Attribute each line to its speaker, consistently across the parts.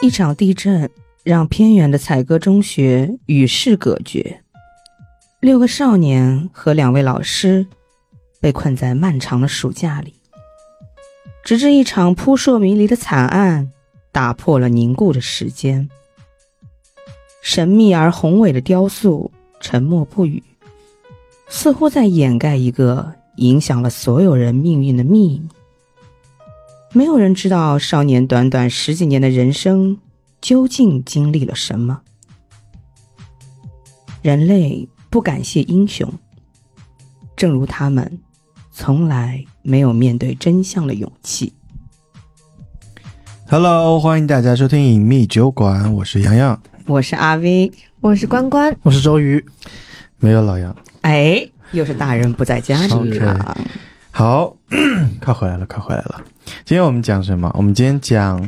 Speaker 1: 一场地震让偏远的采歌中学与世隔绝，六个少年和两位老师被困在漫长的暑假里，直至一场扑朔迷离的惨案打破了凝固的时间。神秘而宏伟的雕塑沉默不语，似乎在掩盖一个影响了所有人命运的秘密。没有人知道少年短短十几年的人生究竟经历了什么。人类不感谢英雄，正如他们从来没有面对真相的勇气。
Speaker 2: Hello，欢迎大家收听《隐秘酒馆》，我是洋洋，
Speaker 1: 我是阿威，
Speaker 3: 我是关关，
Speaker 4: 我是周瑜。
Speaker 2: 没有老杨。
Speaker 1: 哎，又是大人不在家里
Speaker 2: 啊
Speaker 1: 了。
Speaker 2: 好，快回来了，快回来了。今天我们讲什么？我们今天讲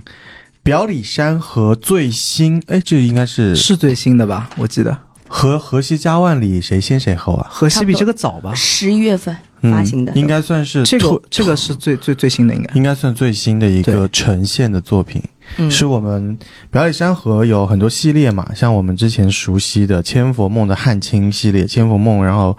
Speaker 2: 表里山河最新，哎，这应该是
Speaker 4: 是最新的吧？我记得
Speaker 2: 河河西家万里谁先谁后啊？嗯
Speaker 4: 河西比这个早吧？
Speaker 3: 十一月份
Speaker 1: 发行的，
Speaker 2: 应该算是
Speaker 4: 这
Speaker 2: 拓
Speaker 4: 个这个是最最最新的，应该
Speaker 2: 应该算最新的一个呈现的作品，
Speaker 1: 嗯
Speaker 2: 是我们表里山河有很多系列嘛，像我们之前熟悉的《千佛梦》的汉青系列，《千佛梦》，然后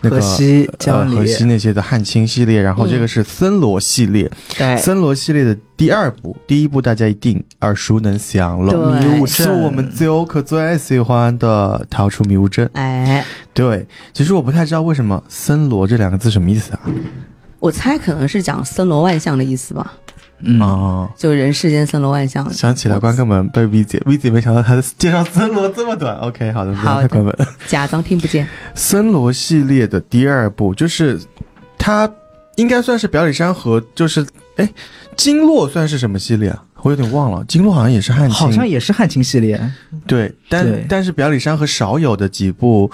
Speaker 2: 那个
Speaker 4: 河西
Speaker 2: 呃
Speaker 4: 江
Speaker 2: 河西
Speaker 4: 里嗯
Speaker 2: 那些的汉青系列，然后这个是森罗系列，
Speaker 4: 哎
Speaker 1: 对，
Speaker 2: 森罗系列的第二部，第一部大家一定耳熟能详了，
Speaker 1: 对
Speaker 4: 迷雾
Speaker 2: 是
Speaker 4: 镇，
Speaker 2: 我们 Zook 最喜欢的《逃出迷雾镇》。
Speaker 1: 哎，
Speaker 2: 对，其实我不太知道为什么“森罗”这两个字什么意思啊？
Speaker 1: 我猜可能是讲森罗万象的意思吧，
Speaker 4: 嗯，
Speaker 2: 哦，
Speaker 1: 就人世间森罗万象。
Speaker 2: 想起来关哥们被 V 姐，V 姐没想到她的介绍森罗这么短。OK，好的，不
Speaker 1: 好
Speaker 2: 要
Speaker 1: 的
Speaker 2: 太关门。
Speaker 1: 假装听不见。
Speaker 2: 森罗系列的第二部就是它应该算是表里山河，就是哎，经络算是什么系列啊？我有点忘了，经络好像也是汉
Speaker 4: 好像
Speaker 2: 青，
Speaker 4: 也是汉青系列，
Speaker 2: 对，但
Speaker 4: 对
Speaker 2: 但是表里山河少有的几部，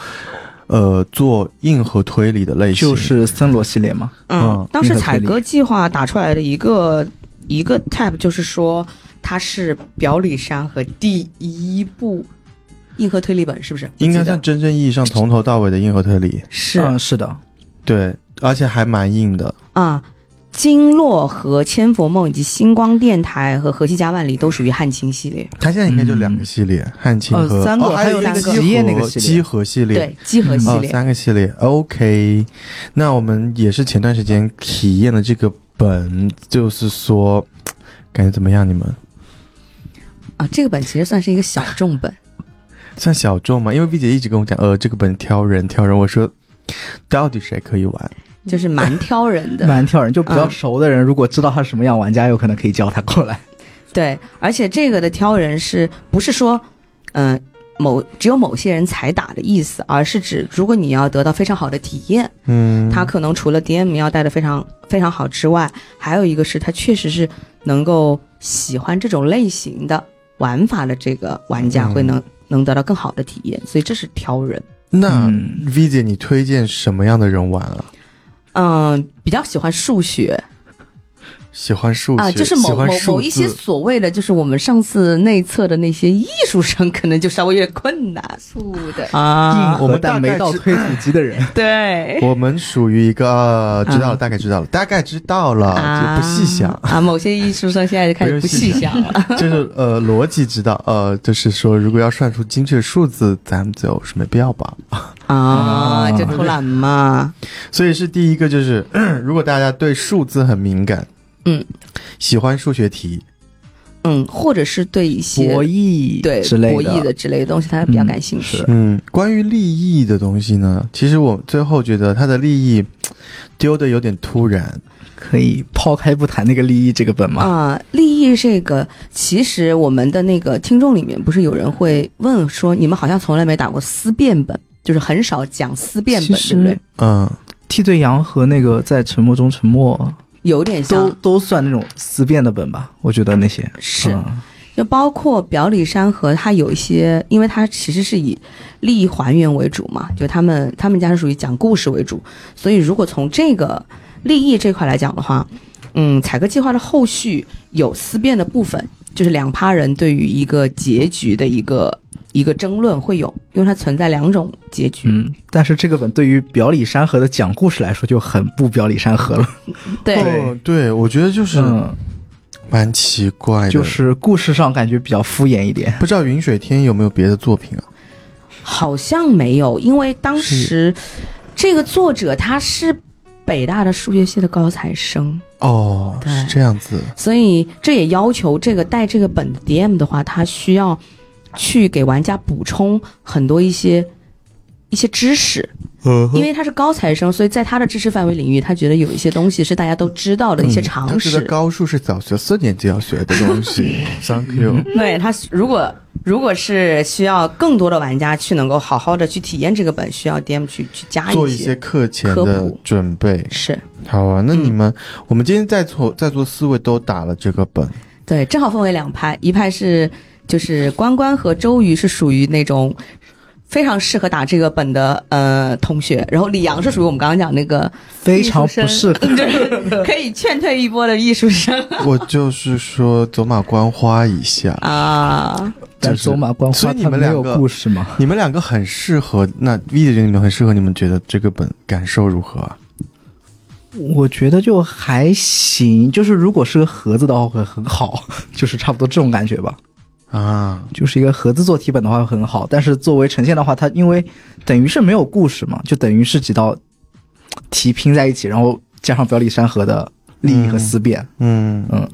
Speaker 2: 呃，做硬核推理的类型，
Speaker 4: 就是森罗系列嘛。
Speaker 1: 嗯
Speaker 2: 嗯，
Speaker 1: 当时
Speaker 4: 那个
Speaker 1: 采
Speaker 4: 可以
Speaker 1: 格计划打出来的一个一个 tab 就是说，它是表里山河第一部硬核推理本，是不是？
Speaker 2: 应该
Speaker 1: 我记得
Speaker 2: 算真正意义上从头到尾的硬核推理，
Speaker 1: 是啊、
Speaker 4: 嗯，是的，
Speaker 2: 对，而且还蛮硬的。
Speaker 1: 经络啊和千佛梦以及星光电台和河西加万里都属于汉青系列，
Speaker 2: 它现在应该就
Speaker 1: 嗯
Speaker 2: 两个系列，
Speaker 1: 呃
Speaker 2: 汉青和、
Speaker 4: 哦三个
Speaker 2: 哦还有
Speaker 4: 还有
Speaker 2: 那
Speaker 4: 那个
Speaker 2: 集
Speaker 4: 吉叶
Speaker 2: 合
Speaker 4: 那个系列
Speaker 2: 集合系列，
Speaker 1: 对，集合系
Speaker 2: 哦，
Speaker 1: 列。
Speaker 2: 三个系列，OK。那我们也是前段时间体验的这个本，就是说，感觉怎么样？你们
Speaker 1: 啊，这个本其实算是一个小众本，
Speaker 2: 算小众吗？因为 B 姐一直跟我讲，呃，这个本挑人挑人，我说到底谁可以玩？
Speaker 1: 就是蛮挑人的。
Speaker 4: 蛮跳人，就比较
Speaker 1: 嗯
Speaker 4: 熟的人，如果知道他是什么样玩家，有可能可以叫他过来。
Speaker 1: 对，而且这个的挑人是不是说，嗯、某只有某些人才打的意思，而是指如果你要得到非常好的体验，
Speaker 2: 嗯，
Speaker 1: 他可能除了 DM 要带的非常非常好之外，还有一个是他确实是能够喜欢这种类型的玩法的这个玩家
Speaker 2: 嗯
Speaker 1: 会能、能得到更好的体验，所以这是挑人。
Speaker 2: 那、
Speaker 4: 嗯
Speaker 2: V 姐，你推荐什么样的人玩啊？
Speaker 1: 嗯，比较喜欢数学
Speaker 2: 喜欢数学
Speaker 1: 啊、就是
Speaker 2: 喜
Speaker 1: 某
Speaker 2: 欢
Speaker 1: 某
Speaker 2: 数
Speaker 1: 某一些
Speaker 2: 字
Speaker 1: 所谓的，就是我们上次内测的那些艺术生，可能就稍微有点困难
Speaker 3: 素的，
Speaker 1: 啊。
Speaker 2: 我们大
Speaker 4: 但
Speaker 2: 概
Speaker 4: 没到
Speaker 2: 知
Speaker 4: 推土机的人，
Speaker 1: 对，
Speaker 2: 我们属于一个、呃知道
Speaker 1: 啊
Speaker 2: 了，大概知道了，大概知道了，啊就不细想。
Speaker 1: 啊。某些艺术生现在就开始不细想了。
Speaker 2: 就是呃，逻辑知道，呃，就是说，如果要算出精确数字，咱们就是没必要吧。
Speaker 1: 啊，就偷懒嘛。
Speaker 2: 所以是第一个，就是 咳如果大家对数字很敏感，
Speaker 1: 嗯，
Speaker 2: 喜欢数学题，
Speaker 1: 嗯，或者是对一些
Speaker 4: 博弈
Speaker 1: 对
Speaker 4: 之类
Speaker 1: 博弈的之类的东西，他比较感兴趣。
Speaker 2: 嗯，关于利益的东西呢，其实我最后觉得它的利益嘖丢的有点突然，
Speaker 4: 可以抛开不谈那个利益这个本吗？
Speaker 1: 啊、利益这个，其实我们的那个听众里面，不是有人会问说，你们好像从来没打过思辨本，就是很少讲思辨本，
Speaker 4: 其
Speaker 1: 对不对
Speaker 4: 实？
Speaker 2: 嗯，
Speaker 4: 替罪羊和那个在沉默中沉默
Speaker 1: 有点
Speaker 4: 都
Speaker 1: 像，
Speaker 4: 都算那种思辨的本吧，我觉得那些
Speaker 1: 是
Speaker 4: 嗯
Speaker 1: 就包括表里山河，它有一些，因为它其实是以利益还原为主嘛，就他们他们家是属于讲故事为主，所以如果从这个利益这块来讲的话，嗯，采购计划的后续有思辨的部分，就是两趴人对于一个结局的一个一个争论会有，因为它存在两种结局，
Speaker 4: 嗯，但是这个本对于表里山河的讲故事来说就很不表里山河了。
Speaker 1: 对，
Speaker 2: 哦对，我觉得就是、哎
Speaker 4: 嗯，
Speaker 2: 蛮奇怪的，
Speaker 4: 就是故事上感觉比较敷衍一点。
Speaker 2: 不知道云水天有没有别的作品啊？
Speaker 1: 好像没有，因为当时这个作者他是北大的数学系的高材生，
Speaker 2: 哦，
Speaker 1: 对
Speaker 2: 是这样子，
Speaker 1: 所以这也要求这个带这个本的 DM 的话，他需要去给玩家补充很多一些一些知识，
Speaker 2: 嗯
Speaker 1: 因为他是高材生，所以在他的知识范围领域，他觉得有一些东西是大家都知道的一些
Speaker 2: 嗯他
Speaker 1: 常
Speaker 2: 觉
Speaker 1: 识。
Speaker 2: 得高数是小学四年级要学的 东西。Thank you。
Speaker 1: 对他是如果如果是需要更多的玩家去能够好好的去体验这个本，需要 DM 去去加
Speaker 2: 做一
Speaker 1: 一
Speaker 2: 些课前
Speaker 1: 科
Speaker 2: 的
Speaker 1: 普
Speaker 2: 准备，
Speaker 1: 是
Speaker 2: 好啊。那
Speaker 1: 嗯
Speaker 2: 你们，我们今天在座在座四位都打了这个 本，
Speaker 1: 对，正好分为两派，一派是就是关关和周瑜是属于那种非常适合打这个本的呃同学，然后李阳是属于我们刚刚讲那 个
Speaker 4: 非常不适 合。
Speaker 1: 就是可以劝退一波的艺术生
Speaker 2: 我就是说走马观花一下。
Speaker 1: 啊。
Speaker 4: 但走马观
Speaker 2: 所
Speaker 4: 花，
Speaker 2: 以你
Speaker 4: 它
Speaker 2: 们
Speaker 4: 没
Speaker 2: 两
Speaker 4: 有
Speaker 2: 个
Speaker 4: 故事吗？
Speaker 2: 你们两个很适合，那 V 姐姐你们很适合，你们觉得这个本感受如何啊？
Speaker 4: 我觉得就还行，就是如果是个盒子的话会很好， 就是差不多这种感觉吧。
Speaker 2: 啊，
Speaker 4: 就是一个盒子做题本的话会很好，但是作为呈现的话，它因为等于是没有故事嘛，就等于是几道题拼在一起，然后加上表里山河的利益和思辨。
Speaker 2: 嗯，
Speaker 4: 嗯，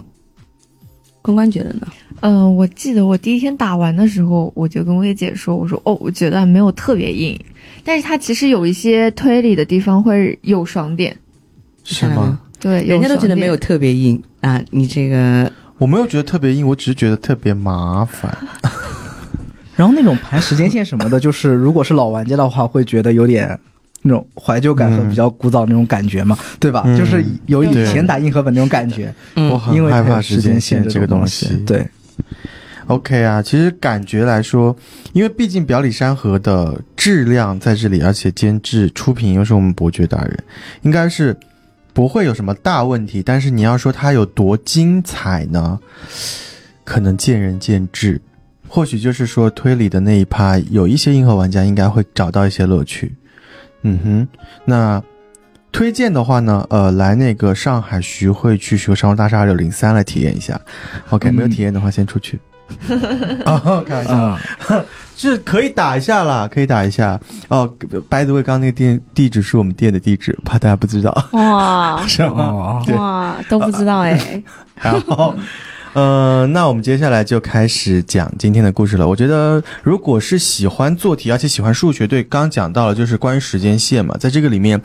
Speaker 1: 关关觉得呢？
Speaker 3: 嗯、我记得我第一天打完的时候，我就跟薇姐说，我说哦，我觉得没有特别硬，但是它其实有一些推理的地方会有爽点，
Speaker 2: 是吗？
Speaker 3: 对，有
Speaker 1: 人家都觉得没有
Speaker 3: 爽
Speaker 1: 特别硬啊，你这个
Speaker 2: 我没有觉得特别硬，我只是觉得特别麻烦。
Speaker 4: 然后那种盘时间线什么的，就是如果是老玩家的话，会觉得有点。那种怀旧感和比较古早那种感觉嘛，对吧？
Speaker 2: 嗯
Speaker 4: 就是有以
Speaker 2: 对
Speaker 4: 前打硬核本那种感觉，
Speaker 1: 嗯
Speaker 2: 我很
Speaker 4: 因为
Speaker 2: 害
Speaker 4: 它
Speaker 2: 怕
Speaker 4: 有
Speaker 2: 时
Speaker 4: 时
Speaker 2: 间
Speaker 4: 线
Speaker 2: 线这
Speaker 4: 这
Speaker 2: 个
Speaker 4: 种
Speaker 2: 东
Speaker 4: 东
Speaker 2: 西。
Speaker 4: 对，
Speaker 2: OK 啊，其实感觉来说，因为毕竟表里山河的质量在这里，而且监制出品又是我们伯爵大人，应该是不会有什么大问题。但是你要说它有多精彩呢，可能见仁见智。或许就是说推理的那一趴，有一些硬核玩家应该会找到一些乐趣。嗯哼，那推荐的话呢，呃，来那个上海徐汇区徐汇商务大厦二六零三来体验一下。OK，、没有体验的话先出去。哦，开玩笑，
Speaker 4: 嗯，
Speaker 2: 是可以打一下啦，可以打一下。哦，by the way，刚刚那个店地址是我们店的地址，怕大家不知道，
Speaker 1: 哇
Speaker 2: 是吗？
Speaker 4: 哦，
Speaker 2: 对
Speaker 1: 哇都不知道哎，
Speaker 2: 然后，呃，那我们接下来就开始讲今天的故事了。我觉得，如果是喜欢做题，而且喜欢数学，对，刚刚讲到了，就是关于时间线嘛，在这个里面，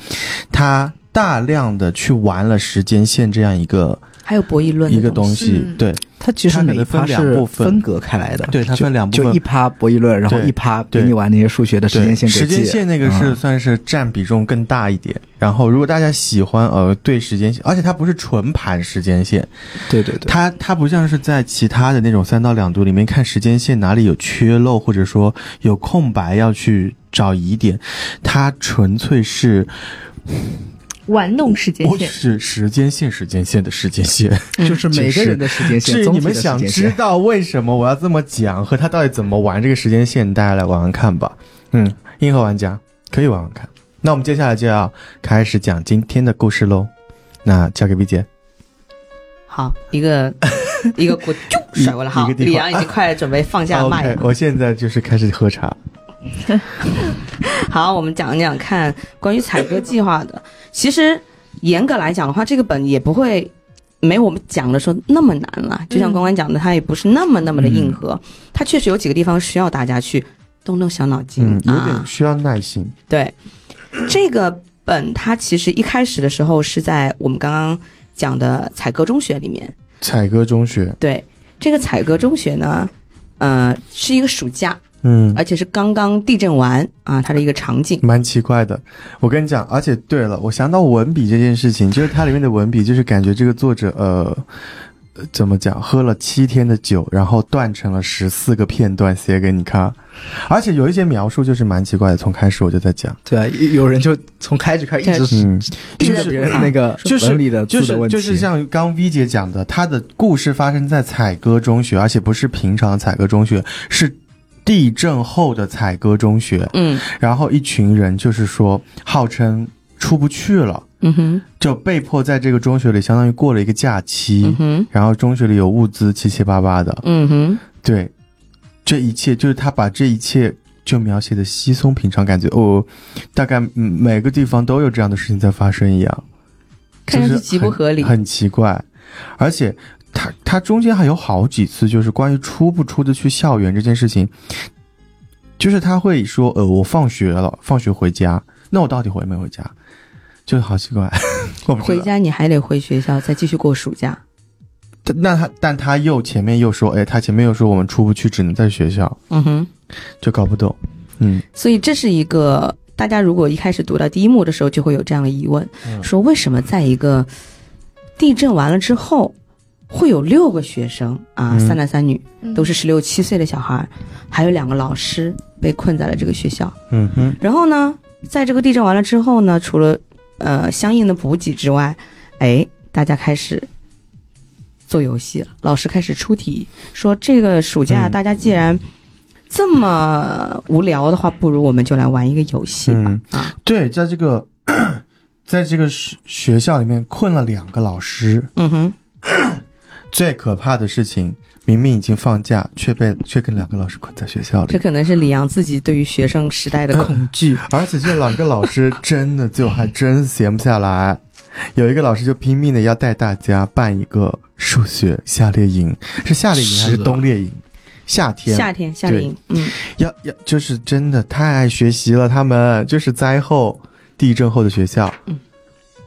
Speaker 2: 他大量的去玩了时间线这样一个
Speaker 1: 还有博弈论的
Speaker 2: 一个东
Speaker 1: 西
Speaker 2: 西，
Speaker 3: 嗯
Speaker 2: 对
Speaker 4: 它其实
Speaker 2: 它可
Speaker 4: 每
Speaker 2: 能
Speaker 4: 一趴
Speaker 2: 分两
Speaker 4: 是
Speaker 2: 部分
Speaker 4: 分隔开来的，
Speaker 2: 对，它
Speaker 4: 就
Speaker 2: 分两部
Speaker 4: 就
Speaker 2: 分
Speaker 4: 一。趴博弈论，然后
Speaker 2: 对
Speaker 4: 一趴
Speaker 2: 对
Speaker 4: 给你玩那些数学的时
Speaker 2: 对
Speaker 4: 间线嗯
Speaker 2: 时
Speaker 4: 轨迹。
Speaker 2: 间线那个是算是占比重更大一点。然后，如果大家喜欢呃对时间线，而且它不是纯盘时间线，
Speaker 4: 对对对，
Speaker 2: 它它不像是在其他的那种三到两度里面看时间线哪里有缺漏，或者说有空白要去找疑点，它纯粹是
Speaker 3: 点玩弄时间
Speaker 2: 我
Speaker 3: 线，
Speaker 2: 是时间线时间线的时间线。
Speaker 4: 就是每个人的时间线，
Speaker 2: 至于
Speaker 4: 总
Speaker 2: 你
Speaker 4: 体的
Speaker 2: 们
Speaker 4: 时
Speaker 2: 想
Speaker 4: 间
Speaker 2: 知
Speaker 4: 线。
Speaker 2: 道为什么我要这么讲和他到底怎么玩这个时间线，大家来玩玩看吧。嗯，硬核玩家可以玩玩看。那我们接下来就要开始讲今天的故事喽。那交给 B 姐，
Speaker 1: 好，一个一个锅就甩过来，
Speaker 2: 一
Speaker 1: 好，
Speaker 2: 一个地
Speaker 1: 李
Speaker 2: 方啊
Speaker 1: 阳已经快准备放 下麦
Speaker 2: OK，
Speaker 1: 了。
Speaker 2: 我现在就是开始喝茶。
Speaker 1: 好，我们讲一讲看关于采歌计划的。其实严格来讲的话，这个本也不会没我们讲的说那么难了。就像
Speaker 3: 嗯
Speaker 1: 关关讲的，它也不是那么那么的硬核，它确实有几个地方需要大家去动动小脑筋
Speaker 2: 嗯，有
Speaker 1: 啊
Speaker 2: 点需要耐心。
Speaker 4: 啊
Speaker 1: 对，这个本它其实一开始的时候是在我们刚刚讲的采歌中学里面。
Speaker 2: 采歌中学，
Speaker 1: 对，这个采歌中学呢，呃，是一个暑假，
Speaker 2: 嗯，
Speaker 1: 而且是刚刚地震完啊，它的一个场景。
Speaker 2: 蛮奇怪的。我跟你讲，而且对了，我想到文笔这件事情，就是它里面的文笔，就是感觉这个作者呃。呃怎么讲？喝了七天的酒，然后断成了十四个片段写给你看，而且有一些描述就是蛮奇怪的。从开始我就在讲，
Speaker 4: 对啊，有有人就从开始开始一直
Speaker 2: 嗯，
Speaker 4: 盯着别人那个
Speaker 2: 就是
Speaker 4: 文理的
Speaker 2: 就
Speaker 4: 字的
Speaker 2: 是
Speaker 4: 问题，
Speaker 2: 就是像刚 V 姐讲的，她的故事发生在采歌中学，而且不是平常的采歌中学，是地震后的采歌中学。
Speaker 1: 嗯，
Speaker 2: 然后一群人就是说号称。出不去了，
Speaker 1: 嗯哼，
Speaker 2: 就被迫在这个中学里相当于过了一个假期。
Speaker 1: 嗯哼，
Speaker 2: 然后中学里有物资七七八八的，
Speaker 1: 嗯哼，
Speaker 2: 对，这一切就是他把这一切就描写的稀松平常，感觉哦，大概嗯每个地方都有这样的事情在发生一样，
Speaker 1: 看上
Speaker 2: 就
Speaker 1: 去
Speaker 2: 是
Speaker 1: 极不
Speaker 2: 很
Speaker 1: 合理。
Speaker 2: 很奇怪。而且他他中间还有好几次，就是关于出不出得去校园这件事情，就是他会说，呃，我放学了，放学回家，那我到底回没回家？就好奇怪， 我不知
Speaker 1: 回
Speaker 2: 道
Speaker 1: 家你还得回学校，再继续过暑假。
Speaker 2: 他那他但他又前面又说，哎，他前面又说我们出不去，只能在学校，
Speaker 1: 嗯哼，
Speaker 2: 就搞不懂。嗯，
Speaker 1: 所以这是一个大家如果一开始读到第一幕的时候，就会有这样的疑问：
Speaker 2: 嗯
Speaker 1: 说为什么在一个地震完了之后，会有六个学生啊，
Speaker 2: 嗯
Speaker 1: 三男三女，都是十六七岁的小孩儿，还有两个老师被困在了这个学校。
Speaker 2: 嗯哼，
Speaker 1: 然后呢，在这个地震完了之后呢，除了呃相应的补给之外，哎，大家开始做游戏了。老师开始出题，说这个暑假
Speaker 2: 嗯
Speaker 1: 大家既然这么无聊的话，不如我们就来玩一个游戏吧。
Speaker 2: 嗯
Speaker 1: 啊，
Speaker 2: 对，在这个 在这个学学校里面困了两个老师，
Speaker 1: 嗯哼，
Speaker 2: 最可怕的事情，明明已经放假，却被却跟两个老师困在学校
Speaker 1: 这
Speaker 2: 里，
Speaker 1: 可能是李阳自己对于学生时代的恐惧。
Speaker 2: 而且这两个老师真的就还真闲不下来。有一个老师就拼命的要带大家办一个数学夏令营，是夏令营还是
Speaker 4: 是的
Speaker 2: 冬令营？夏 天，
Speaker 1: 夏天夏令营，嗯，
Speaker 2: 要要就是真的太爱学习了，他们就是灾后、地震后的学校，
Speaker 1: 嗯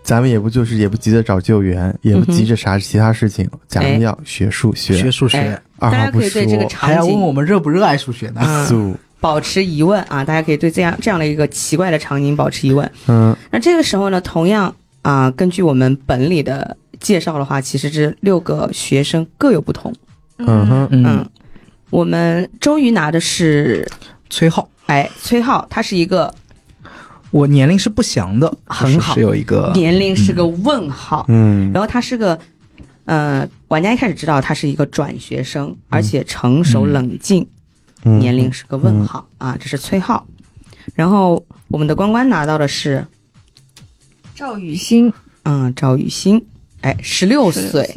Speaker 2: 咱们也不就是也不急着找救援，也不急着啥其他事情，咱们要学数学，
Speaker 4: 学数学、
Speaker 1: 哎
Speaker 2: 二
Speaker 1: 大
Speaker 2: 话
Speaker 1: 家
Speaker 2: 不
Speaker 1: 可以对这个
Speaker 2: 说，
Speaker 4: 哦
Speaker 1: 场
Speaker 4: 还要问
Speaker 1: 景
Speaker 4: 我们热不热爱数学呢？
Speaker 1: 嗯
Speaker 2: 素，
Speaker 1: 保持疑问啊，大家可以对这样这样的一个奇怪的场景保持疑问。
Speaker 2: 嗯
Speaker 1: 那这个时候呢，同样啊、根据我们本里的介绍的话，其实这六个学生各有不同。
Speaker 2: 嗯哼，
Speaker 1: 嗯，，我们周瑜拿的是，
Speaker 4: 崔浩，
Speaker 1: 哎，崔浩，他是一个
Speaker 4: 我年龄是不详的，
Speaker 1: 很
Speaker 4: 就是
Speaker 1: 好
Speaker 4: 是有一个
Speaker 1: 年龄是个问号，
Speaker 2: 嗯
Speaker 1: 然后他是个。呃，玩家一开始知道他是一个转学生，而且成熟
Speaker 4: 嗯
Speaker 1: 冷静，
Speaker 2: 嗯，
Speaker 1: 年龄是个问号、啊，这是崔浩。然后我们的关关拿到的是，
Speaker 3: 赵雨欣，
Speaker 1: 嗯，赵雨欣，哎，十六岁，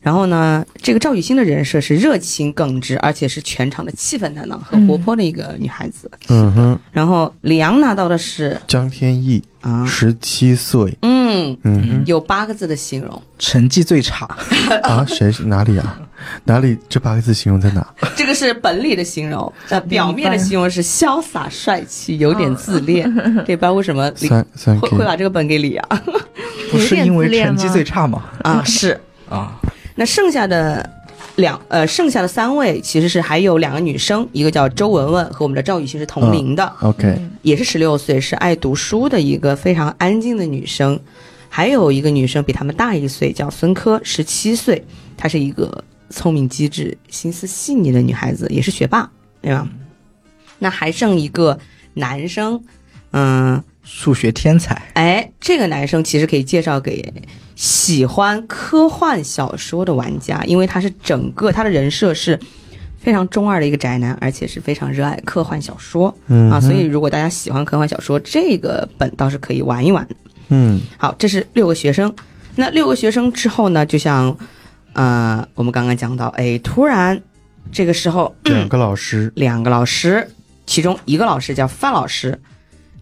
Speaker 1: 然后呢，这个赵雨欣的人设是热情耿直，而且是全场的气氛担当和活泼的一个女孩子。
Speaker 2: 嗯哼，
Speaker 1: 然后李阳拿到的是
Speaker 2: 江天翼
Speaker 1: 啊，
Speaker 2: 十七岁，
Speaker 1: 嗯，
Speaker 2: 嗯
Speaker 1: 有八个字的形容，
Speaker 4: 成绩最差，
Speaker 2: 哼啊，谁是哪里啊？哪里这八个字形容在哪？
Speaker 1: 这个是本里的形容，呃，表面的形容是潇洒帅气，有点自恋。这班为什么李
Speaker 2: 三三
Speaker 1: 会
Speaker 2: K，
Speaker 1: 会把这个本给李阳
Speaker 4: 不是因为成绩最
Speaker 3: 差，
Speaker 4: 差吗？
Speaker 1: 啊？是。
Speaker 4: 啊，
Speaker 1: 那剩下的两呃，剩下的三位其实是还有两个女生，一个叫周文文，和我们的赵雨欣是同龄的。
Speaker 2: OK，
Speaker 1: 也是十六岁，是爱读书的一个非常安静的女生。还有一个女生比他们大一岁，叫孙科，十七岁，她是一个聪明机智、心思细腻的女孩子，也是学霸，对吧？那还剩一个男生，嗯，
Speaker 4: 数学天才，
Speaker 1: 哎，这个男生其实可以介绍给喜欢科幻小说的玩家，因为他是整个他的人设是非常中二的一个宅男，而且是非常热爱科幻小说。
Speaker 2: 嗯
Speaker 1: 啊，
Speaker 2: 哼
Speaker 1: 所以如果大家喜欢科幻小说，这个本倒是可以玩一玩的。
Speaker 2: 嗯
Speaker 1: 好，这是六个学生。那六个学生之后呢，就像呃，我们刚刚讲到，哎，突然这个时候，
Speaker 2: 两个老师，
Speaker 1: 两个老师，其中一个老师叫范老师，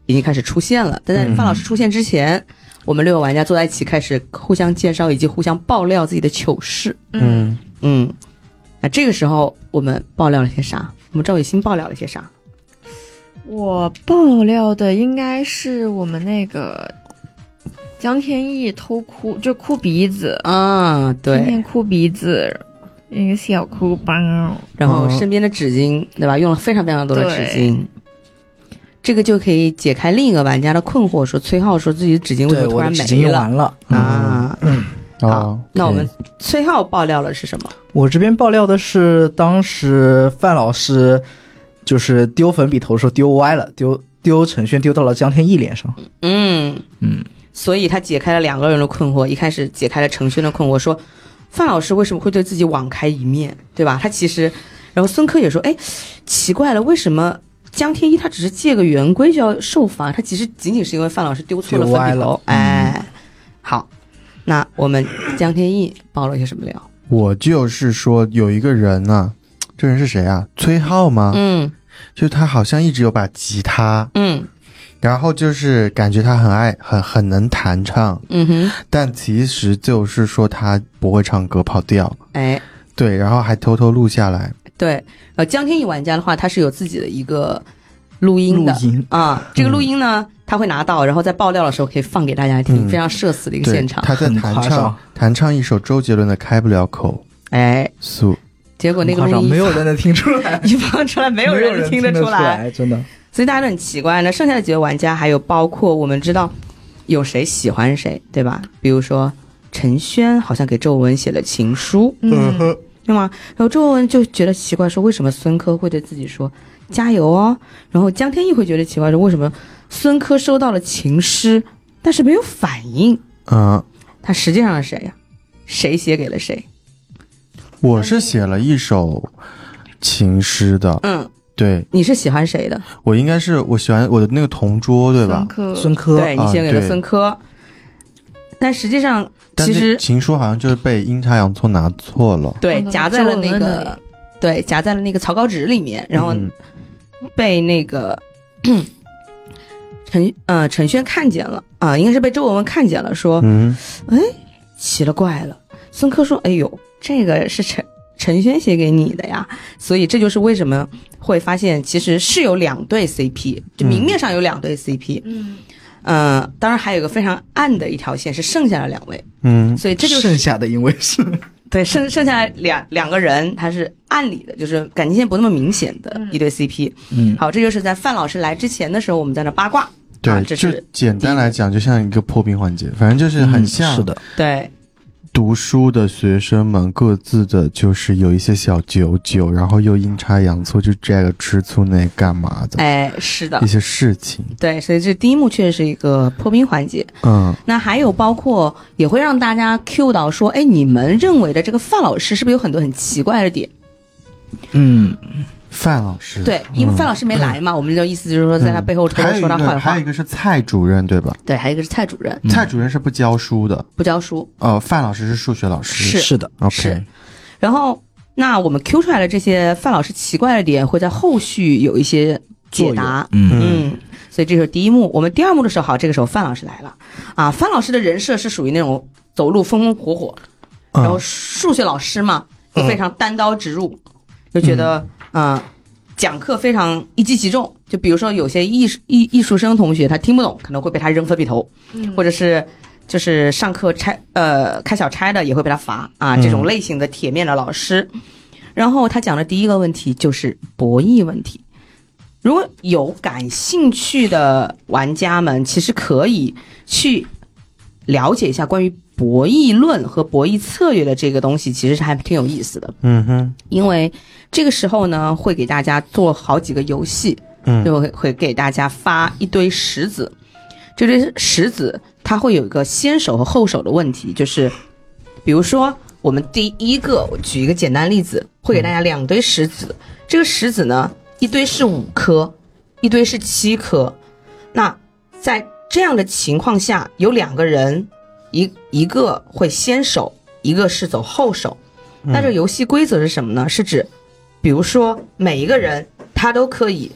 Speaker 1: 已经开始出现了。但在
Speaker 2: 嗯
Speaker 1: 范老师出现之前，我们六个玩家坐在一起，开始互相介绍以及互相爆料自己的糗事。
Speaker 3: 嗯，
Speaker 1: 嗯，那这个时候我们爆料了些啥？我们赵雨欣爆料了些啥？
Speaker 3: 我爆料的应该是我们那个江天翼偷哭，就哭鼻子，
Speaker 1: 啊，对，
Speaker 3: 天天哭鼻子，那个小哭包，
Speaker 1: 然后
Speaker 2: 嗯
Speaker 1: 身边的纸巾，对吧？用了非常非常多的纸
Speaker 3: 对
Speaker 1: 巾，这个就可以解开另一个玩家的困惑，说崔浩说自己的纸巾为什
Speaker 4: 对，
Speaker 1: 么突
Speaker 4: 我的
Speaker 1: 然
Speaker 4: 纸
Speaker 1: 没
Speaker 4: 巾用
Speaker 1: 了
Speaker 4: 完了。嗯
Speaker 1: 啊？
Speaker 2: 哦，
Speaker 1: 那我们崔浩爆料了是什么？
Speaker 4: 我这边爆料的是，当时范老师就是丢粉笔头的时候丢歪了，丢丢陈轩丢到了江天翼脸上。
Speaker 1: 嗯，
Speaker 4: 嗯，
Speaker 1: 所以他解开了两个人的困惑，一开始解开了程轩的困惑，说范老师为什么会对自己网开一面，对吧？他其实，然后孙科也说，哎，奇怪了，为什么江天一他只是借个圆规就要受罚，他其实仅仅是因为范老师丢错了
Speaker 4: 丢
Speaker 1: 粉
Speaker 4: 嗯歪
Speaker 1: 笔
Speaker 4: 了
Speaker 1: 头。哎，好，那我们江天一爆了些什么料？
Speaker 2: 我就是说有一个人啊，这人是谁啊？崔浩吗？
Speaker 1: 嗯
Speaker 2: 就他好像一直有把吉他，
Speaker 1: 嗯
Speaker 2: 然后就是感觉他很爱很很能弹唱，
Speaker 1: 嗯哼，
Speaker 2: 但其实就是说他不会唱歌，跑调。
Speaker 1: 哎，
Speaker 2: 对，然后还偷偷录下来。
Speaker 1: 对，呃，江天一玩家的话，他是有自己的一个录音
Speaker 4: 录
Speaker 1: 的
Speaker 4: 音
Speaker 1: 啊，这个录音呢，他会拿到，然后在爆料的时候可以放给大家听，
Speaker 2: 嗯
Speaker 1: 非常社死的一个
Speaker 2: 对，
Speaker 1: 现场。
Speaker 2: 他在
Speaker 4: 很
Speaker 2: 弹
Speaker 4: 夸
Speaker 2: 唱
Speaker 4: 张
Speaker 2: 弹唱一首周杰伦的《开不了口
Speaker 1: 哎，》
Speaker 2: 素，
Speaker 1: 结果那个
Speaker 4: 夸
Speaker 1: 录
Speaker 4: 张
Speaker 1: 音
Speaker 4: 没有人能听出来，
Speaker 1: 一放出来， 没有人
Speaker 4: 听
Speaker 1: 得
Speaker 4: 出
Speaker 1: 来，，
Speaker 4: 真的。
Speaker 1: 所以大家都很奇怪。那剩下的几位玩家，还有包括我们知道有谁喜欢谁，对吧？比如说陈轩好像给周文写了情书，
Speaker 3: 嗯，
Speaker 1: 对吗？然后周文就觉得奇怪，说为什么孙科会对自己说加油哦？然后江天翼会觉得奇怪，说为什么孙科收到了情诗，但是没有反应？
Speaker 2: 嗯，
Speaker 1: 他实际上是谁呀、谁写给了谁？
Speaker 2: 我是写了一首情诗的，
Speaker 1: 嗯，
Speaker 2: 对
Speaker 1: 你是喜欢谁的？
Speaker 2: 我应该是我喜欢我的那个同桌，对吧
Speaker 3: 孙？科
Speaker 4: 孙科，
Speaker 1: 对你
Speaker 2: 啊
Speaker 1: 写给了
Speaker 2: 对
Speaker 1: 孙科，但实际上
Speaker 2: 但
Speaker 1: 其
Speaker 2: 那
Speaker 1: 实
Speaker 2: 情书好像就是被阴差阳错拿错了。
Speaker 1: 对
Speaker 3: 哦
Speaker 1: 夹在了
Speaker 3: 那
Speaker 1: 那
Speaker 3: 个皱纹
Speaker 1: 个
Speaker 3: 的
Speaker 1: 对夹在了那个草稿纸里面，然后
Speaker 2: 嗯
Speaker 1: 被那个嗯陈呃陈轩看见了啊、应该是被周文文看见了，说
Speaker 2: 嗯，
Speaker 1: 奇了怪了。孙科说：“哎呦，这个是陈陈轩写给你的呀，所以这就是为什么会发现其实是有两对 CP，就明面上有两对 CP，
Speaker 3: 嗯，
Speaker 1: 嗯、呃，当然还有一个非常暗的一条线是剩下的两位，
Speaker 2: 嗯
Speaker 1: 所以这就是
Speaker 4: 剩下的因为是
Speaker 1: 对，剩剩下两两个人，他是暗里的，就是感情线不那么明显的一对 CP。
Speaker 4: 嗯，
Speaker 1: 好，这就是在范老师来之前的时候，我们在那八卦。啊
Speaker 2: 对，
Speaker 1: 这
Speaker 2: 就是简单来讲，就像一个破冰环节，反正就是很 像
Speaker 4: 嗯
Speaker 1: 嗯
Speaker 4: 是的，
Speaker 1: 对
Speaker 2: 读书的学生们各自的就是有一些小九九，然后又阴差阳错就这个吃醋那个干嘛的、
Speaker 1: 哎，是的
Speaker 2: 一，些事情，
Speaker 1: 对，所以这第一幕确实是一个破冰环节。
Speaker 2: 嗯
Speaker 1: 那还有包括也会让大家 Q 到说，哎，你们认为的这个范老师是不是有很多很奇怪的点？
Speaker 4: 嗯，
Speaker 2: 范老师
Speaker 1: 对，因为范老师没来嘛，我们就意思就是说，在他背后偷偷说他坏
Speaker 2: 嗯还有
Speaker 1: 话
Speaker 2: 一。个是蔡主任对吧？
Speaker 1: 对，还有一个是蔡主任
Speaker 4: 嗯
Speaker 2: 蔡主任是不教书的，
Speaker 1: 不教书。
Speaker 2: 呃，范老师是数学老师。
Speaker 1: 是
Speaker 4: 是的，
Speaker 1: 是
Speaker 2: OK，
Speaker 1: 然后，那我们 Q 出来的这些范老师奇怪的点，会在后续有一些解答。
Speaker 4: 嗯，
Speaker 1: 嗯，所以这是第一幕。我们第二幕的时候，好，这个时候范老师来了啊。范老师的人设是属于那种走路风风火火，
Speaker 2: 嗯
Speaker 1: 然后数学老师嘛，就非常单刀直入，就觉得啊、呃讲课非常一击即中。就比如说有些艺术艺艺术生同学他听不懂，可能会被他扔粉笔头，或者是就是上课拆呃开小差的也会被他罚啊。
Speaker 2: 嗯
Speaker 1: 这种类型的铁面的老师，然后他讲的第一个问题就是博弈问题。如果有感兴趣的玩家们，其实可以去了解一下关于博弈论和博弈策略的这个东西，其实是还挺有意思的。
Speaker 2: 嗯哼，
Speaker 1: 因为这个时候呢，会给大家做好几个游戏，
Speaker 2: 嗯
Speaker 1: 就会会给大家发一堆石子，这堆石子它会有一个先手和后手的问题，就是比如说我们第一个，我举一个简单例子，会给大家两堆石子，这个石子呢，一堆是五颗，一堆是七颗，那在这样的情况下，有两个人，一一个会先手，一个是走后手。那这个游戏规则是什么呢？是指，比如说每一个人他都可以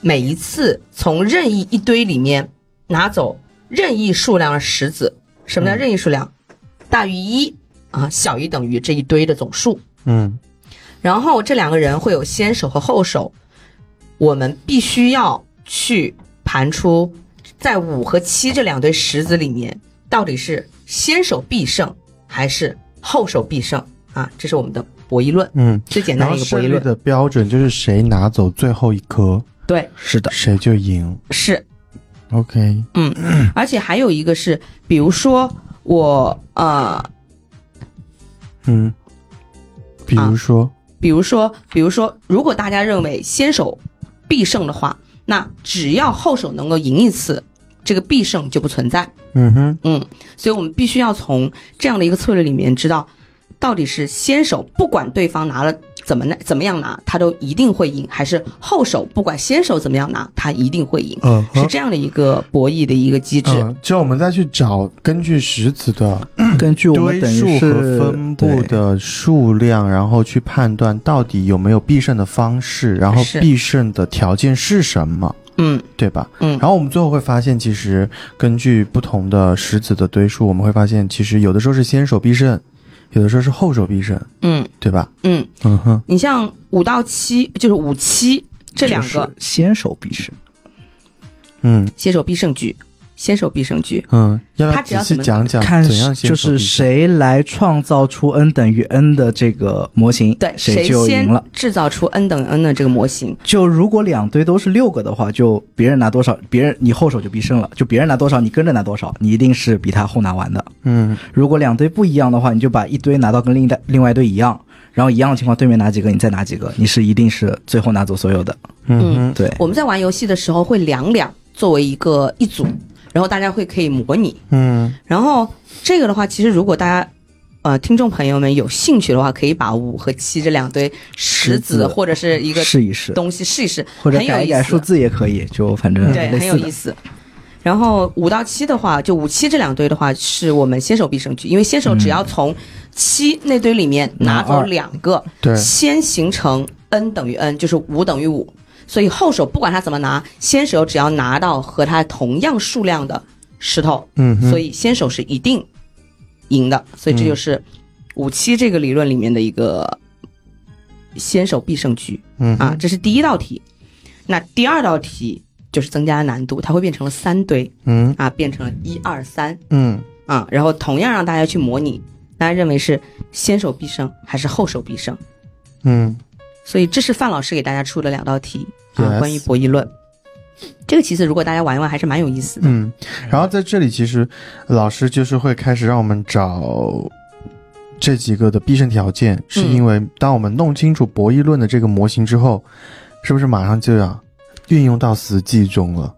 Speaker 1: 每一次从任意一堆里面拿走任意数量的石子。什么叫任意数量？大于一啊，小于等于这一堆的总数。
Speaker 2: 嗯
Speaker 1: 然后这两个人会有先手和后手，我们必须要去盘出在五和七这两堆石子里面，到底是先手必胜还是后手必胜啊？这是我们的博弈论，
Speaker 2: 嗯。
Speaker 1: 最简单
Speaker 2: 然
Speaker 1: 的
Speaker 2: 后
Speaker 1: 一个博
Speaker 2: 胜
Speaker 1: 弈
Speaker 2: 利
Speaker 1: 论。
Speaker 2: 的标准就是谁拿走最后一颗，
Speaker 1: 对，
Speaker 4: 是的，
Speaker 2: 谁就赢。
Speaker 1: 是，嗯
Speaker 2: OK，
Speaker 1: 而且还有一个是，比如说我呃，
Speaker 2: 嗯，比如说，
Speaker 4: 啊
Speaker 1: 比如说，比如说，如果大家认为先手必胜的话，那只要后手能够赢一次，这个必胜就不存在。
Speaker 2: 嗯哼，
Speaker 1: 嗯，所以我们必须要从这样的一个策略里面知道，到底是先手不管对方拿了怎么拿怎么样拿，他都一定会赢，还是后手不管先手怎么样拿，他一定会赢，
Speaker 2: 嗯
Speaker 1: 是这样的一个博弈的一个机制。
Speaker 2: 嗯，就我们再去找根据石子的
Speaker 4: 根据我们
Speaker 2: 堆
Speaker 4: 等
Speaker 2: 数
Speaker 4: 于
Speaker 2: 和
Speaker 4: 是
Speaker 2: 分布
Speaker 4: 对
Speaker 2: 的数量，然后去判断到底有没有必胜的方式，然后
Speaker 1: 是
Speaker 2: 必胜的条件是什么，
Speaker 1: 嗯
Speaker 2: 对吧？
Speaker 1: 嗯
Speaker 2: 然后我们最后会发现，其实根据不同的石子的堆数，我们会发现，其实有的时候是先手必胜，有的时候是后手必胜，
Speaker 1: 嗯
Speaker 2: 对吧？
Speaker 1: 嗯，
Speaker 2: 嗯哼，
Speaker 1: 你像五到七，就是五七这两
Speaker 4: 就
Speaker 1: 个
Speaker 4: 是先手必胜，
Speaker 2: 嗯
Speaker 1: 先手必胜局，先手必胜局。
Speaker 2: 嗯，要不
Speaker 1: 他
Speaker 2: 要
Speaker 1: 只要
Speaker 2: 仔细
Speaker 1: 怎么
Speaker 2: 讲讲
Speaker 4: 看
Speaker 2: 啊怎样先
Speaker 4: 就
Speaker 2: 手必
Speaker 4: 是
Speaker 2: 胜？
Speaker 4: 谁来创造出 n 等于 n 的这个模型，
Speaker 1: 对，
Speaker 4: 谁
Speaker 1: 谁
Speaker 4: 就
Speaker 1: 先
Speaker 4: 赢了。
Speaker 1: 制造出 n 等于 n 的这个模型？
Speaker 4: 就如果两堆都是六个的话，就别人拿多少，别人你后手就必胜了。就别人拿多少，你跟着拿多少，你一定是比他后拿完的。
Speaker 2: 嗯
Speaker 4: 如果两堆不一样的话，你就把一堆拿到跟另一堆另外一堆一样，然后一样的情况，对面拿几个，你再拿几个，你是一定是最后拿走所有的。
Speaker 2: 嗯哼
Speaker 4: 对，
Speaker 1: 我们在玩游戏的时候会两两作为一个一组，然后大家会可以模拟。
Speaker 2: 嗯
Speaker 1: 然后这个的话，其实如果大家呃听众朋友们有兴趣的话，可以把五和七这两堆石
Speaker 4: 石
Speaker 1: 子
Speaker 4: 子
Speaker 1: 或者是一个
Speaker 4: 试一试，
Speaker 1: 东西试一试，
Speaker 4: 或者
Speaker 1: 很有
Speaker 4: 改一
Speaker 1: 意
Speaker 4: 改
Speaker 1: 思
Speaker 4: 数字也可以，就反正
Speaker 1: 对，
Speaker 4: 类
Speaker 1: 很有
Speaker 4: 似
Speaker 1: 意
Speaker 4: 的。
Speaker 1: 思。然后五到七的话，就五七这两堆的话，是我们先手必胜局，因为先手只要从七那堆里面拿
Speaker 4: 嗯拿
Speaker 1: 走
Speaker 4: 二
Speaker 1: 两个，
Speaker 2: 对
Speaker 1: 先形成 n 等于 n，就是五等于五。所以后手不管他怎么拿，先手只要拿到和他同样数量的石头，
Speaker 2: 嗯哼，
Speaker 1: 所以先手是一定赢的。所以这就是
Speaker 2: 嗯
Speaker 1: 五七这个理论里面的一个先手必胜局。
Speaker 2: 嗯哼
Speaker 1: 啊，这是第一道题。那第二道题就是增加难度，它会变成了三堆
Speaker 2: 嗯
Speaker 1: 啊，变成了一二三
Speaker 2: 嗯
Speaker 1: 啊，然后同样让大家去模拟，大家认为是先手必胜还是后手必胜？
Speaker 2: 嗯
Speaker 1: 所以这是范老师给大家出的两道题啊
Speaker 2: Yes
Speaker 1: 关于博弈论。这个其实如果大家玩一玩，还是蛮有意思的。
Speaker 2: 嗯，然后在这里其实老师就是会开始让我们找。这几个的必胜条件，是因为当我们弄清楚博弈论的这个模型之后，是不是马上就要运用到实际中了？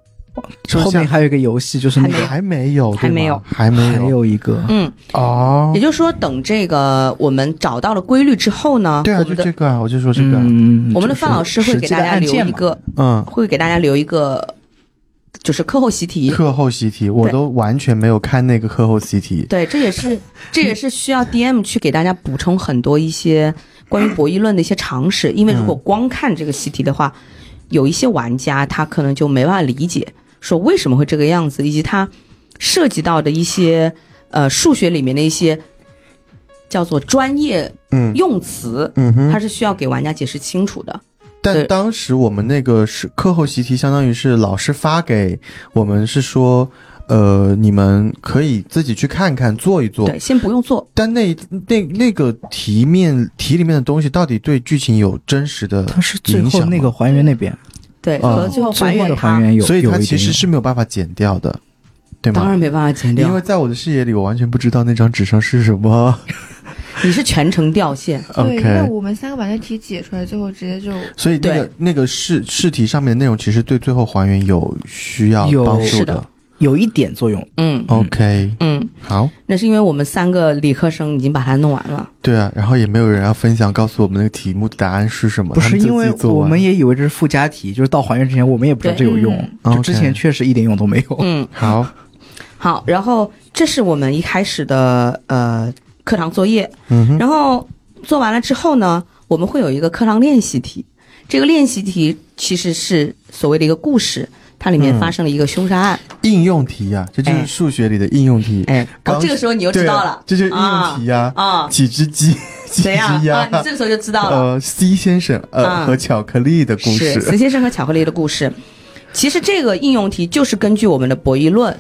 Speaker 2: 是不是
Speaker 4: 后面还有一个游戏，就是那
Speaker 1: 还
Speaker 4: 个
Speaker 2: 还没有，对吗
Speaker 1: 还没有
Speaker 2: 还没
Speaker 4: 还有一个
Speaker 1: 嗯，
Speaker 2: 哦
Speaker 1: 也，就是说，等这个我们找到了规律之后呢，
Speaker 2: 对啊，
Speaker 1: 我
Speaker 2: 就
Speaker 1: 们的
Speaker 2: 这个啊，我就说这个，
Speaker 4: 嗯，
Speaker 1: 我们的
Speaker 4: 就是
Speaker 1: 范老师会
Speaker 4: 实
Speaker 1: 给
Speaker 4: 际的
Speaker 1: 大家
Speaker 4: 按
Speaker 1: 留
Speaker 4: 键
Speaker 1: 一
Speaker 4: 嘛
Speaker 1: 个，
Speaker 2: 嗯，
Speaker 1: 会给大家留一个，就是课后习题。
Speaker 2: 课后习题我
Speaker 1: 对
Speaker 2: 都完全没有看那个课后习题，
Speaker 1: 对，这也是这也是需要 DM 去给大家补充很多一些关于博弈论的一些常识，因为如果光看这个习题的话，有一些玩家他可能就没办法理解，说为什么会这个样子，以及它涉及到的一些呃数学里面的一些叫做专业
Speaker 2: 嗯
Speaker 1: 用词，
Speaker 2: 嗯哼，
Speaker 1: 它是需要给玩家解释清楚的。对
Speaker 2: 但当时我们那个是课后习题，相当于是老师发给我们，是说，呃，你们可以自己去看看，做一做。
Speaker 1: 对，先不用做，
Speaker 2: 但那那那个题面题里面的东西，到底对剧情有真实的
Speaker 4: 它是最
Speaker 2: 影
Speaker 4: 后
Speaker 2: 响
Speaker 4: 那个
Speaker 2: 吗？
Speaker 4: 还原那边，
Speaker 1: 对，
Speaker 2: 哦
Speaker 1: 和最后还
Speaker 4: 最后
Speaker 1: 原
Speaker 4: 的
Speaker 1: 它，
Speaker 4: 还原有，
Speaker 2: 所以
Speaker 4: 有
Speaker 2: 它
Speaker 4: 一
Speaker 2: 其实
Speaker 4: 点
Speaker 2: 是没有办法剪掉的，对
Speaker 1: 当
Speaker 2: 吗？
Speaker 1: 然没办法剪
Speaker 2: 因
Speaker 1: 掉
Speaker 2: 为，在我的视野里，我完全不知道那张纸上是什么。
Speaker 1: 你是全程掉线。
Speaker 3: 对，因 为
Speaker 2: OK，
Speaker 3: 我们三个把那题解出来，最后直接就
Speaker 2: 所以那个那个试试题上面的内容，其实对最后还原有需要
Speaker 4: 有
Speaker 2: 帮助
Speaker 1: 是的
Speaker 4: 有一点作用。
Speaker 1: 嗯
Speaker 2: OK，
Speaker 1: 嗯。
Speaker 2: 好。
Speaker 1: 那是因为我们三个理科生已经把它弄完了。
Speaker 2: 对啊，然后也没有人要分享，告诉我们那个题目的答案是什么。
Speaker 4: 不
Speaker 2: 他
Speaker 4: 是
Speaker 2: 们就
Speaker 4: 因为
Speaker 2: 自己做
Speaker 4: 我
Speaker 2: 完
Speaker 4: 们也以为这是附加题，就是到还原之前我们也不知道这有用，
Speaker 2: 嗯
Speaker 4: 就之
Speaker 2: OK
Speaker 4: 前确实一点用都没有。
Speaker 1: 嗯，
Speaker 2: 好，
Speaker 1: 好，然后这是我们一开始的呃课堂作业，
Speaker 2: 嗯哼，
Speaker 1: 然后做完了之后呢，我们会有一个课堂练习题。这个练习题其实是所谓的一个故事，它里面
Speaker 2: 嗯
Speaker 1: 发生了一个凶杀案。
Speaker 2: 应用题呀、这
Speaker 4: 哎
Speaker 2: 就是数学里的应用题。
Speaker 1: 哎，
Speaker 2: 刚
Speaker 1: 哦，这个时候你就知
Speaker 2: 对啊
Speaker 1: 道了，
Speaker 2: 这就是应用题呀、
Speaker 1: 啊，
Speaker 2: 几只鸡， 几只
Speaker 1: 谁呀？啊，你
Speaker 2: 鸭，
Speaker 1: 这个时候就知道了。
Speaker 2: 呃，C 先生，呃、
Speaker 1: 啊
Speaker 2: 和巧克力的故
Speaker 1: 是
Speaker 2: 事。
Speaker 1: 石先生和巧克力的故事。其实这个应用题就是根据我们的博弈论，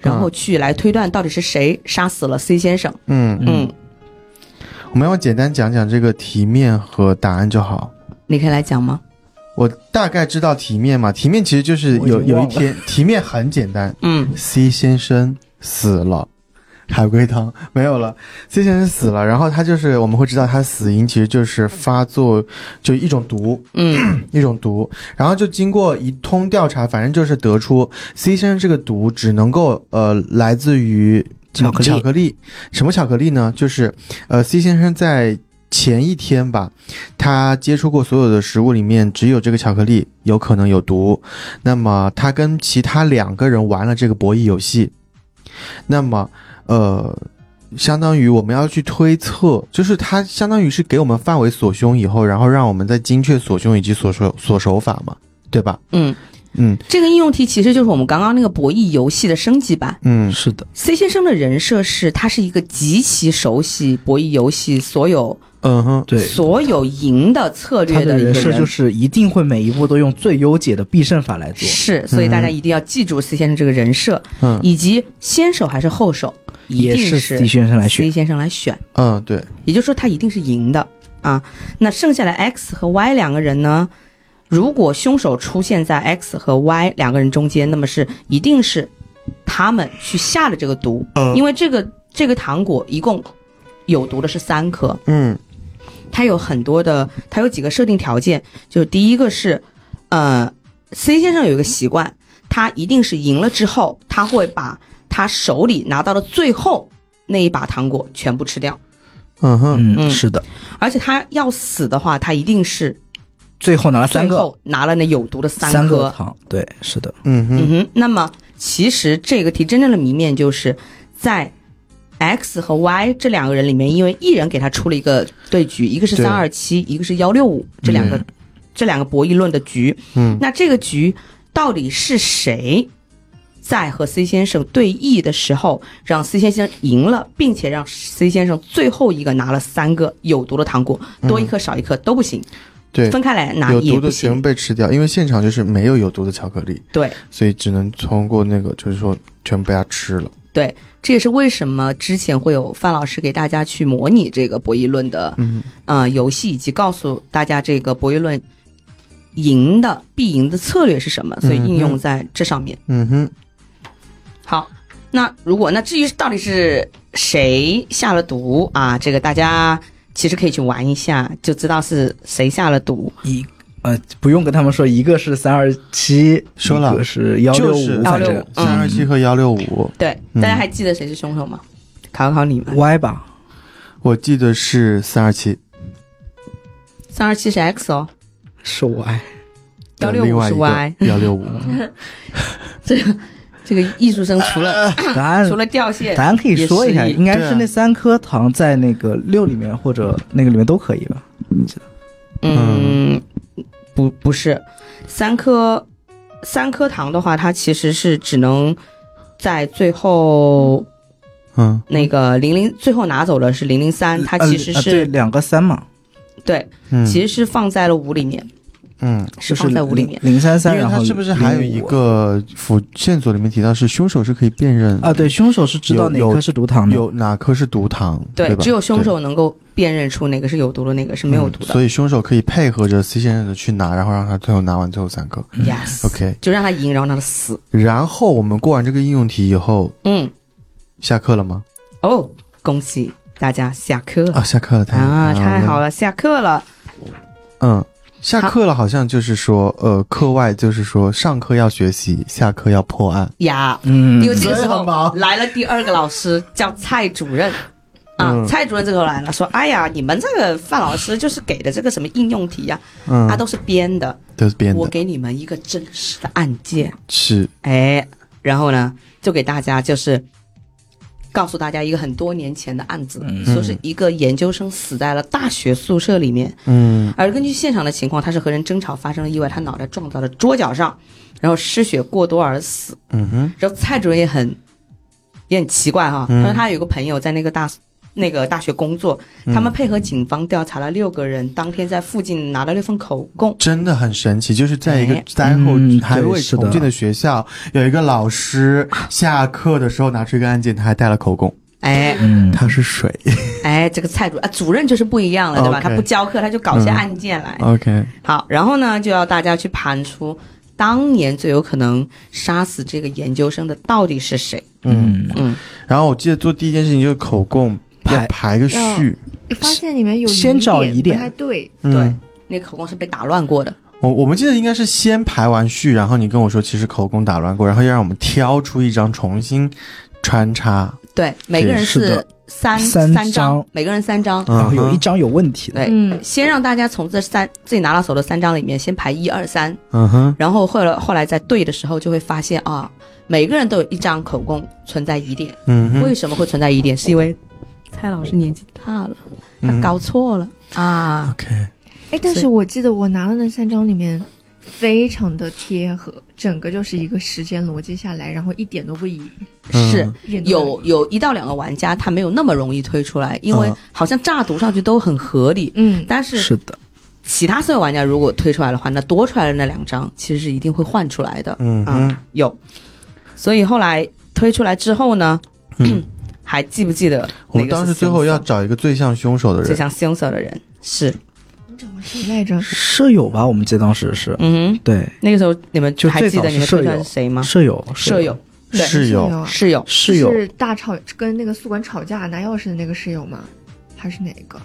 Speaker 1: 然后去来推断到底是谁杀死了 C 先生。
Speaker 2: 嗯，
Speaker 1: 嗯，
Speaker 2: 我们要简单讲讲这个题面和答案就好。
Speaker 1: 你可以来讲吗？
Speaker 2: 我大概知道题面嘛，题面其实就是
Speaker 4: 我已经
Speaker 2: 有有一
Speaker 4: 忘了
Speaker 2: 天，题面很简单，
Speaker 1: 嗯
Speaker 2: C 先生死了，海龟汤没有了。C 先生死了，然后他就是我们会知道他死因其实就是发作就一种毒，
Speaker 1: 嗯
Speaker 2: 一种毒。然后就经过一通调查，反正就是得出 C 先生这个毒只能够呃来自于
Speaker 4: 巧克力
Speaker 2: 巧克力，什么巧克力呢？就是呃 C 先生在前一天吧，他接触过所有的食物里面，只有这个巧克力有可能有毒。那么他跟其他两个人玩了这个博弈游戏，那么呃，相当于我们要去推测，就是他相当于是给我们范围锁凶以后，然后让我们再精确锁凶以及锁手锁手法嘛，对吧？
Speaker 1: 嗯，
Speaker 2: 嗯
Speaker 1: 这个应用题其实就是我们刚刚那个博弈游戏的升级版。
Speaker 2: 嗯
Speaker 4: 是的，
Speaker 1: C 先生的人设是他是一个极其熟悉博弈游戏所有
Speaker 2: 嗯哼，
Speaker 4: 对。
Speaker 1: 所有赢的策
Speaker 4: 他
Speaker 1: 略
Speaker 4: 的
Speaker 1: 一个
Speaker 4: 人
Speaker 1: 人，
Speaker 4: 设就是一定会每一步都用最优解的必胜法
Speaker 1: 嗯
Speaker 4: 来做，
Speaker 1: 是所以大家一定要记住 C 先生这个人设，
Speaker 2: 嗯
Speaker 1: 以及先手还是后手，一
Speaker 4: 也
Speaker 1: 定
Speaker 4: 是 D 先生来选
Speaker 1: C。先生来选，
Speaker 2: 嗯，对，
Speaker 1: 也就是说他一定是赢的啊。那剩下的 X 和 Y 两个人呢？如果凶手出现在 X 和 Y 两个人中间，那么是一定是他们去下了这个毒，
Speaker 2: 嗯
Speaker 1: 因为这个这个糖果一共有毒的是三颗，
Speaker 2: 嗯
Speaker 1: 它有很多的，它有几个设定条件，就是第一个是，呃，C 先生有一个习惯，他一定是赢了之后，他会把他手里拿到的最后那一把糖果全部吃掉，
Speaker 2: 嗯哼，
Speaker 4: 嗯，
Speaker 1: 嗯
Speaker 4: 是的，
Speaker 1: 而且他要死的话，他一定是
Speaker 4: 最后拿了三
Speaker 1: 最
Speaker 4: 个，
Speaker 1: 后拿了那有毒的三颗。
Speaker 4: 三个糖，对，是的，
Speaker 2: 嗯
Speaker 1: 嗯
Speaker 2: 哼，
Speaker 1: 哼，那么其实这个题真正的谜面就是在 X 和 Y 这两个人里面，因为一人给他出了一个对局，一个是
Speaker 2: 对
Speaker 1: 三二七，一个是幺六五，这两个、
Speaker 4: 嗯
Speaker 1: 这两个博弈论的局。
Speaker 2: 嗯
Speaker 1: 那这个局到底是谁在和 C 先生对弈的时候，让 C 先生赢了，并且让 C 先生最后一个拿了三个有毒的糖果，多一颗少一颗都不行，
Speaker 2: 对，
Speaker 1: 分开来拿
Speaker 2: 有
Speaker 1: 也
Speaker 2: 毒
Speaker 1: 不
Speaker 2: 的全
Speaker 1: 行。
Speaker 2: 被吃掉，因为现场就是没有有毒的巧克力，
Speaker 1: 对，
Speaker 2: 所以只能通过那个，就是说全被他吃了。
Speaker 1: 这也是为什么之前会有范老师给大家去模拟这个博弈论的
Speaker 2: 嗯
Speaker 1: 呃游戏，以及告诉大家这个博弈论赢的必赢的策略是什么，所以应用在这上面。
Speaker 2: 嗯哼，
Speaker 1: 好，那如果那至于到底是谁下了毒啊，这个大家其实可以去玩一下，就知道是谁下了毒。
Speaker 4: 一呃，不用跟他们说，一个是三二七，
Speaker 2: 说了
Speaker 4: 一个是幺六
Speaker 2: 就
Speaker 4: 五，
Speaker 2: 是
Speaker 4: 反
Speaker 1: 165
Speaker 4: 正
Speaker 1: 嗯
Speaker 2: 三二七和幺六五，
Speaker 1: 对，
Speaker 2: 嗯
Speaker 1: 大家还记得谁是凶手吗？考考你们，
Speaker 4: Y 吧，
Speaker 2: 我记得是三二七，
Speaker 1: 三二七是 X 哦，
Speaker 4: 是 Y，
Speaker 1: 幺六
Speaker 2: 另
Speaker 1: 五
Speaker 2: 外
Speaker 1: 是
Speaker 2: 一
Speaker 1: Y
Speaker 2: 个。幺 六五，
Speaker 1: 这个艺术生除
Speaker 2: 呃
Speaker 1: 了
Speaker 4: 答案
Speaker 1: 除了掉线，
Speaker 4: 答案可以说一下，
Speaker 1: 也是一
Speaker 4: 应该
Speaker 2: 对
Speaker 4: 是
Speaker 2: 啊
Speaker 4: 那三颗糖在那个六里面或者那个里面都可以吧？
Speaker 1: 嗯，不不是，三颗三颗糖的话，它其实是只能在最后
Speaker 2: 嗯
Speaker 1: 那个零零最后拿走了是零零三，它其实
Speaker 4: 呃呃对
Speaker 1: 是、
Speaker 4: 两个三嘛，
Speaker 1: 对，
Speaker 2: 嗯，
Speaker 1: 其实是放在了五里面，
Speaker 2: 嗯，
Speaker 1: 是
Speaker 4: 就是
Speaker 1: 放在五里面。
Speaker 4: 零三三，
Speaker 2: 因为
Speaker 4: 然
Speaker 2: 他
Speaker 4: 后
Speaker 2: 是不是还有一
Speaker 4: 055
Speaker 2: 个辅线索里面提到是凶手是可以辨认
Speaker 4: 啊？对，凶手是知道哪
Speaker 2: 有有
Speaker 4: 颗是毒糖的，
Speaker 2: 有哪颗是毒糖，
Speaker 1: 对，
Speaker 2: 吧
Speaker 1: 只有凶手能够辨认出哪个是有毒的，哪个是
Speaker 2: 对
Speaker 1: 没有毒
Speaker 2: 嗯
Speaker 1: 的。
Speaker 2: 所以凶手可以配合着 C 先生的去拿，然后让他最后拿完最后三颗。
Speaker 1: yes，、
Speaker 2: 嗯 OK，
Speaker 1: 就让他赢，然后让他死。
Speaker 2: 然后我们过完这个应用题以后，
Speaker 1: 嗯，
Speaker 2: 下课了吗？
Speaker 1: 哦，恭喜大家下课
Speaker 2: 啊，下课了，太
Speaker 1: 啊！太好
Speaker 2: 了。
Speaker 1: 了，下课了。
Speaker 2: 嗯，下课了，好像就是说，呃，课外就是说，上课要学习，下课要破案。
Speaker 1: 呀，
Speaker 4: 嗯
Speaker 1: 因为这个时
Speaker 2: 所以
Speaker 1: 候
Speaker 2: 很忙
Speaker 1: 来了第二个老师，叫蔡主任。啊，
Speaker 2: 嗯
Speaker 1: 蔡主任这个时候来了，说：“哎呀，你们这个范老师就是给的这个什么应用题呀、
Speaker 2: 嗯，
Speaker 1: 啊，都是编的。
Speaker 2: 都是编
Speaker 1: 我
Speaker 2: 的，
Speaker 1: 给你们一个真实的案件，
Speaker 2: 是，
Speaker 1: 哎，然后呢，就给大家就是告诉大家一个很多年前的案子，
Speaker 2: 嗯
Speaker 1: 说是一个研究生死在了大学宿舍里面，
Speaker 2: 嗯
Speaker 1: 而根据现场的情况，他是和人争吵发生了意外，他脑袋撞到了桌角上，然后失血过多而死。
Speaker 2: 嗯哼，
Speaker 1: 然后蔡主任也很也很奇怪哈，
Speaker 2: 嗯
Speaker 1: 他说他有个朋友在那个大那个大学工作，
Speaker 4: 嗯
Speaker 1: 他们配合警方调查了六个人，当天在附近拿了六份口供。
Speaker 2: 真的很神奇，就是在一个
Speaker 1: 哎
Speaker 2: 灾后
Speaker 4: 嗯
Speaker 2: 还未
Speaker 4: 对是的
Speaker 2: 重建的学校，有一个老师下课的时候拿出一个案件，他还带了口供，
Speaker 1: 哎
Speaker 4: 嗯，
Speaker 2: 他是水。
Speaker 1: 哎，这个蔡主啊主任就是不一样了，对吧？
Speaker 2: OK
Speaker 1: 他不教课，他就搞些案件
Speaker 4: 嗯
Speaker 1: 来。
Speaker 2: OK，
Speaker 1: 好，然后呢，就要大家去盘出当年最有可能杀死这个研究生的到底是谁。
Speaker 2: 嗯，
Speaker 1: 嗯，
Speaker 2: 然后我记得做第一件事情就是口供要
Speaker 4: 排
Speaker 2: 排个序，
Speaker 3: 发现里面有
Speaker 4: 先找疑点
Speaker 3: 不太对，
Speaker 2: 嗯
Speaker 1: 对，那口供是被打乱过的。
Speaker 2: 我我们记得应该是先排完序，然后你跟我说其实口供打乱过，然后要让我们挑出一张重新穿插。
Speaker 1: 对，每个人是
Speaker 4: 是的
Speaker 1: 三
Speaker 4: 三
Speaker 1: 三
Speaker 4: 张，
Speaker 1: 每个人三张。
Speaker 4: 然后有一
Speaker 2: 嗯
Speaker 4: 张有问题的，
Speaker 1: 对，
Speaker 3: 嗯
Speaker 1: 先让大家从这三自己拿到手的三张里面先排一二三，
Speaker 2: 嗯哼，
Speaker 1: 然后后来后来在对的时候就会发现啊，每个人都有一张口供存在疑点。
Speaker 2: 嗯
Speaker 1: 为
Speaker 2: 哼，
Speaker 1: 什么会存在疑点？是因为蔡老师年纪大了，他
Speaker 2: 嗯
Speaker 1: 搞错了、啊。
Speaker 2: OK，
Speaker 3: 哎，但
Speaker 1: 所以
Speaker 3: 是我记得我拿到那三张里面，非常的贴合，整个就是一个时间逻辑下来，然后一点都不疑，
Speaker 2: 嗯
Speaker 1: 是
Speaker 3: 一点都不
Speaker 1: 有
Speaker 3: 疑，
Speaker 1: 有一到两个玩家，他没有那么容易推出来，因为
Speaker 2: 嗯
Speaker 1: 好像乍读上去都很合理，
Speaker 3: 嗯，
Speaker 1: 但是
Speaker 4: 是的，
Speaker 1: 其他所有玩家如果推出来的话，那多出来的那两张其实是一定会换出来的。
Speaker 2: 嗯哼
Speaker 1: 啊，有。所以后来推出来之后呢，
Speaker 2: 嗯
Speaker 1: 还记不记得
Speaker 2: 我
Speaker 1: 那
Speaker 2: 们
Speaker 1: 个
Speaker 2: 当
Speaker 1: 是
Speaker 2: 时最后
Speaker 1: Simpson，
Speaker 2: 要找一个最像凶手的
Speaker 1: 就
Speaker 2: 人，
Speaker 1: 像 s i n s e 的人是，
Speaker 3: 谁来着？
Speaker 4: 舍友吧，我们记得当时是，
Speaker 1: 嗯哼，
Speaker 4: 对，
Speaker 1: 那个时候你们
Speaker 4: 就
Speaker 1: 还
Speaker 4: 最
Speaker 1: 记
Speaker 4: 早
Speaker 1: 得你
Speaker 4: 是
Speaker 1: 们推
Speaker 4: 舍
Speaker 1: 出来
Speaker 4: 友
Speaker 1: 是谁吗？
Speaker 4: 舍友，
Speaker 1: 舍友，对
Speaker 2: 室友
Speaker 3: 啊
Speaker 1: 室友，
Speaker 4: 室友，
Speaker 3: 是大吵跟那个宿管吵架拿钥匙的那个室友吗？还是哪一个？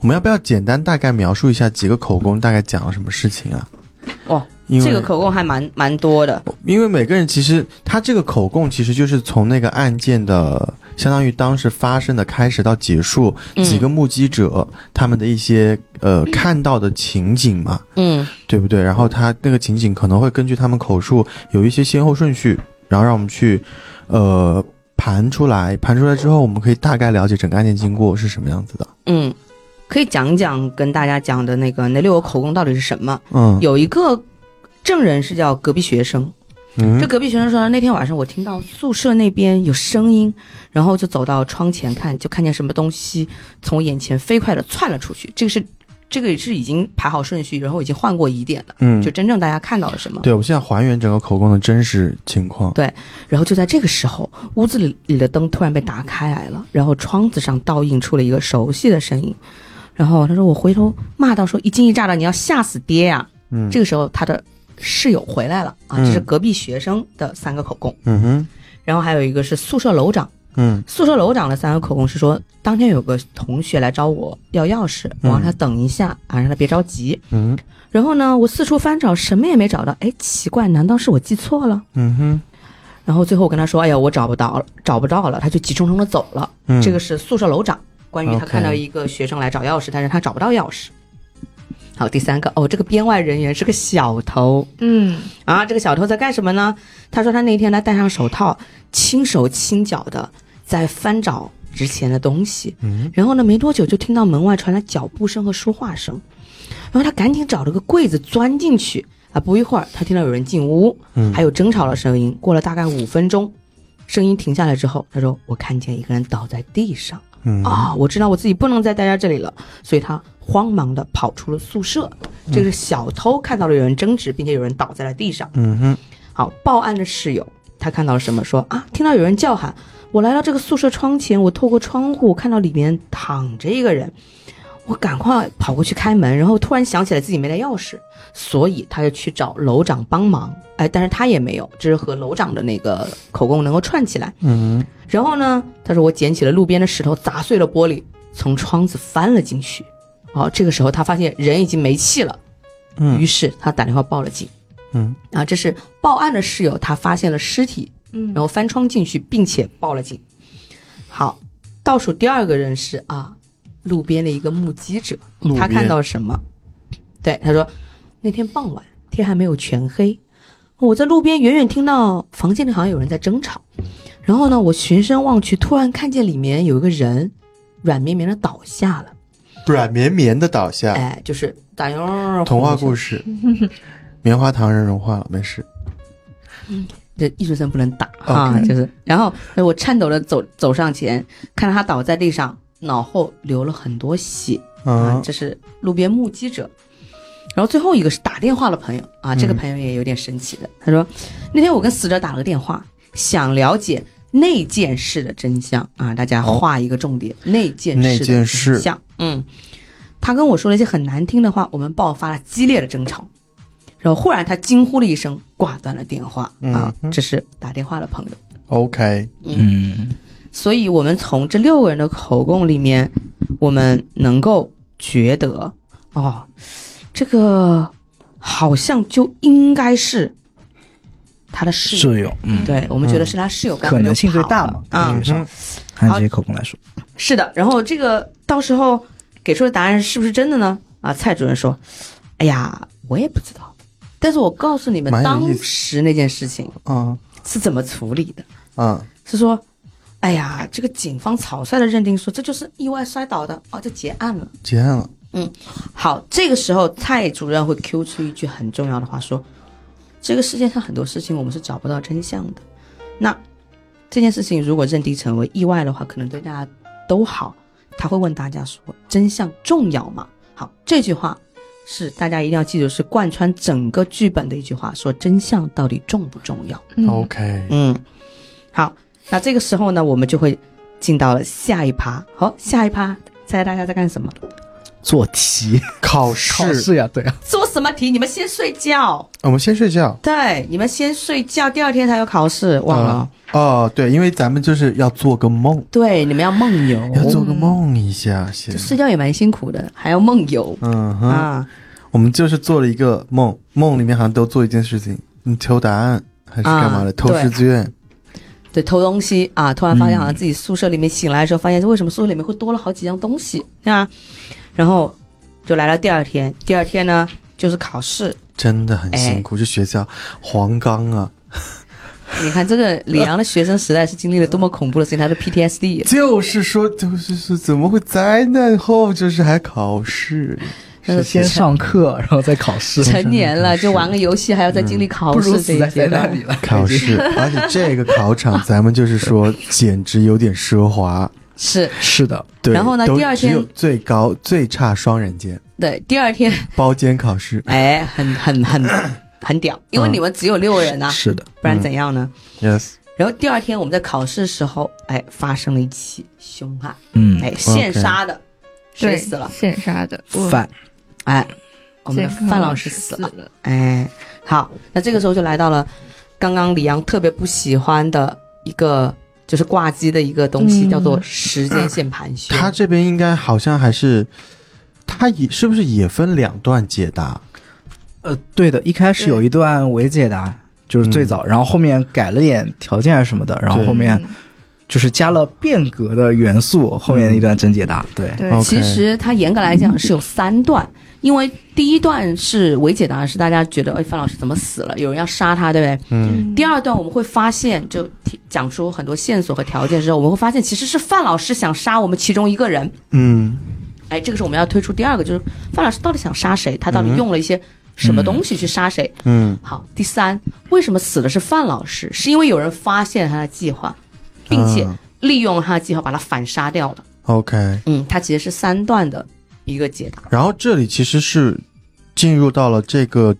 Speaker 2: 我们要不要简单大概描述一下几个口供大概讲了什么事情啊？
Speaker 1: 哦，
Speaker 2: 因为
Speaker 1: 这个口供还蛮蛮多的，
Speaker 2: 因为每个人其实他这个口供其实就是从那个案件的相当于当时发生的开始到结束，
Speaker 1: 嗯
Speaker 2: 几个目击者他们的一些呃看到的情景嘛，
Speaker 1: 嗯，
Speaker 2: 对不对？然后他那个情景可能会根据他们口述有一些先后顺序，然后让我们去呃盘出来，盘出来之后，我们可以大概了解整个案件经过是什么样子的。
Speaker 1: 嗯，可以讲讲跟大家讲的那个那六个口供到底是什么？
Speaker 2: 嗯，
Speaker 1: 有一个证人是叫隔壁学生，
Speaker 2: 嗯
Speaker 1: 这隔壁学生说那天晚上我听到宿舍那边有声音，然后就走到窗前看，就看见什么东西从我眼前飞快的窜了出去。这个是这个是已经排好顺序，然后已经换过疑点了，
Speaker 2: 嗯
Speaker 1: 就，真正大家看到了什么。
Speaker 2: 对，我们现在还原整个口供的真实情况。
Speaker 1: 然后就在这个时候，屋子里里的灯突然被打开来了，然后窗子上倒映出了一个熟悉的声音。然后他说：“我回头骂道说一惊一乍的，你要吓死爹呀、
Speaker 2: 嗯
Speaker 1: 这个时候他的室友回来了啊，
Speaker 2: 嗯
Speaker 1: 这是隔壁学生的三个口供，
Speaker 2: 嗯哼，
Speaker 1: 然后还有一个是宿舍楼长。
Speaker 2: 嗯
Speaker 1: 宿舍楼长的三个口供是说，当天有个同学来找我要钥匙，我让他等一下啊，让他别着急。
Speaker 2: 嗯
Speaker 1: 然后呢，我四处翻找，什么也没找到。哎，奇怪，难道是我记错了？
Speaker 2: 嗯哼，
Speaker 1: 然后最后我跟他说：“哎呀，我找不到了，找不到了。”他就急冲冲的走了。
Speaker 2: 嗯
Speaker 1: 这个是宿舍楼长关于他
Speaker 2: OK
Speaker 1: 看到一个学生来找钥匙，但是他找不到钥匙。好，第三个哦，这个编外人员是个小偷
Speaker 3: 嗯，
Speaker 1: 啊，这个小偷在干什么呢？他说他那天他戴上手套，轻手轻脚的在翻找值钱的东西，
Speaker 2: 嗯
Speaker 1: 然后呢，没多久就听到门外传来脚步声和说话声，然后他赶紧找了个柜子钻进去啊，不一会儿他听到有人进屋，
Speaker 2: 嗯
Speaker 1: 还有争吵的声音。过了大概五分钟，声音停下来之后，他说：“我看见一个人倒在地上
Speaker 2: 嗯
Speaker 1: 啊，我知道我自己不能再待在这里了，所以他慌忙的跑出了宿舍。这个小偷看到了有人争执，并且有人倒在了地上。
Speaker 2: 嗯哼，
Speaker 1: 好，报案的室友他看到了什么？说啊，听到有人叫喊，我来到这个宿舍窗前，我透过窗户看到里面躺着一个人，我赶快跑过去开门，然后突然想起来自己没带钥匙，所以他就去找楼长帮忙。哎，但是他也没有，这是和楼长的那个口供能够串起来。
Speaker 2: 嗯
Speaker 1: 然后呢，他说我捡起了路边的石头，砸碎了玻璃，从窗子翻了进去。哦，这个时候他发现人已经没气了，于
Speaker 2: 嗯
Speaker 1: 是他打电话报了警。
Speaker 2: 嗯
Speaker 1: 啊，这是报案的室友，他发现了尸体，
Speaker 3: 嗯
Speaker 1: 然后翻窗进去，并且报了警。好，倒数第二个人是啊，路边的一个目击者，
Speaker 2: 路
Speaker 1: 他看
Speaker 2: 边
Speaker 1: 到什么？对，他说那天傍晚天还没有全黑，我在路边远远听到房间里好像有人在争吵，然后呢，我循声望去，突然看见里面有一个人软绵绵的倒下了，
Speaker 2: 软绵绵的倒下，
Speaker 1: 哎，就是打哟，
Speaker 2: 童话故
Speaker 1: 事，
Speaker 2: 事， 棉花糖人融化了，没事。
Speaker 1: 这艺术生不能打啊，
Speaker 2: OK
Speaker 1: 就是。然后哎我颤抖的走走上前，看到他倒在地上，脑后流了很多血啊
Speaker 2: 嗯，
Speaker 1: 这是路边目击者。然后最后一个是打电话的朋友啊，
Speaker 2: 嗯
Speaker 1: 这个朋友也有点神奇的，他说那天我跟死者打了个电话，想了解那件事的真相啊，大家
Speaker 2: 哦
Speaker 1: 画一个重点，那件
Speaker 2: 那
Speaker 1: 事的
Speaker 2: 件事
Speaker 1: 真，相，嗯，他跟我说了一些很难听的话，我们爆发了激烈的争吵，然后忽然他惊呼了一声，挂断了电话、啊
Speaker 2: 嗯，哼
Speaker 1: 这是打电话的朋友。
Speaker 2: OK，
Speaker 4: 嗯，
Speaker 1: 所以我们从这六个人的口供里面，我们能够觉得，哦，这个好像就应该是他的室友，
Speaker 4: 室友，嗯，
Speaker 1: 对我们觉得是他室友干
Speaker 4: 可
Speaker 1: 嘛就跑了，
Speaker 4: 能性最大嘛，
Speaker 1: 啊
Speaker 2: 嗯
Speaker 4: 感觉上，按这些口供来说，
Speaker 1: 是的，然后这个到时候给出的答案是不是真的呢？啊，蔡主任说：“哎呀，我也不知道，但是我告诉你们，
Speaker 2: 蛮有意
Speaker 1: 当
Speaker 2: 思
Speaker 1: 时那件事情
Speaker 2: 嗯
Speaker 1: 是怎么处理的，
Speaker 2: 嗯
Speaker 1: 是说，哎呀，这个警方草率的认定说这就是意外摔倒的，哦，就结案了。
Speaker 2: 结案了，
Speaker 1: 好，这个时候蔡主任会 Q 出一句很重要的话，说：这个世界上很多事情我们是找不到真相的。那这件事情如果认定成为意外的话，可能对大家都好。他会问大家说：真相重要吗？好，这句话是大家一定要记住，是贯穿整个剧本的一句话，说真相到底重不重要？
Speaker 3: 嗯
Speaker 2: OK，
Speaker 1: 嗯，好，那这个时候呢，我们就会进到了下一趴。好，下一趴，猜大家在干什么？
Speaker 4: 做题
Speaker 2: 考
Speaker 4: 考
Speaker 2: 试，
Speaker 4: 试呀，对啊，
Speaker 1: 做什么题？你们先睡觉。
Speaker 2: 我们先睡觉。
Speaker 1: 对，你们先睡觉，第二天才有考试，忘了。
Speaker 2: 哦，对，因为咱们就是要做个梦，
Speaker 1: 对，你们要梦游，
Speaker 2: 要做个梦一下先
Speaker 1: 就。睡觉也蛮辛苦的，还要梦游、
Speaker 2: 嗯哼，
Speaker 1: 啊
Speaker 2: 我们就是做了一个梦，梦里面好像都做一件事情，你求答案还是干嘛的？
Speaker 1: 啊
Speaker 2: 透视
Speaker 1: 对
Speaker 2: 志愿。
Speaker 1: 对，偷东西啊！突然发现好像自己宿舍里面醒来的时候，发现为什么宿舍里面会多了好几样东西啊？然后就来了第二天，第二天呢就是考试。
Speaker 2: 真的很辛苦，这学校黄冈啊，
Speaker 1: 你看这个李阳的学生时代是经历了多么恐怖的事情，他的 PTSD。
Speaker 2: 就是说，就是说，怎么会灾难后就是还考试？
Speaker 1: 是
Speaker 4: 先上课，然后再考试，
Speaker 1: 成年了就玩个游戏，还要再经历考
Speaker 4: 嗯不
Speaker 1: 试
Speaker 4: 如
Speaker 1: 这
Speaker 4: 死
Speaker 1: 一
Speaker 4: 在
Speaker 1: 阶
Speaker 4: 灾
Speaker 1: 段
Speaker 4: 难。里了。
Speaker 2: 考试， 而且这个考场，咱们就是说，简直有点奢华。
Speaker 1: 是
Speaker 4: 是的，
Speaker 2: 对，
Speaker 1: 然后呢
Speaker 2: 都
Speaker 1: 第二天
Speaker 2: 只有最高最差双人间
Speaker 1: 对，第二天
Speaker 2: 包间考试，
Speaker 1: 哎，很很很很屌，因为你们只有六个人呐、
Speaker 4: 嗯是嗯的，
Speaker 1: 不然怎样呢？
Speaker 2: yes，
Speaker 1: 然后第二天我们在考试的时候，哎，发生了一起凶案，
Speaker 4: 嗯，
Speaker 1: 哎，现杀的，谁
Speaker 3: 嗯对，
Speaker 1: 死了？
Speaker 3: 现杀的，我
Speaker 4: 反
Speaker 1: 哎，我们的
Speaker 3: 健康
Speaker 1: 范老师死
Speaker 3: 死
Speaker 1: 了，哎，好，那这个时候就来到了刚刚李阳特别不喜欢的一个。就是挂机的一个东西，
Speaker 3: 嗯
Speaker 1: 叫做时间线盘旋。
Speaker 2: 他这边应该好像还是，他也是不是也分两段解答？
Speaker 4: 呃，对的，一开始有一段伪解答，就是最早，然后后面改了点条件啊什么的，然后
Speaker 2: 嗯对
Speaker 4: 后面
Speaker 3: 嗯
Speaker 4: 就是加了变革的元素，后
Speaker 2: 嗯
Speaker 4: 面一段真解答，对，
Speaker 3: 对，
Speaker 2: OK
Speaker 1: 其实它严格来讲是有三段，因为第一段是伪解答，是大家觉得哎范老师怎么死了，有人要杀他，对不对？
Speaker 2: 嗯，
Speaker 1: 第二段我们会发现，就提讲出很多线索和条件之后，我们会发现其实是范老师想杀我们其中一个人。
Speaker 2: 嗯，
Speaker 1: 哎，这个是我们要推出第二个，就是范老师到底想杀谁？他到底用了一些什么东西去杀谁？
Speaker 2: 嗯，
Speaker 1: 好，第三，为什么死的是范老师？是因为有人发现他的计划，并且
Speaker 2: 嗯
Speaker 1: 利用了他的计划把他反杀掉了。
Speaker 2: OK，
Speaker 1: 嗯，它其实是三段的一个解答。
Speaker 2: 然后这里其实是进入到了这个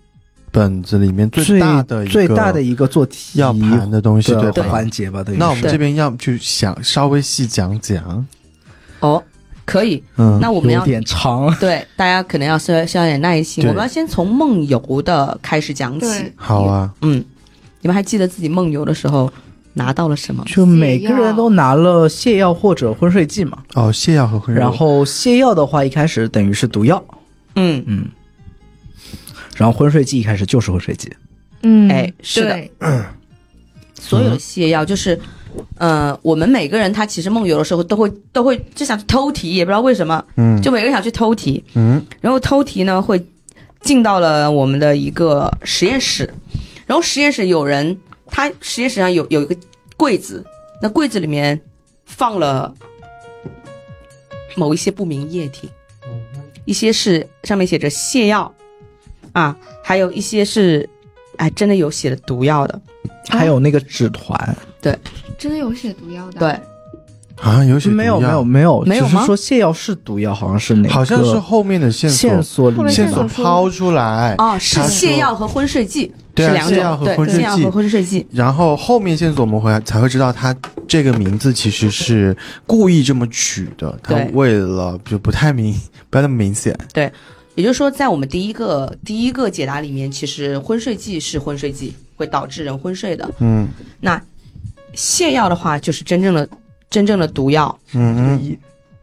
Speaker 2: 本子里面
Speaker 4: 最
Speaker 2: 大的一个
Speaker 4: 最大的一个做题
Speaker 2: 要盘的东西，
Speaker 4: 的
Speaker 2: 吧？
Speaker 4: 环节吧，等于
Speaker 2: 那我们
Speaker 4: 是
Speaker 2: 这边要去想稍微细讲讲，
Speaker 1: 哦，可以。
Speaker 2: 嗯，
Speaker 1: 那我们
Speaker 4: 有
Speaker 1: 要
Speaker 4: 点长，
Speaker 1: 对大家可能要稍稍有点耐心，
Speaker 2: 对
Speaker 1: 我们要先从梦游的开始讲起
Speaker 3: 对。
Speaker 2: 好啊，
Speaker 1: 嗯，你们还记得自己梦游的时候拿到了什么？
Speaker 4: 就每个人都拿了泻药或者昏睡剂嘛，
Speaker 2: 哦，泻药和
Speaker 4: 然后泻药的话一开始等于是毒药，
Speaker 1: 嗯，
Speaker 4: 嗯，然后昏睡剂一开始就是昏睡剂，
Speaker 3: 嗯，
Speaker 1: 哎是的
Speaker 3: 对，
Speaker 2: 嗯
Speaker 1: 所有的泻药就是，呃，我们每个人他其实梦游的时候都会都会就想去偷题，也不知道为什么，
Speaker 2: 嗯
Speaker 1: 就每个人想去偷题，
Speaker 2: 嗯
Speaker 1: 然后偷题呢会进到了我们的一个实验室，然后实验室有人，他实验室上有有一个柜子，那柜子里面放了某一些不明液体，一些是上面写着泻药啊，还有一些是哎真的有写的毒药的，
Speaker 4: 还有那个纸团，
Speaker 3: 真的有写毒药的，
Speaker 1: 对，
Speaker 2: 啊，有血
Speaker 4: 没有
Speaker 2: 毒
Speaker 4: 没
Speaker 2: 药
Speaker 4: 有，没有，
Speaker 1: 没有
Speaker 4: 只
Speaker 1: 吗
Speaker 4: 是说泻药是毒药，好像是哪个
Speaker 2: 好像是后面的线索
Speaker 4: 线索里
Speaker 3: 后面
Speaker 4: 面
Speaker 2: 线
Speaker 3: 线
Speaker 2: 索
Speaker 4: 吧
Speaker 3: 索，
Speaker 2: 抛出来，
Speaker 1: 哦，是
Speaker 2: 他说
Speaker 1: 泻药和昏睡剂
Speaker 2: 对啊
Speaker 1: 是两
Speaker 2: 泻药
Speaker 1: 种，
Speaker 2: 和
Speaker 1: 对，
Speaker 2: 昏睡
Speaker 1: 泻药
Speaker 2: 剂
Speaker 1: 和昏睡剂，
Speaker 2: 然后后面线索我们回来才会知道，他这个名字其实是故意这么取的，他
Speaker 1: 对
Speaker 2: 为了就不太明，不要那么明显，
Speaker 1: 也就是说，在我们第一个第一个解答里面，其实昏睡剂是昏睡剂，会导致人昏睡的。
Speaker 2: 嗯
Speaker 1: 那泻药的话，就是真正的真正的毒药。
Speaker 2: 嗯
Speaker 4: 一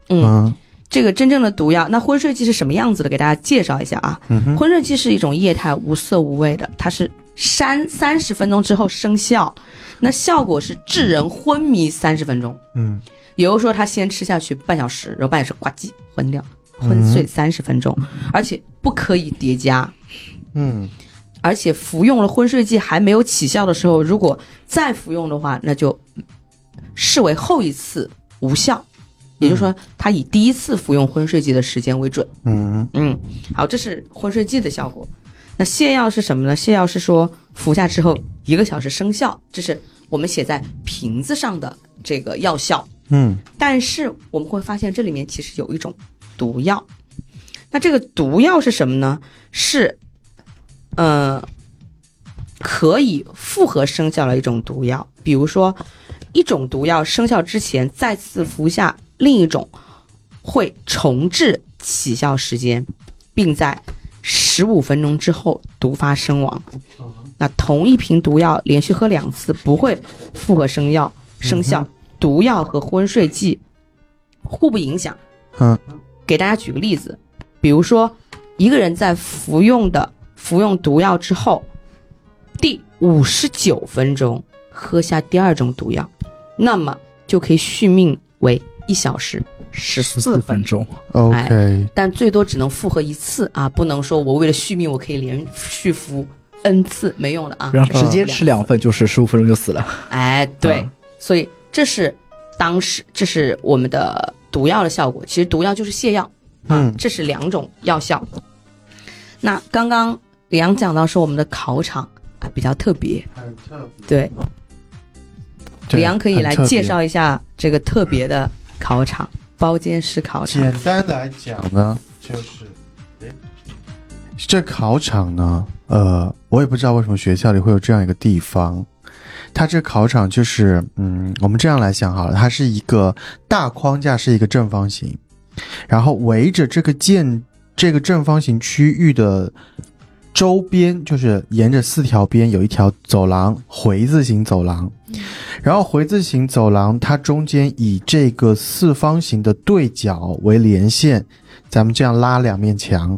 Speaker 1: 嗯，
Speaker 2: 嗯
Speaker 1: 这个真正的毒药，那昏睡剂是什么样子的？给大家介绍一下啊。
Speaker 2: 嗯哼，
Speaker 1: 昏睡剂是一种液态无色无味的，它是三三十分钟之后生效，那效果是致人昏迷三十分钟。
Speaker 2: 嗯
Speaker 1: 也就是说，他先吃下去半小时，然后半小时呱唧昏掉，昏睡三十分钟，而且不可以叠加。
Speaker 2: 嗯，
Speaker 1: 而且服用了昏睡剂还没有起效的时候，如果再服用的话，那就视为后一次无效。也就是说，它以第一次服用昏睡剂的时间为准。
Speaker 2: 嗯
Speaker 1: 嗯，好，这是昏睡剂的效果。那泻药是什么呢？泻药是说服下之后一个小时生效，这是我们写在瓶子上的这个药效。
Speaker 2: 嗯
Speaker 1: 但是我们会发现这里面其实有一种毒药。那这个毒药是什么呢？是，呃，可以复合生效的一种毒药。比如说，一种毒药生效之前再次服下另一种，会重置起效时间，并在十五分钟之后毒发身亡。那同一瓶毒药连续喝两次不会复合生药生效，毒药和昏睡剂互不影响。
Speaker 2: 嗯，
Speaker 1: 给大家举个例子，比如说一个人在服用的服用毒药之后，第五十九分钟喝下第二种毒药，那么就可以续命为一小时十四分
Speaker 4: 分
Speaker 1: 钟，
Speaker 4: 钟，
Speaker 2: ，OK，
Speaker 1: 但最多只能复合一次啊，不能说我为了续命我可以连续服 n 次，没用的啊。
Speaker 4: 然后直接吃两
Speaker 1: 次
Speaker 4: 份就是十五分钟就死了。
Speaker 1: 哎，对，
Speaker 4: 嗯
Speaker 1: 所以这是当时这是我们的毒药的效果。其实毒药就是泻药，
Speaker 2: 嗯
Speaker 1: 这是两种药效。那刚刚李阳讲到说我们的考场啊比较特别，对，
Speaker 2: 对
Speaker 1: 李阳可以来
Speaker 2: 很特别
Speaker 1: 介绍一下这个特别的考场——包间式考场。
Speaker 2: 简单来讲呢，就是，这考场呢，呃，我也不知道为什么学校里会有这样一个地方。它这考场就是，嗯，我们这样来想好了，它是一个大框架是一个正方形，然后围着这个建这个正方形区域的周边，就是沿着四条边有一条走廊，回字形走廊，然后回字形走廊，它中间以这个四方形的对角为连线，咱们这样拉两面墙，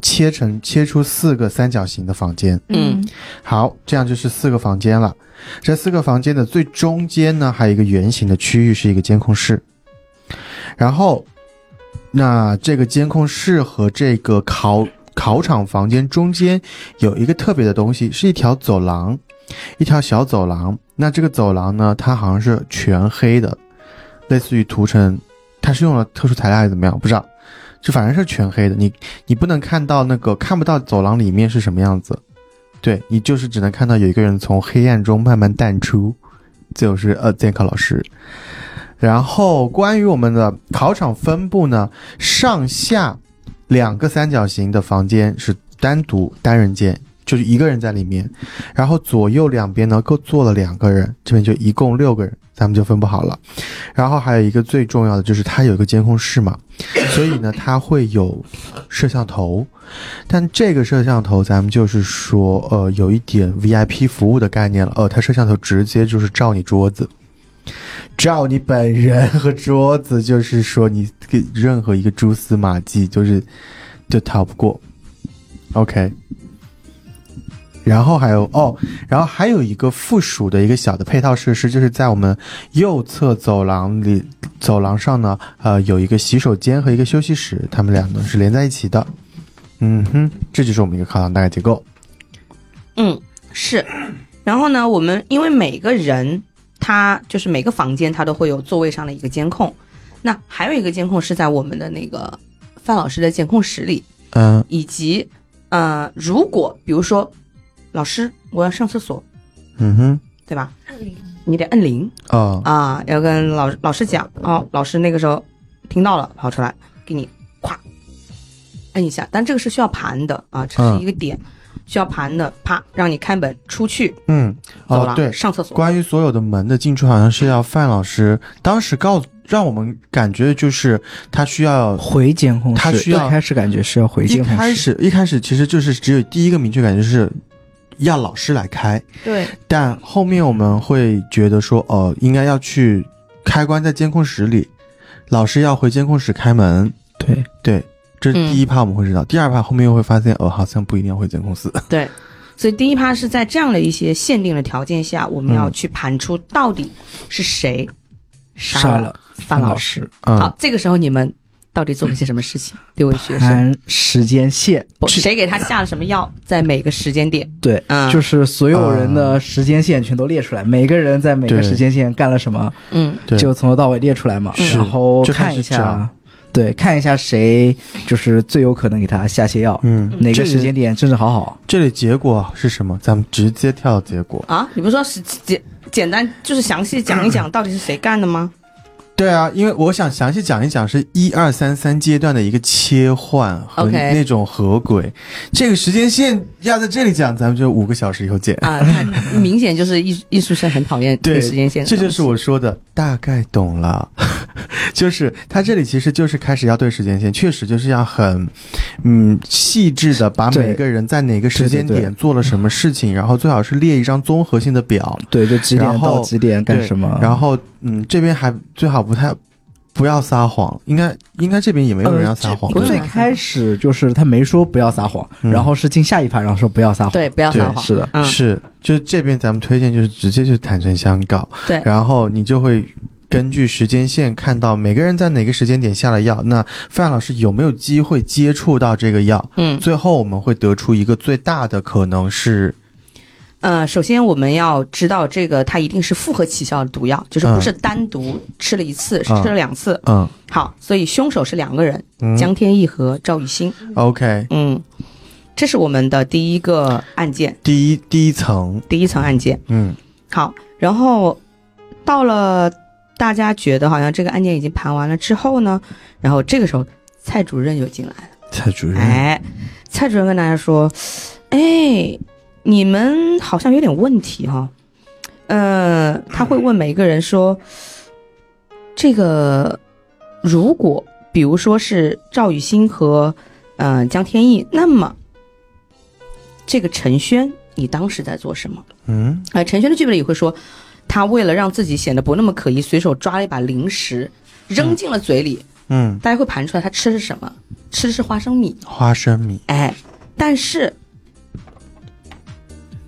Speaker 2: 切成切出四个三角形的房间。
Speaker 1: 嗯
Speaker 2: 好，这样就是四个房间了。这四个房间的最中间呢，还有一个圆形的区域是一个监控室。然后，那这个监控室和这个考考场房间中间有一个特别的东西，是一条走廊，一条小走廊。那这个走廊呢，它好像是全黑的，类似于涂成，它是用了特殊材料还是怎么样，不知道。就反正是全黑的，你你不能看到那个看不到走廊里面是什么样子，对你就是只能看到有一个人从黑暗中慢慢淡出，这就是呃监考老师。然后关于我们的考场分布呢，上下两个三角形的房间是单独单人间，就是一个人在里面，然后左右两边呢各坐了两个人，这边就一共六个人，咱们就分布好了。然后还有一个最重要的就是它有一个监控室嘛，所以呢它会有摄像头，但这个摄像头，咱们就是说，呃，有一点 VIP 服务的概念了。呃，它摄像头直接就是照你桌子，照你本人和桌子，就是说你给任何一个蛛丝马迹，就是就逃不过。OK。然后还有哦，然后还有一个附属的一个小的配套设施，就是在我们右侧走廊里，走廊上呢，呃，有一个洗手间和一个休息室，它们俩呢是连在一起的。嗯哼，这就是我们一个考场大概结构。
Speaker 1: 嗯，是。然后呢，我们因为每个人他就是每个房间他都会有座位上的一个监控，那还有一个监控是在我们的那个范老师的监控室里，
Speaker 2: 嗯
Speaker 1: 以及呃，如果比如说老师我要上厕所，
Speaker 2: 嗯哼，
Speaker 1: 对吧？你得摁铃
Speaker 2: 哦，
Speaker 1: 啊，要跟老老师讲哦，老师那个时候听到了，跑出来给你咵摁一下，但这个是需要盘的啊，这是一个点。需要盘的，啪，让你开门出去，
Speaker 2: 嗯，
Speaker 1: 走
Speaker 2: 哦
Speaker 1: 了，
Speaker 2: 对，
Speaker 1: 上厕所。
Speaker 2: 关于所有的门的进出，好像是要范老师当时告诉让我们感觉的就是他需要
Speaker 4: 回监控室，
Speaker 2: 他需要
Speaker 4: 一开始感觉是要回
Speaker 2: 一
Speaker 4: 监控室，
Speaker 2: 开始一开始其实就是只有第一个明确感觉是要老师来开，
Speaker 3: 对，
Speaker 2: 但后面我们会觉得说，哦呃，应该要去开关在监控室里，老师要回监控室开门，
Speaker 4: 对，
Speaker 2: 对，这是
Speaker 1: 嗯
Speaker 2: 第一趴我们会知道，第二趴后面又会发现，哦，好像不一定要会整公司。
Speaker 1: 对，所以第一趴是在这样的一些限定的条件下，我们要去盘出到底是谁杀
Speaker 4: 杀
Speaker 1: 了
Speaker 4: 了
Speaker 1: 范老师。
Speaker 4: 师，
Speaker 2: 嗯
Speaker 1: 好，，这个时候你们到底做了些什么事情？对我学生，
Speaker 4: 盘时间线，
Speaker 1: 不
Speaker 4: 去
Speaker 1: 谁给他下了什么药，在每个时间点，
Speaker 4: 对，
Speaker 2: 啊
Speaker 1: 嗯
Speaker 4: 就是所有人的时间线全都列出来，每个人在每个
Speaker 2: 对
Speaker 4: 时间线干了什么，
Speaker 1: 嗯，
Speaker 2: 对，
Speaker 4: 就从头到尾列出来嘛，
Speaker 2: 是
Speaker 4: 然后
Speaker 2: 就开
Speaker 4: 看
Speaker 2: 始
Speaker 4: 一
Speaker 2: 找
Speaker 4: 下，对，看一下谁就是最有可能给他下些药，
Speaker 2: 嗯，
Speaker 4: 哪
Speaker 2: 这
Speaker 4: 个
Speaker 2: 里
Speaker 4: 时间点正正好好。
Speaker 2: 这里结果是什么？咱们直接跳结果。
Speaker 1: 啊，你不是说是简简单就是详细讲一
Speaker 2: 嗯
Speaker 1: 讲到底是谁干的 吗？
Speaker 2: 对啊，因为我想详细讲一讲是一二三三阶段的一个切换和
Speaker 1: OK
Speaker 2: 那种合轨。这个时间线要在这里讲，咱们就五个小时以后见。
Speaker 1: 啊，看明显就是艺术艺术生很讨厌这
Speaker 2: 对
Speaker 1: 个时间线，
Speaker 2: 这就是我说的，大概懂了。 就是他这里其实就是开始要对时间线，确实就是要很，嗯，细致的把
Speaker 4: 对
Speaker 2: 每个人在哪个时间
Speaker 4: 对对对
Speaker 2: 点做了什么事情，然后最好是列一张综合性的表，
Speaker 4: 对，就几
Speaker 2: 然
Speaker 4: 点
Speaker 2: 后
Speaker 4: 到几点干
Speaker 2: 对
Speaker 4: 什么？
Speaker 2: 然后，嗯，这边还最好不太不要撒谎，应该应该这边也没有人要撒谎
Speaker 1: 呃。这不
Speaker 4: 最
Speaker 1: 用
Speaker 4: 开始就是他没说不要撒谎，
Speaker 2: 嗯
Speaker 4: 然后是进下一盘，然后说不要撒谎。
Speaker 1: 对，，不要撒
Speaker 4: 对
Speaker 1: 谎，
Speaker 4: 是的
Speaker 1: 嗯，
Speaker 2: 是，就是这边咱们推荐就是直接就坦诚相告，
Speaker 1: 对，
Speaker 2: 然后你就会根据时间线看到每个人在哪个时间点下了药，那范老师有没有机会接触到这个药？
Speaker 1: 嗯
Speaker 2: 最后我们会得出一个最大的可能是，
Speaker 1: 呃，首先我们要知道这个它一定是复合起效的毒药，就是不是单独吃了一次，是吃了两次。
Speaker 2: 嗯
Speaker 1: 好，所以凶手是两个人，
Speaker 2: 嗯
Speaker 1: 江天一和赵雨欣。
Speaker 2: ，OK，
Speaker 1: 嗯，这是我们的第一个案件，
Speaker 2: 第一第一层，
Speaker 1: 第一层案件。
Speaker 2: 嗯
Speaker 1: 好，然后到了大家觉得好像这个案件已经盘完了之后呢，然后这个时候蔡主任就进来了。
Speaker 2: 蔡主任，
Speaker 1: 哎，蔡主任跟大家说：“哎，你们好像有点问题哈、呃，他会问每一个人说，这个如果比如说是赵雨欣和呃江天意，那么这个陈轩，你当时在做什么？
Speaker 2: 嗯，
Speaker 1: 呃，陈轩的剧本里会说，他为了让自己显得不那么可疑，随手抓了一把零食扔进了嘴里，
Speaker 2: 嗯，
Speaker 1: 大家会盘出来他吃的是什么？吃的是花生米。
Speaker 2: 花生米，
Speaker 1: 哎，但是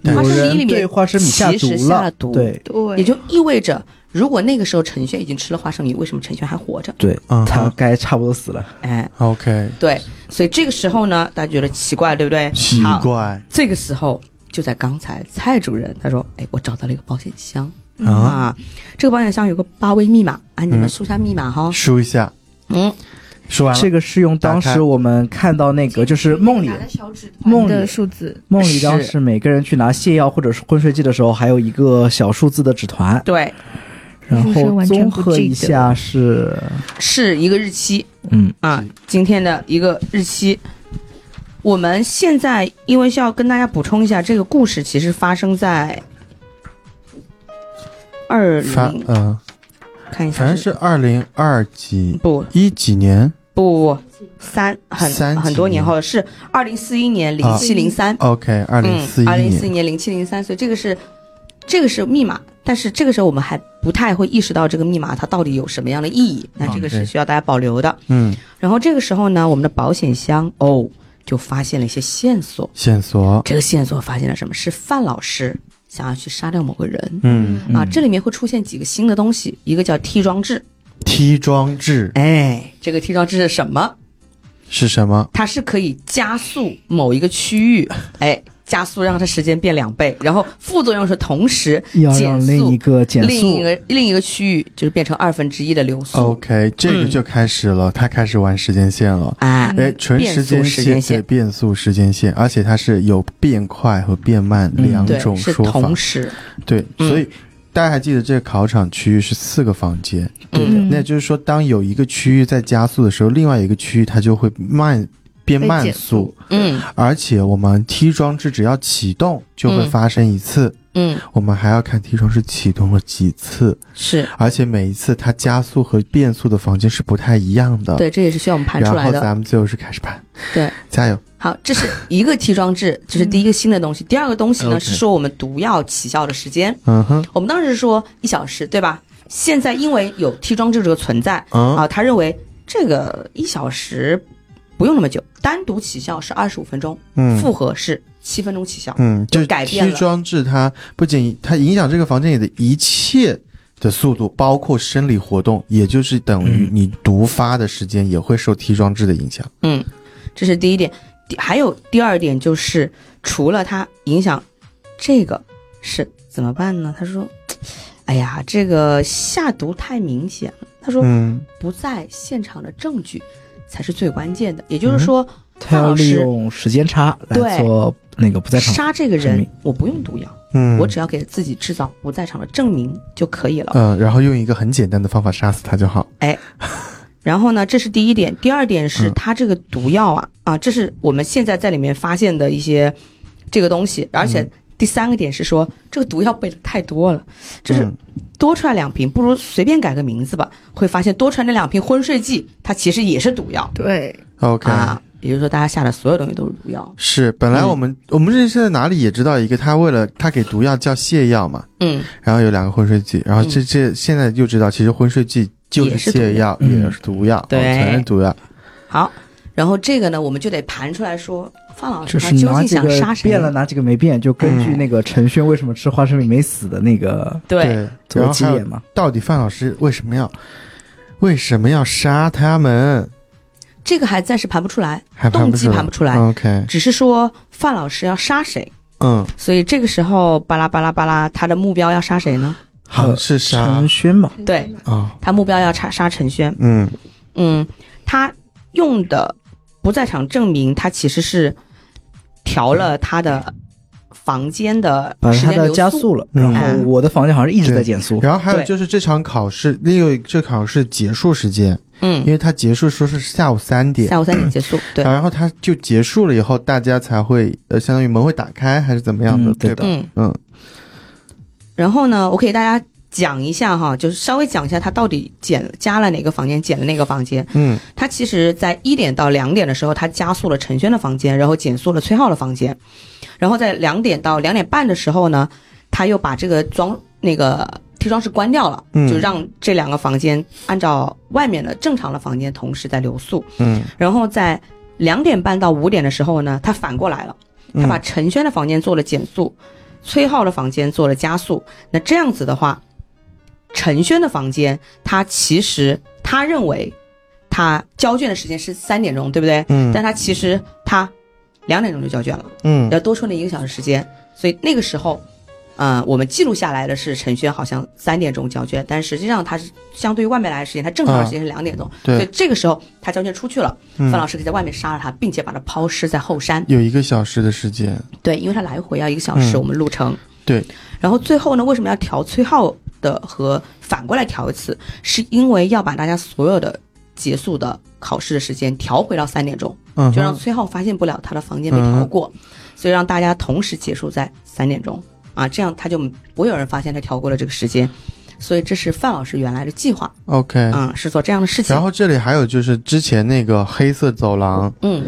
Speaker 4: 有
Speaker 1: 花生米里
Speaker 4: 人对
Speaker 1: 面
Speaker 4: 花生米下
Speaker 1: 其实
Speaker 4: 毒
Speaker 1: 下
Speaker 4: 了，
Speaker 1: 毒
Speaker 4: 对
Speaker 3: 对
Speaker 1: 也就意味着，如果那个时候陈轩已经吃了花生米，为什么陈轩还活着？
Speaker 4: 对，
Speaker 2: 嗯
Speaker 4: 他该差不多死了。
Speaker 1: 哎，
Speaker 2: ，OK，
Speaker 1: 对，所以这个时候呢，大家觉得奇怪，对不对？
Speaker 2: 奇
Speaker 1: 好。
Speaker 2: 怪，
Speaker 1: 这个时候就在刚才，蔡主任他说：“哎，我找到了一个保险箱、
Speaker 2: 啊
Speaker 1: 啊，这个保险箱有个八位密码，啊，你们
Speaker 2: 嗯
Speaker 1: 输下密码哈、
Speaker 2: 数一下，
Speaker 1: 嗯，
Speaker 2: 说完了，
Speaker 4: 这个是用当
Speaker 2: 打开
Speaker 4: 时我们看到那个就是梦里梦
Speaker 3: 梦的
Speaker 4: 里
Speaker 3: 数字，
Speaker 4: 梦里当
Speaker 1: 嗯是
Speaker 4: 时每个人去拿泻药或者是昏睡剂的时候，还有一个小数字的纸团，
Speaker 1: 对，
Speaker 4: 然
Speaker 3: 是不是
Speaker 4: 后
Speaker 3: 完全
Speaker 4: 综
Speaker 3: 不
Speaker 4: 合
Speaker 3: 记
Speaker 4: 一
Speaker 3: 得
Speaker 4: 下是
Speaker 1: 是一个日期，
Speaker 4: 嗯
Speaker 1: 啊，今天的一个日期。我们现在因为需要跟大家补充一下，这个故事其实发生在二
Speaker 2: 发，
Speaker 1: 零，
Speaker 2: 嗯，
Speaker 1: 看一下，
Speaker 2: 反正是二零二几
Speaker 1: 不
Speaker 2: 一几年
Speaker 1: 不不三很
Speaker 2: 三
Speaker 1: 很
Speaker 2: 几
Speaker 1: 多年
Speaker 2: 年
Speaker 1: 后了是二零四一年零七零三，
Speaker 2: ，OK，二零
Speaker 1: 嗯
Speaker 2: 四，一
Speaker 1: 二零四一
Speaker 2: 年，
Speaker 1: 年零七零三，所以这个是这个是密码，但是这个时候我们还不太会意识到这个密码它到底有什么样的意义，那这个是
Speaker 2: OK
Speaker 1: 需要大家保留的。
Speaker 2: 嗯，
Speaker 1: 然后这个时候呢，我们的保险箱哦就发现了一些线索。
Speaker 2: 线索，
Speaker 1: 这个线索发现了什么？是范老师想要去杀掉某个人、
Speaker 2: 嗯
Speaker 1: 啊！这里面会出现几个新的东西，一个叫替装置，
Speaker 2: ，T 装置
Speaker 1: 哎，这个替装置是什么？
Speaker 2: 是什么？
Speaker 1: 它是可以加速某一个区域，哎，加速让它时间变两倍，然后副作用是同时
Speaker 4: 要
Speaker 1: 减
Speaker 4: 让另
Speaker 1: 速
Speaker 4: 一个减
Speaker 1: 另
Speaker 4: 速
Speaker 1: 一，个另一个区域就是变成二分之一的流速，
Speaker 2: OK，这个就开始了，他开始玩时间线了。
Speaker 1: 哎，
Speaker 2: 哎，纯
Speaker 1: 嗯变
Speaker 2: 时
Speaker 1: 速
Speaker 2: 间
Speaker 1: 时间线
Speaker 2: 对变速时间线，而且它是有变快和变慢
Speaker 4: 嗯
Speaker 2: 两
Speaker 1: 对，
Speaker 2: 种
Speaker 1: 是
Speaker 2: 说法
Speaker 1: 同。时，
Speaker 2: 对，
Speaker 1: 嗯
Speaker 2: 所以大家还记得这个考场区域是四个房间，
Speaker 1: 嗯，
Speaker 2: 那就是说，当有一个区域在加速的时候，另外一个区域它就会慢变
Speaker 3: 被
Speaker 2: 慢
Speaker 3: 减
Speaker 2: 速
Speaker 3: 速，
Speaker 1: 嗯
Speaker 2: 而且我们 T 装置只要启动就会
Speaker 1: 嗯
Speaker 2: 发生一次，
Speaker 1: 嗯，
Speaker 2: 我们还要看 T 装置启动了几次。
Speaker 1: 是
Speaker 2: 而且每一次它加速和变速的房间是不太一样的。，
Speaker 1: 对，这也是需要我们盘
Speaker 2: 啊然
Speaker 1: 出来
Speaker 2: 后
Speaker 1: 的。
Speaker 2: 咱们最后是开始盘。
Speaker 1: 对，
Speaker 2: 加油。
Speaker 1: 好，这是一个替装置，这是第一个新的东西。第二个东西呢
Speaker 2: OK
Speaker 1: 是说我们毒药起效的时间，
Speaker 2: 嗯哼，
Speaker 1: 我们当时说一小时，对吧？现在因为有替装置这个存在
Speaker 2: 嗯
Speaker 1: 啊，他认为这个一小时不用那么久，单独起效是二十五分钟，
Speaker 2: 嗯
Speaker 1: 复合是七分钟起效。
Speaker 2: 嗯，
Speaker 1: 就
Speaker 2: 就
Speaker 1: 改变
Speaker 2: 区
Speaker 1: 了
Speaker 2: 装置它不仅它影响这个房间里的一切的速度，包括生理活动，也就是等于你毒发的时间也会受 T 装置的影响。
Speaker 1: 嗯，这是第一点。第还有第二点就是，除了它影响这个是怎么办呢？他说：“哎呀，这个下毒太明显了。”他说
Speaker 2: 嗯，：“
Speaker 1: 不在现场的证据才是最关键的，也
Speaker 2: 嗯
Speaker 1: 就是说，
Speaker 4: 他要利用时间差来
Speaker 1: 对
Speaker 4: 做那个不在场。
Speaker 1: 杀这个
Speaker 4: 证
Speaker 1: 人
Speaker 4: 明
Speaker 1: 我不用毒药，
Speaker 2: 嗯
Speaker 1: 我只要给自己制造不在场的证明就可以了。”
Speaker 2: 嗯，然后用一个很简单的方法杀死它就好。
Speaker 1: 然后呢，这是第一点。第二点是
Speaker 2: 嗯
Speaker 1: 它这个毒药啊、啊，这是我们现在在里面发现的一些这个东西。而
Speaker 2: 嗯
Speaker 1: 且第三个点是说，这个毒药备的太多了，就是
Speaker 2: 嗯
Speaker 1: 多出来两瓶，不如随便改个名字吧。会发现多出来那两瓶昏睡剂，它其实也是毒药
Speaker 3: 对，
Speaker 2: OK，
Speaker 1: 啊。嗯也就是说，大家下的所有东西都是毒药。
Speaker 2: 是，本来我们、我们认识在哪里也知道一个，他为了他给毒药叫泻药嘛，
Speaker 1: 嗯，
Speaker 2: 然后有两个昏睡剂，然后这这现在就知道，其实昏睡剂就
Speaker 1: 也是毒
Speaker 2: 泻药，
Speaker 4: 嗯
Speaker 2: 也是毒药，
Speaker 1: 对
Speaker 2: 哦全是毒药。
Speaker 1: 好。然后这个呢，我们就得盘出来说，方老师
Speaker 4: 就
Speaker 1: 他
Speaker 4: 是
Speaker 1: 究
Speaker 4: 哪
Speaker 1: 竟
Speaker 4: 几
Speaker 1: 想杀
Speaker 4: 个
Speaker 1: 谁
Speaker 4: 变？了，哪几个没变，就根据那个陈轩为什么吃花生米没死的那个
Speaker 1: 对，
Speaker 4: 作
Speaker 2: 然
Speaker 4: 为
Speaker 2: 后
Speaker 4: 基
Speaker 2: 还有
Speaker 4: 点嘛。
Speaker 2: 到底范老师为什么要为什么要杀他们？
Speaker 1: 这个还暂时盘不出来，
Speaker 2: 还盘
Speaker 1: 动
Speaker 2: 不
Speaker 1: 机
Speaker 2: 出来
Speaker 1: 盘不出来，
Speaker 2: OK，
Speaker 1: 只是说范老师要杀谁。
Speaker 2: 嗯，
Speaker 1: 所以这个时候，巴拉巴拉巴拉，他的目标要杀谁呢？
Speaker 2: 好
Speaker 4: 呃
Speaker 2: 是杀啊
Speaker 4: 陈、轩吧，
Speaker 1: 对
Speaker 2: 哦
Speaker 1: 他目标要杀杀陈轩。
Speaker 2: 嗯
Speaker 1: 嗯，他用的不在场证明，他其实是调了他的房间的
Speaker 4: 把
Speaker 1: 时
Speaker 4: 他
Speaker 1: 间
Speaker 4: 的
Speaker 1: 流
Speaker 4: 加
Speaker 1: 速。
Speaker 4: 速了，
Speaker 2: 嗯
Speaker 4: 然后我的房间好像是一直在减速。
Speaker 2: 然后还有
Speaker 1: 对
Speaker 2: 就是这场考试，利用这考试结束时间，因
Speaker 1: 嗯，
Speaker 2: 为它结束说是下午三点，
Speaker 1: 下午三点结束。
Speaker 4: 嗯
Speaker 1: 对，
Speaker 2: 然后它就结束了以后，大家才会呃，相当于门会打开还是怎么样的，
Speaker 4: 嗯
Speaker 2: 对
Speaker 4: 对
Speaker 2: 吧？
Speaker 4: 的
Speaker 1: 嗯，
Speaker 2: 嗯
Speaker 1: 然后呢，我给大家讲一下哈，就是稍微讲一下他到底减加了哪个房间，减了哪个房间。
Speaker 2: 嗯
Speaker 1: 他其实在一点到两点的时候，他加速了陈轩的房间，然后减速了崔浩的房间，然后在两点到两点半的时候呢，他又把这个装那个替装室关掉了，
Speaker 2: 嗯
Speaker 1: 就让这两个房间按照外面的正常的房间同时在留宿，
Speaker 2: 嗯，
Speaker 1: 然后在两点半到五点的时候呢，他反过来了，
Speaker 2: 嗯
Speaker 1: 他把陈轩的房间做了减速，崔浩的房间做了加速。那这样子的话，陈轩的房间，他其实他认为他交卷的时间是三点钟，对不对？
Speaker 2: 嗯
Speaker 1: 但他其实他两点钟就交卷了，
Speaker 2: 嗯
Speaker 1: 要多出那一个小时时间。所以那个时候，呃，我们记录下来的是陈轩好像三点钟交卷，但实际上他是相对于外面来的时间，他正常的时间是两点钟。所以
Speaker 2: 对，
Speaker 1: 这个时候他交卷出去了，
Speaker 2: 嗯
Speaker 1: 范老师可以在外面杀了他，并且把他抛尸在后山。
Speaker 2: 有一个小时的时间，
Speaker 1: 对，因为他来回要一个小时，
Speaker 2: 嗯
Speaker 1: 我们路程。
Speaker 2: 对，
Speaker 1: 然后最后呢，为什么要调崔浩的和反过来调一次？是因为要把大家所有的结束的考试的时间调回到三点钟，
Speaker 2: 嗯哼，嗯
Speaker 1: 就让崔浩发现不了他的房间被调过，所以让大家同时结束在三点钟啊，这样他就不会有人发现他调过了这个时间。所以这是范老师原来的计划，
Speaker 2: OK，
Speaker 1: 嗯，是做这样的事情
Speaker 2: 然。后这里还有就是之前那个黑色走廊
Speaker 1: 嗯，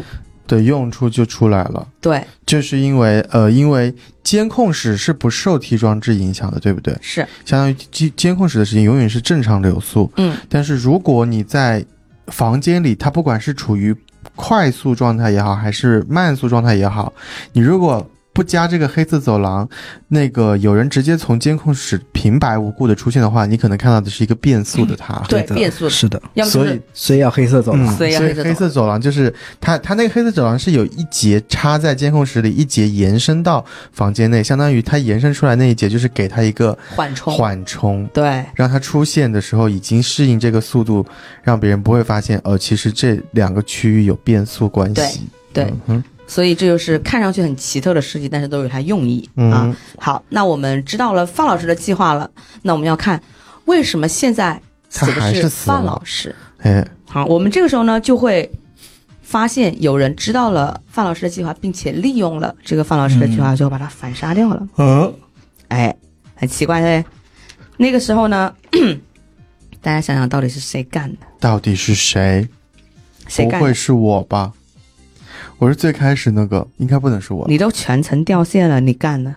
Speaker 2: 的用处就出来了，
Speaker 1: 对，
Speaker 2: 就是因为呃，因为监控室是不受 T 装置影响的，对不对？
Speaker 1: 是，
Speaker 2: 相当于监监控室的时间永远是正常流速，
Speaker 1: 嗯，
Speaker 2: 但是如果你在房间里，它不管是处于快速状态也好，还是慢速状态也好，你如果不加这个黑色走廊，那个有人直接从监控室平白无故的出现的话，你可能看到的是一个变速的他。
Speaker 1: 对
Speaker 4: 的
Speaker 1: 变速的
Speaker 4: 是的，
Speaker 1: 要么就
Speaker 2: 所以
Speaker 1: 是
Speaker 4: 所以要黑色走
Speaker 2: 嗯，
Speaker 4: 廊。
Speaker 1: 所以要黑色走廊
Speaker 2: 黑色走廊就是它，它那个黑色走廊是有一节插在监控室里，一节延伸到房间内，相当于它延伸出来那一节就是给它一个
Speaker 1: 缓冲，
Speaker 2: 缓冲，
Speaker 1: 对，
Speaker 2: 让它出现的时候已经适应这个速度，让别人不会发现哦，其实这两个区域有变速关系。
Speaker 1: 对对
Speaker 2: 嗯哼，
Speaker 1: 所以这就是看上去很奇特的设计，但是都有它用意、啊
Speaker 2: 嗯。
Speaker 1: 好，那我们知道了范老师的计划了，那我们要看为什么现在死
Speaker 2: 他还
Speaker 1: 的
Speaker 2: 是
Speaker 1: 是
Speaker 2: 死了
Speaker 1: 范老师。
Speaker 2: 哎，
Speaker 1: 好，我们这个时候呢就会发现有人知道了范老师的计划，并且利用了这个范老师的计划，就把他反杀掉了。
Speaker 2: 嗯，
Speaker 1: 哎，很奇怪对。那个时候呢， 大家想想到底是谁干的？
Speaker 2: 到底是谁？
Speaker 1: 谁
Speaker 2: 不
Speaker 1: 干
Speaker 2: 会
Speaker 1: 的？
Speaker 2: 是我吧？我是最开始那个，应该不能是我，
Speaker 1: 你都全程掉线了，你干的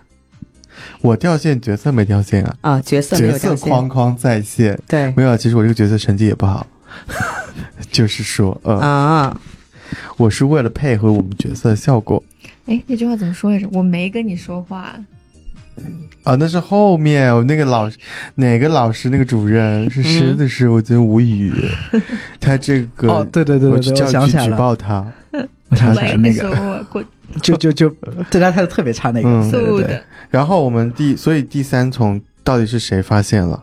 Speaker 2: 我掉线，角色没掉线啊，
Speaker 1: 啊？角色没
Speaker 2: 角
Speaker 1: 有掉
Speaker 2: 色
Speaker 1: 线
Speaker 2: 框，框在线。
Speaker 1: 对，
Speaker 2: 没有，其实我这个角色成绩也不好， 就是说，呃，
Speaker 1: 啊，
Speaker 2: 我是为了配合我们角色的效果
Speaker 3: 哎，那句话怎么说来着？我没跟你说话，
Speaker 2: 啊。那是后面我那个老哪个老师那个主任是真的是我真无 语，他这个
Speaker 4: 嗯哦，对对对
Speaker 2: 我
Speaker 4: 对
Speaker 2: 去
Speaker 4: 对，
Speaker 2: 叫
Speaker 4: 我想
Speaker 2: 去
Speaker 4: 起来
Speaker 2: 举
Speaker 4: 了，
Speaker 2: 报他。
Speaker 4: 我想起来
Speaker 3: 没
Speaker 4: 了那
Speaker 3: 说
Speaker 4: 个，
Speaker 3: 我过
Speaker 4: 就就就对他态度特别差那
Speaker 2: 嗯
Speaker 4: 个，对
Speaker 3: 速
Speaker 4: 对
Speaker 3: 的
Speaker 4: 对，。
Speaker 2: 然后我们第所以第三重到底是谁发现了？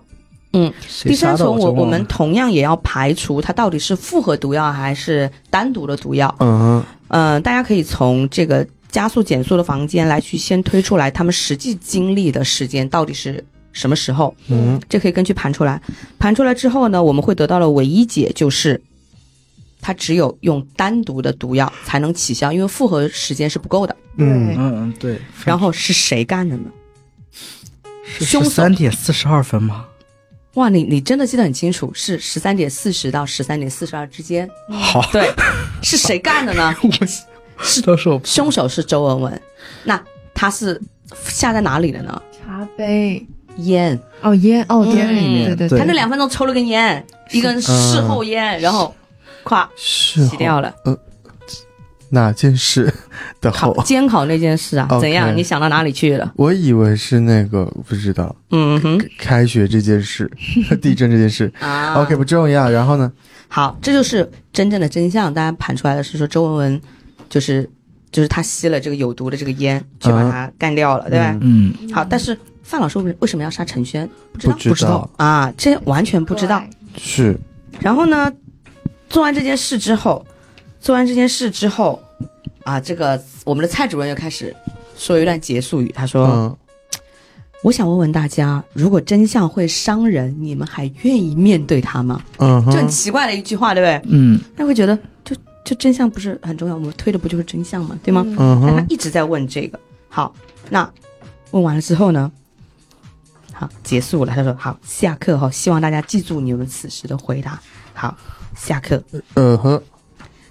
Speaker 4: 谁
Speaker 1: 第三
Speaker 4: 杀的
Speaker 1: 重我
Speaker 4: 真忘
Speaker 1: 我们
Speaker 4: 了
Speaker 1: 同样也要排除它到底是复合毒药还是单独的毒药。
Speaker 2: 嗯哼，
Speaker 1: 嗯、大家可以从这个加速减速的房间来去先推出来他们实际经历的时间到底是什么时候，
Speaker 2: 嗯
Speaker 1: 这可以根据盘出来。盘出来之后呢，我们会得到的唯一解就是。它只有用单独的毒药才能起效，因为复合时间是不够的。
Speaker 2: 嗯
Speaker 3: 对
Speaker 4: 嗯嗯对，
Speaker 1: 然后是谁干的呢？凶手
Speaker 4: 三点四十二分吗？
Speaker 1: 哇，你你真的记得很清楚，是十三点四十到十三点四十二之间。
Speaker 4: 好，
Speaker 1: 对， 是谁干的呢？
Speaker 4: 是都是我
Speaker 1: 凶手是周文文，那他是下在哪里了呢？
Speaker 3: 茶杯，
Speaker 1: 烟，
Speaker 3: 哦烟，哦
Speaker 1: 嗯
Speaker 3: 烟里面，对
Speaker 4: 对
Speaker 1: 他那两分钟抽了根烟，一根事后
Speaker 2: 嗯
Speaker 1: 烟，然后咵
Speaker 2: 是
Speaker 1: 洗掉了。
Speaker 2: 哪件 事的
Speaker 1: 考
Speaker 2: 后？
Speaker 1: 监考那件事啊
Speaker 2: OK
Speaker 1: 怎样？你想到哪里去了？
Speaker 2: 我以为是那个不知道
Speaker 1: 嗯哼
Speaker 2: 开学这件 事，地震这件事。
Speaker 1: 啊
Speaker 2: OK，不重要。然后呢？
Speaker 1: 好，这就是真正的真相。大家盘出来的是说周文文就是就是他吸了这个有毒的这个烟，去把他干掉了，对吧？
Speaker 2: 嗯
Speaker 4: 嗯，
Speaker 1: 好，但是范老师为为什么要杀陈轩？不知
Speaker 2: 不
Speaker 1: 道
Speaker 2: 知
Speaker 4: 不知道
Speaker 1: 啊，这完全不知道。
Speaker 2: 是
Speaker 1: 然后呢，做完这件事之后，做完这件事之后，啊，这个我们的蔡主任又开始说一段结束语，他说：“
Speaker 2: 嗯
Speaker 1: 我想问问大家，如果真相会伤人，你们还愿意面对它吗？”
Speaker 2: 嗯
Speaker 1: 就很
Speaker 2: 哼，
Speaker 1: 奇怪的一句话，对不对？
Speaker 4: 嗯，
Speaker 1: 那会觉得就就真相不是很重要，我们推的不就是真相吗？对吗？
Speaker 2: 嗯
Speaker 1: 但他
Speaker 2: 哼，
Speaker 1: 一直在问这个。好，那问完了之后呢？好，结束了。他说：“好，下课哈、希望大家记住你们此时的回答。”好，下课。
Speaker 2: 呃呵，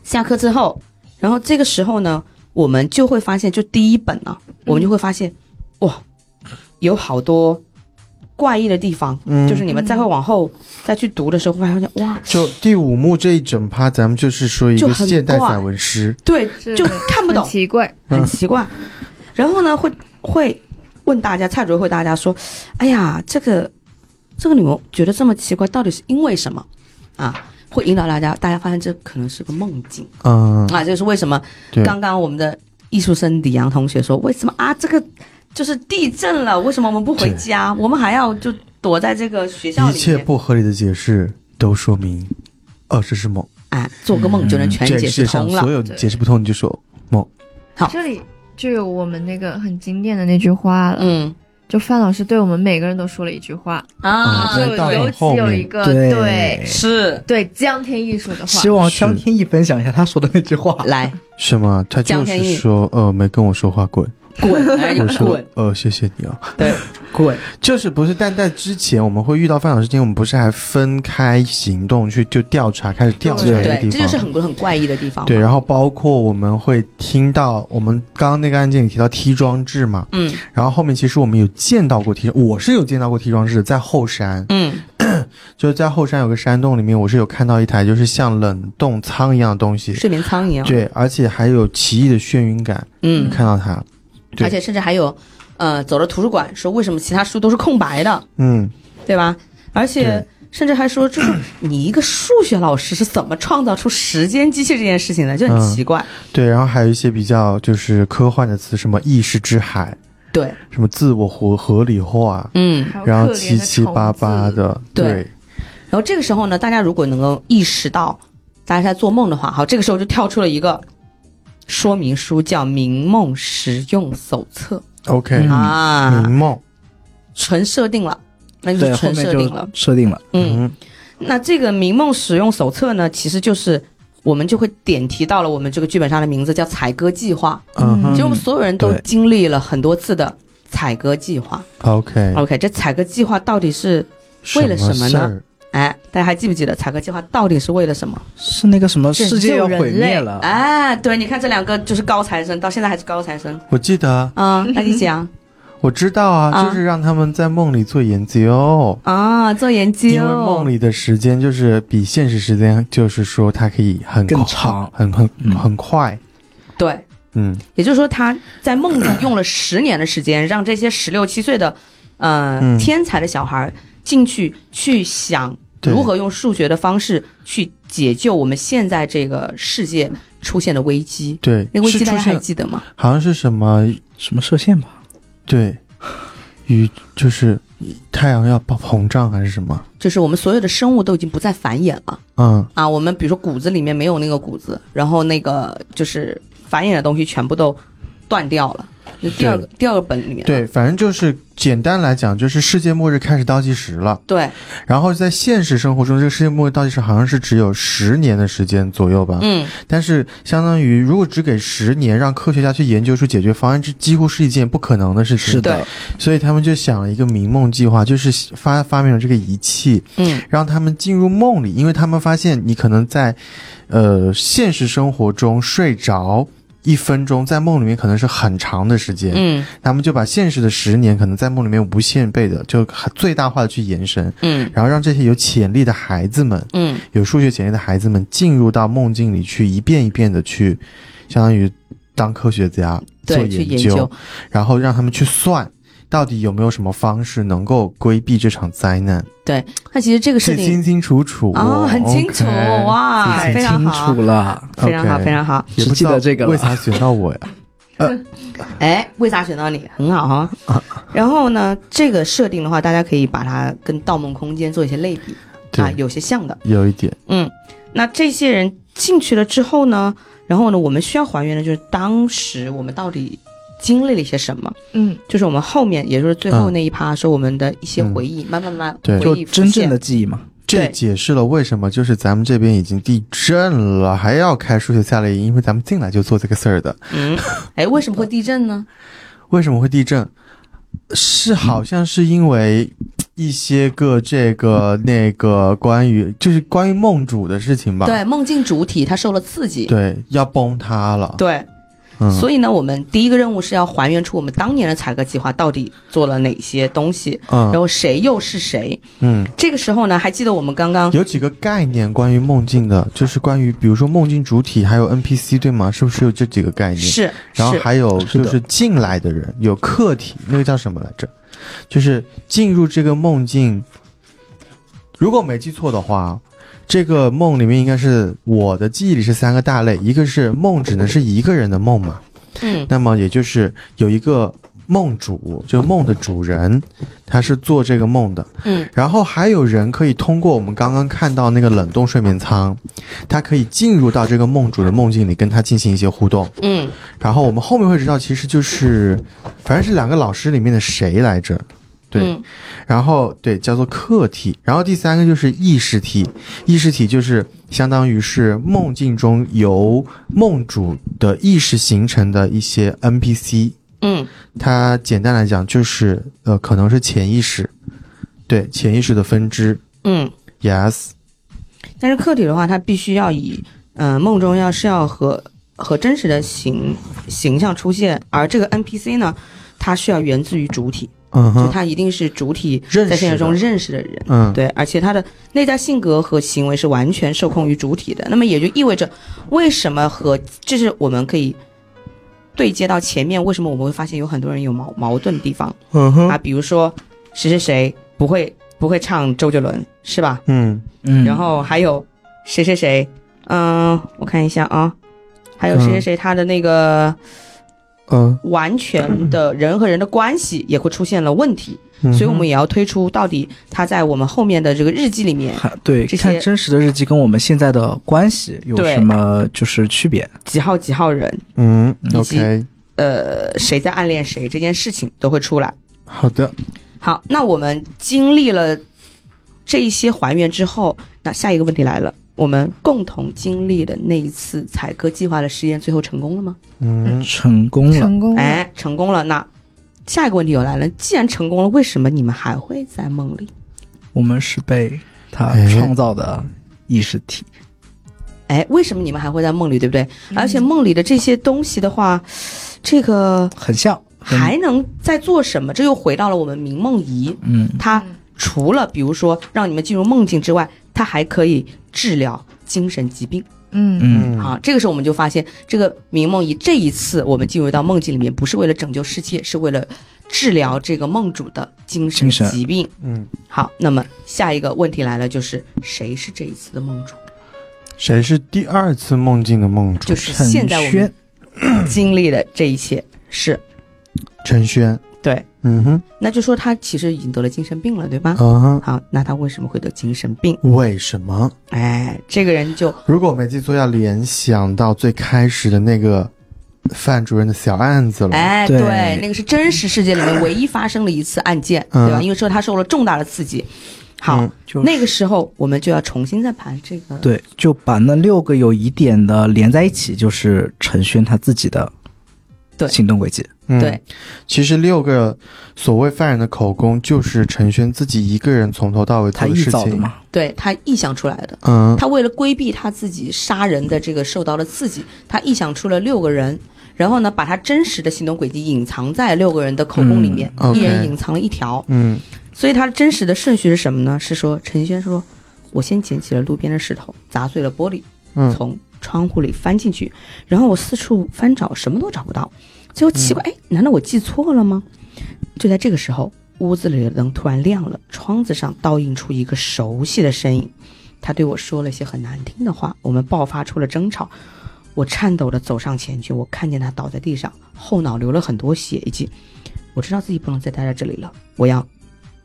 Speaker 1: 下课之后，然后这个时候呢，我们就会发现，就第一本呢、我们就会发现，哇，有好多怪异的地方。
Speaker 2: 嗯，
Speaker 1: 就是你们再会往后再去读的时候，会发现哇，
Speaker 2: 就第五幕这一整趴，咱们就是说一
Speaker 1: 就
Speaker 2: 个
Speaker 1: 很
Speaker 2: 现代
Speaker 1: 怪
Speaker 2: 散文诗，
Speaker 1: 对，
Speaker 3: 是
Speaker 1: 就
Speaker 3: 的
Speaker 1: 看不
Speaker 3: 很
Speaker 1: 懂，
Speaker 3: 奇怪，
Speaker 1: 很奇怪。然后呢，会会问大家，蔡主任会大家说，哎呀，这个这个你们觉得这么奇怪，到底是因为什么啊？会引导大家，大家发现这可能是个梦境
Speaker 2: 嗯，
Speaker 1: 啊，就是为什么
Speaker 2: 对，
Speaker 1: 刚刚我们的艺术生李阳同学说，为什么啊这个就是地震了，为什么我们不回
Speaker 2: 对
Speaker 1: 家，我们还要就躲在这个学校
Speaker 2: 一
Speaker 1: 里
Speaker 2: 切
Speaker 1: 面，
Speaker 2: 不合理的解释都说明，哦，这是梦。
Speaker 1: 哎，做个梦就能全
Speaker 2: 这个
Speaker 1: 解
Speaker 2: 世
Speaker 1: 释
Speaker 2: 界上
Speaker 1: 通了
Speaker 2: 所。有解释不通，你就说梦。
Speaker 1: 好
Speaker 3: 这里就有我们那个很经典的那句话了，
Speaker 1: 嗯
Speaker 3: 就范老师对我们每个人都说了一句话，
Speaker 2: 啊
Speaker 1: 啊，
Speaker 2: 对
Speaker 3: 就
Speaker 1: 对
Speaker 2: 到
Speaker 1: 对
Speaker 3: 尤
Speaker 2: 很
Speaker 3: 其
Speaker 2: 后
Speaker 3: 有一
Speaker 2: 面
Speaker 1: 呃
Speaker 3: 个
Speaker 4: 对
Speaker 3: 对
Speaker 1: 是
Speaker 3: 对江天艺说的话
Speaker 4: 希，望
Speaker 2: 是
Speaker 4: 江天一分享一下他说的那句话。
Speaker 1: 来
Speaker 2: 什么？他就
Speaker 1: 江天
Speaker 2: 是
Speaker 1: 意
Speaker 2: 说，呃，没跟我说话，滚！
Speaker 1: 滚，哎
Speaker 2: 我说
Speaker 1: 滚，，
Speaker 2: 呃，谢谢你啊。
Speaker 1: 对滚，
Speaker 2: 就是不是？但在之前我们会遇到范老师之前，我们不是还分开行动去就调查，开始调查
Speaker 3: 对
Speaker 2: 这个
Speaker 1: 对，
Speaker 2: 地
Speaker 1: 这就是
Speaker 2: 方。
Speaker 1: 很多很怪异的地方。
Speaker 2: 对，，然后包括我们会听到我们刚刚那个案件里提到梯装置嘛，
Speaker 1: 嗯
Speaker 2: 然后后面其实我们有见到过梯，我是有见到过梯装置的，在后山，
Speaker 1: 嗯
Speaker 2: 就是在后山有个山洞里面，我是有看到一台就是像冷冻舱一样的东西，
Speaker 1: 睡眠苍蝇，
Speaker 2: 对，而且还有奇异的眩晕感，
Speaker 1: 嗯，
Speaker 2: 看到它，对
Speaker 1: 而且甚至还有，呃，走了图书馆说为什么其他书都是空白的，
Speaker 2: 嗯，
Speaker 1: 对吧？而且
Speaker 2: 对
Speaker 1: 甚至还说，就是 你一个数学老师是怎么创造出时间机器这件事情的，就很
Speaker 2: 嗯
Speaker 1: 奇怪。
Speaker 2: 对，然后还有一些比较就是科幻的词，什么意识之海，
Speaker 1: 对，
Speaker 2: 什么自我合合理化，
Speaker 1: 嗯，
Speaker 3: 还有
Speaker 2: 然后
Speaker 3: 可怜
Speaker 2: 七
Speaker 3: 的
Speaker 2: 七八八
Speaker 3: 虫子，
Speaker 2: 的，
Speaker 1: 对
Speaker 2: 对，
Speaker 1: 然后这个时候呢，大家如果能够意识到大家在做梦的话，好，这个时候就跳出了一个说明书，叫《明梦实用手册
Speaker 2: OK，》
Speaker 4: 嗯
Speaker 1: 啊
Speaker 2: 明，梦，
Speaker 1: 纯设定了，那就
Speaker 4: 对，
Speaker 1: 是
Speaker 4: 后
Speaker 1: 纯
Speaker 4: 面
Speaker 1: 设定了
Speaker 4: 就。设定了，
Speaker 1: 嗯，
Speaker 2: 嗯
Speaker 1: 那这个《明梦使用手册》呢，其实就是我们就会点题到了我们这个剧本上的名字叫“采歌计划”。
Speaker 2: 嗯
Speaker 1: 其
Speaker 2: 哼
Speaker 1: 实我们所有人都
Speaker 4: 对
Speaker 1: 经历了很多次的采歌计划。
Speaker 3: 嗯
Speaker 2: ，OK，
Speaker 1: OK，这采歌计划到底是为了什么呢
Speaker 2: 事儿？
Speaker 1: 哎，大家还记不记得采歌计划到底是为了什么？
Speaker 4: 是那个什么
Speaker 3: 拯
Speaker 4: 世界
Speaker 3: 救
Speaker 4: 要
Speaker 3: 人
Speaker 4: 毁灭
Speaker 3: 类
Speaker 4: 了，
Speaker 1: 啊 哎，对，你看这两个就是高材生，到现在还是高材生
Speaker 2: 我记得
Speaker 1: 啊。那你讲，
Speaker 2: 我知道啊，
Speaker 1: 啊
Speaker 2: 就是让他们在梦里做研究。
Speaker 1: 啊，做研究，
Speaker 2: 因为梦里的时间就是比现实时间，就是说它可以很
Speaker 4: 更
Speaker 2: 快
Speaker 4: 长
Speaker 2: 很很
Speaker 4: 嗯
Speaker 2: 很快。
Speaker 1: 对，
Speaker 2: 嗯，
Speaker 1: 也就是说他在梦里用了十年的时间，让这些十六七岁的呃、
Speaker 2: 嗯
Speaker 1: 天才的小孩儿进去去想
Speaker 2: 对
Speaker 1: 如何用数学的方式去解救我们现在这个世界出现的危机。
Speaker 2: 对，
Speaker 1: 那个危
Speaker 2: 是
Speaker 1: 机大
Speaker 2: 出
Speaker 1: 家还
Speaker 2: 现
Speaker 1: 记得吗？
Speaker 2: 好像是什么
Speaker 4: 什么射线吧？
Speaker 2: 对宇就是太阳要膨膨胀还是什么？
Speaker 1: 就是我们所有的生物都已经不再繁衍了
Speaker 2: 嗯，
Speaker 1: 啊！我们比如说骨子里面没有那个骨子，然后那个就是繁衍的东西全部都断掉了。就第二个第二个本里面，
Speaker 2: 对，反正就是简单来讲，就是世界末日开始倒计时了。
Speaker 1: 对，
Speaker 2: 然后在现实生活中，这个世界末日倒计时好像是只有十年的时间左右吧。
Speaker 1: 嗯，
Speaker 2: 但是相当于如果只给十年，让科学家去研究出解决方案，这几乎是一件不可能的事情。
Speaker 4: 是的，
Speaker 2: 所以他们就想了一个明梦计划，就是发发明了这个仪器，
Speaker 1: 嗯，
Speaker 2: 让他们进入梦里，因为他们发现你可能在，呃，现实生活中睡着一分钟，在梦里面可能是很长的时间。
Speaker 1: 嗯，
Speaker 2: 他们就把现实的十年可能在梦里面无限倍的，就最大化的去延伸，
Speaker 1: 嗯，
Speaker 2: 然后让这些有潜力的孩子们，
Speaker 1: 嗯，
Speaker 2: 有数学潜力的孩子们进入到梦境里去，一遍一遍的去，相当于当科学家做
Speaker 1: 对，去
Speaker 2: 研
Speaker 1: 研究，
Speaker 2: 然后让他们去算。到底有没有什么方式能够规避这场灾难？
Speaker 1: 那其实这个事
Speaker 2: 是
Speaker 1: 情
Speaker 2: 清清楚楚哦
Speaker 1: 啊，很清楚
Speaker 2: OK
Speaker 1: 哇，
Speaker 4: 太
Speaker 1: 啊非常
Speaker 4: 清
Speaker 1: 好
Speaker 4: 楚，了。
Speaker 1: 非常好，
Speaker 2: OK
Speaker 1: 非常好。
Speaker 2: 也不知道
Speaker 4: 只记得这个了
Speaker 2: 为啥选 到我呀？
Speaker 1: 哎，为啥选到你？很好哈。 然后呢，这个设定的话，大家可以把它跟《盗梦空间》做一些类比啊，
Speaker 2: 对，
Speaker 1: 有些像的。
Speaker 2: 有一点，
Speaker 1: 嗯，那这些人进去了之后呢，然后呢，我们需要还原的就是当时我们到底经历了一些什么，
Speaker 3: 嗯，
Speaker 1: 就是我们后面，也就是最后那一趴，说我们的一些回忆，慢慢慢
Speaker 2: 对
Speaker 1: 慢
Speaker 4: 就
Speaker 1: 回忆浮
Speaker 4: 真正
Speaker 1: 现
Speaker 4: 的。记忆嘛，
Speaker 2: 这
Speaker 1: 对
Speaker 2: 解释了为什么就是咱们这边已经地震了，还要开数学夏令营，因为咱们进来就做这个事儿的。
Speaker 1: 嗯，哎，为什么会地震 呢？
Speaker 2: 为什么会地震？是好像是因为一些个这个那个关于就是关于梦主的事情吧？
Speaker 1: 对，梦境主体它受了刺激。
Speaker 2: 对，要崩塌了。
Speaker 1: 对，
Speaker 2: 嗯，
Speaker 1: 所以呢，我们第一个任务是要还原出我们当年的采购计划到底做了哪些东西，然
Speaker 2: 嗯
Speaker 1: 后谁又是谁。
Speaker 2: 嗯，
Speaker 1: 这个时候呢，还记得我们刚刚
Speaker 2: 有几个概念关于梦境的，就是关于比如说梦境主体还有 NPC 对吗？是不是有这几个概念？
Speaker 1: 是
Speaker 2: 然后
Speaker 1: 是
Speaker 2: 还有
Speaker 4: 是
Speaker 2: 就
Speaker 4: 的
Speaker 2: 是进来的人有客体，那个叫什么来着？就是进入这个梦境，如果我没记错的话，这个梦里面应该是我的记忆里是三个大类，一个是梦只能是一个人的梦嘛，
Speaker 1: 嗯
Speaker 2: 那么也就是有一个梦主，就梦的主人，他是做这个梦的。
Speaker 1: 嗯
Speaker 2: 然后还有人可以通过我们刚刚看到那个冷冻睡眠舱，他可以进入到这个梦主的梦境里，跟他进行一些互动。
Speaker 1: 嗯
Speaker 2: 然后我们后面会知道，其实就是，反正是两个老师里面的谁来着？对，
Speaker 1: 嗯
Speaker 2: 然后对叫做客体，然后第三个就是意识体，意识体就是相当于是梦境中由梦主的意识形成的一些 NPC，
Speaker 1: 嗯
Speaker 2: 它简单来讲就是呃可能是潜意识，对潜意识的分支
Speaker 1: 嗯。
Speaker 2: ，yes，
Speaker 1: 但是客体的话，它必须要以嗯、呃梦中要是要和和真实的形形象出现，而这个 NPC 呢，它需要源自于主体，
Speaker 2: 嗯
Speaker 1: 就
Speaker 2: 哼，
Speaker 1: 它一定是主体
Speaker 2: 认识
Speaker 1: 在现实中
Speaker 2: 的
Speaker 1: 认识的人。
Speaker 2: 嗯，
Speaker 1: 对，而且他的内在性格和行为是完全受控于主体的。那么也就意味着，为什么和就是我们可以对接到前面，为什么我们会发现有很多人有矛矛盾的地方
Speaker 2: 嗯哼，
Speaker 1: 啊？比如说谁谁谁不会不会唱周杰伦是吧？
Speaker 2: 嗯，
Speaker 4: 嗯，
Speaker 1: 然后还有谁谁谁，嗯、我看一下啊，还有谁谁谁他的那个
Speaker 2: 嗯
Speaker 1: 完全的人和人的关系也会出现了问题，
Speaker 2: 嗯哼，
Speaker 1: 所以我们也要推出到底他在我们后面的这个日记里面
Speaker 4: 还对
Speaker 1: 这些
Speaker 4: 看真实的日记跟我们现在的关系有
Speaker 1: 对
Speaker 4: 什么就是区别？
Speaker 1: 几号几号人。
Speaker 2: 嗯
Speaker 1: 以及
Speaker 2: ，OK，
Speaker 1: 呃谁在暗恋谁这件事情都会出来。
Speaker 2: 好的，
Speaker 1: 好，那我们经历了这一些还原之后，那下一个问题来了：我们共同经历的那一次采歌计划的实验，最后成功了吗？
Speaker 2: 嗯，
Speaker 4: 成功了，
Speaker 3: 成功了。
Speaker 1: 哎，成功了。那下一个问题又来了：既然成功了，为什么你们还会在梦里？
Speaker 4: 我们是被他
Speaker 2: 哎
Speaker 4: 创造的意识体。
Speaker 1: 哎，为什么你们还会在梦里，对不对？而且梦里的这些东西的话，这个
Speaker 4: 很像，
Speaker 1: 还能再做什么？这又回到了我们明梦遗，
Speaker 4: 嗯，
Speaker 1: 它除了比如说让你们进入梦境之外，它还可以治疗精神疾病。
Speaker 3: 嗯
Speaker 4: 嗯
Speaker 2: 嗯，
Speaker 1: 啊，这个时候我们就发现，这个明梦遗这一次我们进入到梦境里面，不是为了拯救世界，是为了治疗这个梦主的精神
Speaker 4: 精神
Speaker 1: 疾病。
Speaker 2: 嗯，
Speaker 1: 好，那么下一个问题来了，就是谁是这一次的梦主？
Speaker 2: 谁是第二次梦境的梦主？
Speaker 1: 就是
Speaker 4: 陈
Speaker 1: 现在我们
Speaker 4: 轩，
Speaker 1: 经历的这一切是
Speaker 2: 陈轩。
Speaker 1: 对，
Speaker 2: 嗯哼，
Speaker 1: 那就说他其实已经得了精神病了，对吧？
Speaker 2: 嗯哼，
Speaker 1: 好，那他为什么会得精神病？
Speaker 2: 为什么？
Speaker 1: 哎，这个人就
Speaker 2: 如果我没记错，要联想到最开始的那个范主任的小案子了。
Speaker 1: 哎，
Speaker 4: 对
Speaker 1: 那个是真实世界里面唯一发生的一次案件，
Speaker 2: 嗯
Speaker 1: 对吧？因为说他受了重大的刺激。好，
Speaker 2: 嗯
Speaker 4: 就
Speaker 1: 那个时候我们就要重新再盘这个。
Speaker 4: 对，就把那六个有疑点的连在一起，就是陈轩他自己的
Speaker 1: 对
Speaker 4: 行动轨迹。
Speaker 2: 嗯
Speaker 1: 对，
Speaker 2: 其实六个所谓犯人的口供，就是陈轩自己一个人从头到尾
Speaker 4: 他
Speaker 2: 做
Speaker 4: 臆
Speaker 2: 事
Speaker 4: 造的
Speaker 2: 情。
Speaker 4: 嘛，
Speaker 1: 对他臆想出来的，
Speaker 2: 嗯，
Speaker 1: 他为了规避他自己杀人的这个受到的刺激，他臆想出了六个人，然后呢，把他真实的行动轨迹隐藏在六个人的口供里面，
Speaker 2: 嗯
Speaker 1: 一人
Speaker 2: OK
Speaker 1: 隐藏了一条。
Speaker 2: 嗯
Speaker 1: 所以他真实的顺序是什么呢？是说陈轩说，我先捡起了路边的石头，砸碎了玻璃，
Speaker 2: 嗯
Speaker 1: 从窗户里翻进去，然后我四处翻找，什么都找不到。最后奇怪，哎、难道我记错了吗？就在这个时候，屋子里的灯突然亮了，窗子上倒映出一个熟悉的身影。他对我说了一些很难听的话，我们爆发出了争吵。我颤抖地走上前去，我看见他倒在地上，后脑流了很多血迹。我知道自己不能再待在这里了，我要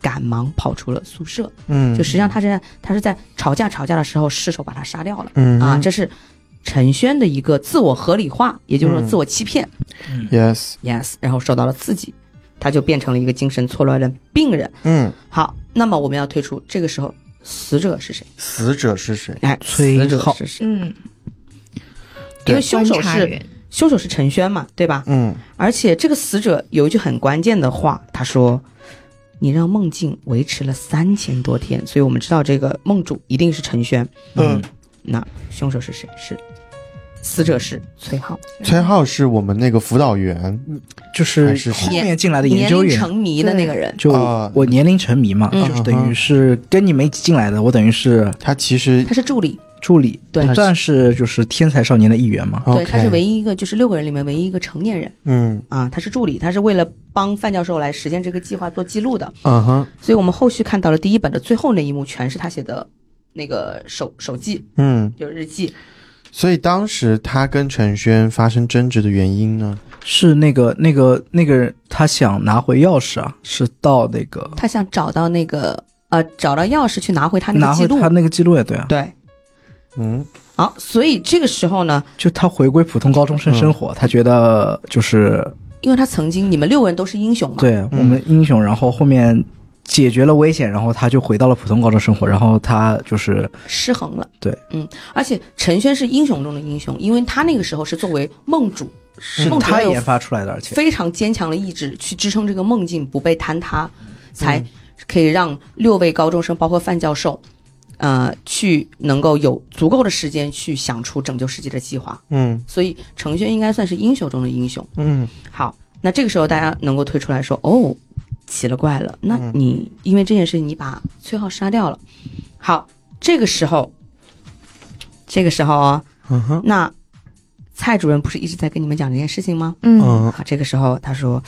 Speaker 1: 赶忙跑出了宿舍。
Speaker 2: 嗯，
Speaker 1: 就实际上他是在他是在吵架吵架的时候失手把他杀掉了。
Speaker 2: 嗯
Speaker 1: 啊，
Speaker 2: 哼
Speaker 1: 这是陈轩的一个自我合理化，也就是说
Speaker 2: 嗯
Speaker 1: 自我欺骗。
Speaker 2: yes，
Speaker 1: yes，然后受到了刺激，他就变成了一个精神错乱的病人。
Speaker 2: 嗯，
Speaker 1: 好，那么我们要推出这个时候死者是谁？
Speaker 2: 死者是谁？
Speaker 1: 哎，
Speaker 4: 崔
Speaker 1: 死者
Speaker 4: 浩
Speaker 1: 是谁？
Speaker 3: 嗯，
Speaker 1: 因为凶手
Speaker 3: 观察
Speaker 1: 是
Speaker 3: 员
Speaker 1: 凶手是陈轩嘛，对吧？
Speaker 2: 嗯
Speaker 1: 而且这个死者有一句很关键的话，他说：“你让梦境维持了三千多天。”所以我们知道这个梦主一定是陈轩。
Speaker 2: 嗯，
Speaker 1: 那凶手是谁？是死者是崔浩，
Speaker 2: 崔浩是我们那个辅导员。
Speaker 4: 就是
Speaker 2: 还是
Speaker 4: 后面进来的研
Speaker 1: 年
Speaker 4: 究
Speaker 1: 龄
Speaker 4: 员，
Speaker 1: 成迷的那个人。
Speaker 4: 就
Speaker 2: 啊
Speaker 4: 我年龄沉迷嘛，
Speaker 1: 嗯
Speaker 4: 就是等于是跟你们一起进来的，我等于是
Speaker 2: 他其实
Speaker 1: 他是助理，
Speaker 4: 助理，
Speaker 1: 对
Speaker 4: 不算是就是天才少年的一员嘛。
Speaker 1: 对，他是
Speaker 2: OK
Speaker 1: 唯一一个，就是六个人里面唯一一个成年人
Speaker 2: 嗯
Speaker 1: 啊，他是助理，他是为了帮范教授来实现这个计划做记录的，
Speaker 2: 嗯哼
Speaker 1: 所以我们后续看到了第一本的最后那一幕，全是他写的那个手手记，
Speaker 2: 嗯，
Speaker 1: 就是日记，
Speaker 2: 所以当时他跟陈轩发生争执的原因呢？
Speaker 4: 是那个那个那个人，他想拿回钥匙啊，是到那个
Speaker 1: 他想找到那个呃，找到钥匙去拿回他那
Speaker 4: 拿
Speaker 1: 个记
Speaker 4: 回
Speaker 1: 录
Speaker 4: 他，那个记录也对啊，
Speaker 1: 对，
Speaker 2: 嗯
Speaker 1: 好，所以这个时候呢，
Speaker 4: 就他回归普通高中生生活，
Speaker 1: 嗯
Speaker 4: 他觉得就是
Speaker 1: 因为他曾经你们六个人都是英雄嘛，
Speaker 4: 对我们英雄，然后后面解决了危险，然后他就回到了普通高中生活，然后他就是
Speaker 1: 失衡了。
Speaker 4: 对，
Speaker 1: 嗯，而且陈轩是英雄中的英雄，因为他那个时候是作为梦主，
Speaker 4: 是
Speaker 1: 梦主
Speaker 4: 他
Speaker 1: 要有
Speaker 4: 研发出来的，而且
Speaker 1: 非常坚强的意志去支撑这个梦境不被坍塌，
Speaker 4: 嗯
Speaker 1: 才可以让六位高中生，包括范教授，呃，去能够有足够的时间去想出拯救世界的计划。
Speaker 2: 嗯
Speaker 1: 所以程轩应该算是英雄中的英雄。
Speaker 2: 嗯
Speaker 1: 好，那这个时候大家能够推出来说，哦，奇了怪了，
Speaker 2: 嗯
Speaker 1: 那你因为这件事你把崔浩杀掉了。好，这个时候，这个时候啊、
Speaker 2: 嗯哼
Speaker 1: 那蔡主任不是一直在跟你们讲这件事情吗？
Speaker 3: 嗯
Speaker 2: 嗯
Speaker 1: 啊，这个时候他说：“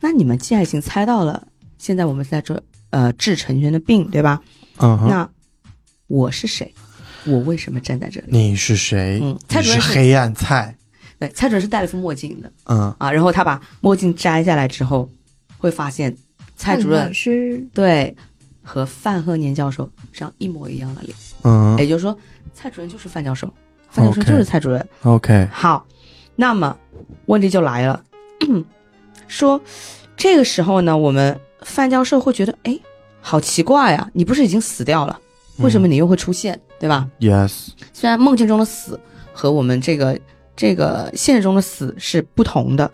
Speaker 1: 那你们既然已经猜到了，现在我们在这呃治陈轩的病，对吧？
Speaker 2: 嗯哼，
Speaker 1: 那我是谁？我为什么站在这里？
Speaker 2: 你是谁？
Speaker 1: 嗯蔡
Speaker 2: 你
Speaker 1: 主任
Speaker 2: 是
Speaker 1: 是
Speaker 2: 黑暗菜。
Speaker 1: 对，蔡主任是戴了副墨镜的
Speaker 2: 嗯
Speaker 1: 啊，然后他把墨镜摘下来之后，会发现蔡主
Speaker 3: 判
Speaker 1: 任
Speaker 3: 断是
Speaker 1: 对和范鹤年教授长一模一样的脸，
Speaker 2: 嗯
Speaker 1: 也就是说，蔡主任就是范教授，范教授就是
Speaker 2: OK 嗯
Speaker 1: 蔡主任。
Speaker 2: ，OK，
Speaker 1: 好，那么问题就来了，说这个时候呢，我们范教授会觉得，哎，好奇怪呀、你不是已经死掉了，为什么
Speaker 2: 嗯
Speaker 1: 你又会出现，对吧？
Speaker 2: yes，
Speaker 1: 虽然梦境中的死和我们这个这个现实中的死是不同的，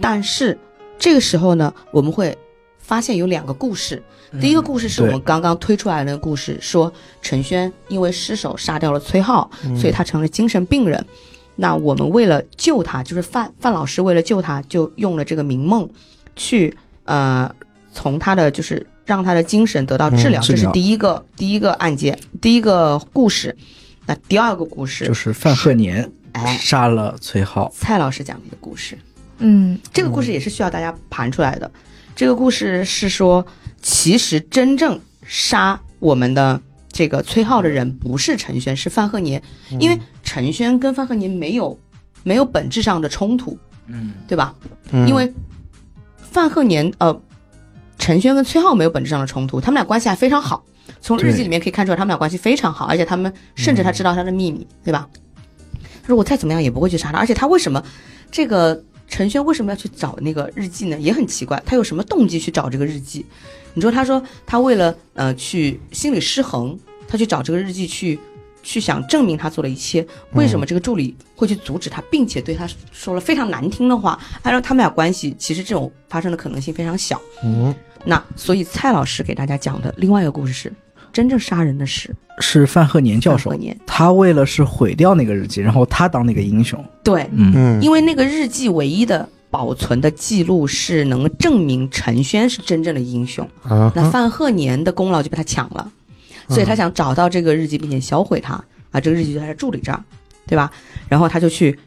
Speaker 1: 但是这个时候呢，我们会发现有两个故事。第一个故事是我们
Speaker 4: 对
Speaker 1: 刚刚推出来的那个故事，说陈轩因为失手杀掉了崔浩，所
Speaker 2: 嗯
Speaker 1: 以他成了精神病人。那我们为了救他，就是范范老师为了救他，就用了这个明梦去呃从他的就是让他的精神得到治疗，
Speaker 2: 嗯治
Speaker 1: 这是
Speaker 2: 疗
Speaker 1: 第一个第一个案件，第一个故事。那第二个故事，
Speaker 4: 就是范鹤年
Speaker 1: 哎，
Speaker 4: 杀了崔浩，
Speaker 1: 蔡老师讲的一个故事，
Speaker 3: 嗯
Speaker 1: 这个故事也是需要大家盘出来的。这个故事是说，其实真正杀我们的这个崔浩的人不是陈轩，是范鹤年，因为陈轩跟范鹤年没有没有本质上的冲突，
Speaker 4: 嗯，
Speaker 1: 对吧？
Speaker 2: 嗯
Speaker 1: 因为范鹤年呃，陈轩跟崔浩没有本质上的冲突，他们俩关系还非常好。从日记
Speaker 4: 对
Speaker 1: 里面可以看出来，他们俩关系非常好，而且他们甚至他知道他的秘密，对吧？他说我再怎么样也不会去杀他，而且他为什么这个陈轩为什么要去找那个日记呢？也很奇怪，他有什么动机去找这个日记？你说他说他为了呃去心理失衡，他去找这个日记去去想证明他做的一切，为什么这个助理会去阻止他，并且对他说了非常难听的话？按照他们俩关系，其实这种发生的可能性非常小。
Speaker 2: 嗯
Speaker 1: 那所以蔡老师给大家讲的另外一个故事是，真正杀人的是
Speaker 4: 是范鹤年教授
Speaker 1: 范鹤年，
Speaker 4: 他为了是毁掉那个日记，然后他当那个英雄，
Speaker 1: 对，
Speaker 4: 嗯，
Speaker 2: 嗯
Speaker 1: 因为那个日记唯一的保存的记录是能证明陈轩是真正的英雄，
Speaker 4: 嗯
Speaker 2: 啊
Speaker 1: 那范鹤年的功劳就被他抢了，所以他想找到这个日记并且销毁它啊，这个日记就在他助理这儿，对吧？然后他就去